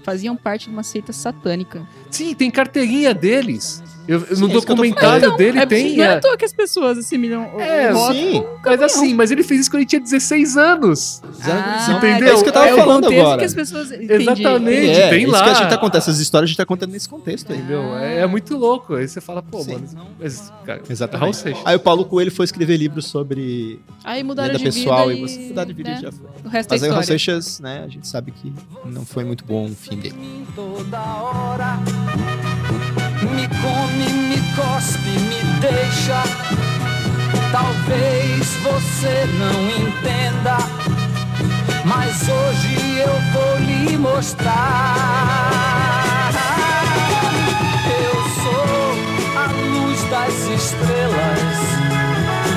[SPEAKER 2] faziam parte de uma seita satânica.
[SPEAKER 3] Sim, tem carteirinha deles. Eu- eu- no
[SPEAKER 4] Sim, é isso que eu tô
[SPEAKER 3] documentário dele
[SPEAKER 2] é,
[SPEAKER 3] tem.
[SPEAKER 2] não é
[SPEAKER 3] é,
[SPEAKER 2] à toa que as pessoas assimilam o,
[SPEAKER 3] É,
[SPEAKER 2] o rock
[SPEAKER 4] sim,
[SPEAKER 2] com o
[SPEAKER 3] mas
[SPEAKER 2] caminhão.
[SPEAKER 3] assim, mas ele fez isso quando ele tinha 16 anos.
[SPEAKER 2] Ah,
[SPEAKER 3] Entendeu?
[SPEAKER 4] É isso que eu tava
[SPEAKER 2] é o
[SPEAKER 4] falando
[SPEAKER 2] contexto
[SPEAKER 4] agora.
[SPEAKER 2] que as pessoas... Entendi.
[SPEAKER 3] Exatamente.
[SPEAKER 4] É,
[SPEAKER 3] tem
[SPEAKER 4] isso
[SPEAKER 3] lá.
[SPEAKER 4] que a gente tá contando, essas histórias a gente tá contando nesse contexto aí.
[SPEAKER 3] Entendeu? É, é muito louco. Aí você fala, pô,
[SPEAKER 4] Sim.
[SPEAKER 3] mano. Mas, cara,
[SPEAKER 4] Exatamente.
[SPEAKER 3] Raul Seixas.
[SPEAKER 4] Aí o Paulo Coelho foi escrever livros sobre
[SPEAKER 2] Aí mudaram
[SPEAKER 4] lenda
[SPEAKER 2] de vida
[SPEAKER 4] pessoal
[SPEAKER 2] e...
[SPEAKER 4] e você mudar de vida
[SPEAKER 2] né,
[SPEAKER 4] já foi.
[SPEAKER 2] O resto é
[SPEAKER 4] Mas aí o Raul
[SPEAKER 2] história.
[SPEAKER 4] Seixas, né, a gente sabe que não foi muito bom o fim dele.
[SPEAKER 7] toda hora. Me come, me cospe, me deixa. Talvez você não entenda, mas hoje eu vou lhe mostrar. das estrelas.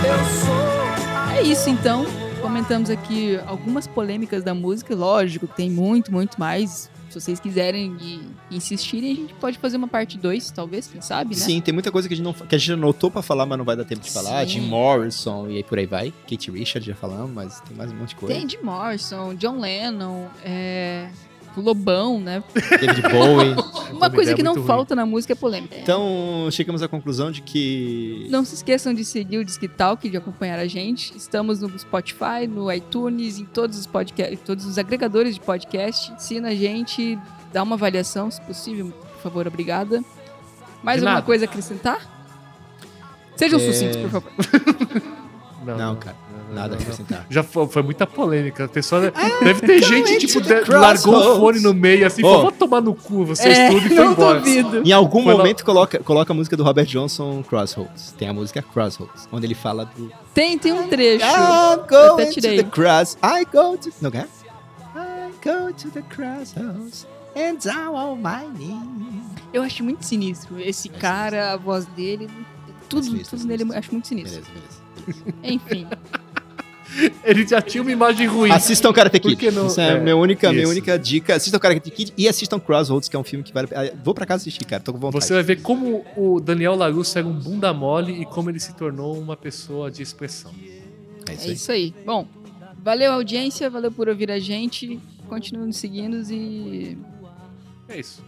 [SPEAKER 7] Eu sou
[SPEAKER 2] É isso então. Comentamos aqui algumas polêmicas da música, lógico, que tem muito, muito mais. Se vocês quiserem e insistirem, a gente pode fazer uma parte 2, talvez, quem sabe, né?
[SPEAKER 4] Sim, tem muita coisa que a gente, não, que a gente anotou pra falar, mas não vai dar tempo de falar.
[SPEAKER 2] Sim.
[SPEAKER 4] Jim Morrison e aí por aí vai. Kate Richard já falamos, mas tem mais um monte de coisa.
[SPEAKER 2] Tem Jim Morrison, John Lennon, é... o Lobão, né?
[SPEAKER 4] David Bowie.
[SPEAKER 2] Uma coisa
[SPEAKER 3] ideia
[SPEAKER 2] que não
[SPEAKER 3] muito ruim.
[SPEAKER 2] falta na música é polêmica.
[SPEAKER 4] Então, chegamos à conclusão de que...
[SPEAKER 2] Não se esqueçam de seguir o Disque Talk, de acompanhar a gente. Estamos no Spotify, no iTunes, em todos os podcasts, todos os agregadores de podcast. Ensina a gente, dá uma avaliação, se possível, por favor, obrigada. Mais
[SPEAKER 3] De
[SPEAKER 2] alguma
[SPEAKER 3] nada.
[SPEAKER 2] coisa a acrescentar? Sejam
[SPEAKER 4] É,
[SPEAKER 2] sucintos, por favor.
[SPEAKER 4] Não, cara. Nada a
[SPEAKER 3] não, não.
[SPEAKER 4] acrescentar.
[SPEAKER 3] Já foi, foi muita polêmica. A pessoa deve ter gente, tipo,
[SPEAKER 4] the
[SPEAKER 3] de- largou
[SPEAKER 4] crossroads.
[SPEAKER 3] o fone no meio assim,
[SPEAKER 4] Ô.
[SPEAKER 3] falou, vou tomar no cu, vocês
[SPEAKER 2] É,
[SPEAKER 3] tudo e foi
[SPEAKER 2] não
[SPEAKER 3] embora.
[SPEAKER 2] duvido.
[SPEAKER 4] Em algum
[SPEAKER 3] Foi lá-
[SPEAKER 4] momento, coloca, coloca a música do Robert Johnson, Crossroads. Tem a música Crossroads, onde ele fala do...
[SPEAKER 2] Tem, tem um trecho.
[SPEAKER 4] I'm
[SPEAKER 2] Eu até
[SPEAKER 4] going to
[SPEAKER 2] tirei.
[SPEAKER 4] the cross. I go to... Não, cara? I go to the crossroads and down on my knees.
[SPEAKER 2] Eu acho muito sinistro. Esse cara, a voz dele, tudo,
[SPEAKER 4] Sinistro,
[SPEAKER 2] tudo nele eu
[SPEAKER 4] sinistro.
[SPEAKER 2] acho muito sinistro.
[SPEAKER 4] Beleza, beleza.
[SPEAKER 2] Enfim.
[SPEAKER 3] Ele já tinha uma imagem ruim.
[SPEAKER 4] Assistam Karate Kid.
[SPEAKER 3] Por que não?
[SPEAKER 4] Essa é a
[SPEAKER 3] É,
[SPEAKER 4] minha única, minha
[SPEAKER 3] isso.
[SPEAKER 4] única dica. Assistam Karate Kid e assistam Crossroads, que é um filme que vale. ah, Vou pra casa assistir, cara. Tô com vontade.
[SPEAKER 3] Você vai ver como o Daniel Larusso era um bunda mole e como ele se tornou uma pessoa de expressão.
[SPEAKER 4] É
[SPEAKER 2] É isso aí. Bom, valeu audiência, valeu por ouvir a gente. Continuem nos seguindo e.
[SPEAKER 3] É isso.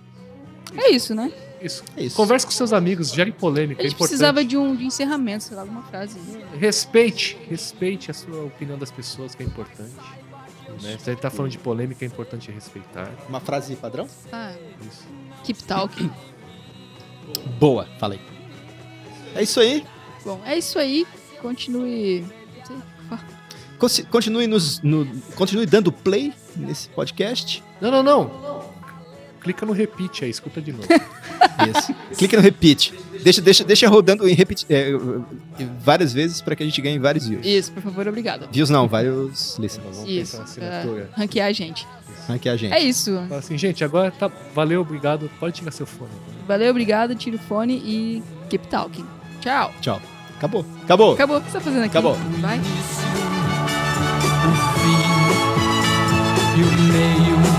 [SPEAKER 2] É isso, né?
[SPEAKER 3] Isso.
[SPEAKER 4] É isso.
[SPEAKER 3] Converse com seus amigos, gere polêmica.
[SPEAKER 2] A
[SPEAKER 3] É
[SPEAKER 2] gente
[SPEAKER 3] importante.
[SPEAKER 2] precisava de um de encerramento, sei lá, alguma frase. né?
[SPEAKER 3] Respeite, respeite a sua opinião das pessoas, que é importante. Né? Se a gente tá falando de polêmica, é importante respeitar.
[SPEAKER 4] Uma frase padrão?
[SPEAKER 2] Ah,
[SPEAKER 3] Isso.
[SPEAKER 2] keep talking.
[SPEAKER 4] Boa, falei. É isso aí.
[SPEAKER 2] Bom, é isso aí. Continue.
[SPEAKER 4] Consi- Continue, nos, no- continue dando play nesse podcast.
[SPEAKER 3] Não, não, não. Clica no repeat aí, escuta de novo.
[SPEAKER 4] Isso. Clique no repeat. Deixa, deixa, deixa rodando em repeat é, várias vezes pra que a gente ganhe vários views.
[SPEAKER 2] Isso, por favor, obrigado.
[SPEAKER 4] Views não, vários listens.
[SPEAKER 3] Vamos
[SPEAKER 2] Isso,
[SPEAKER 3] pensar na assinatura.
[SPEAKER 2] Ranquear a gente.
[SPEAKER 4] Aqui a gente.
[SPEAKER 2] É isso.
[SPEAKER 3] Fala assim, gente, agora tá. Valeu, obrigado. Pode tirar seu fone.
[SPEAKER 2] Valeu, obrigado. Tira o fone e keep talking. Tchau.
[SPEAKER 4] Tchau. Acabou. Acabou.
[SPEAKER 2] Acabou. O que você tá fazendo aqui?
[SPEAKER 4] Acabou.
[SPEAKER 2] Vai.
[SPEAKER 7] o fim e o meio.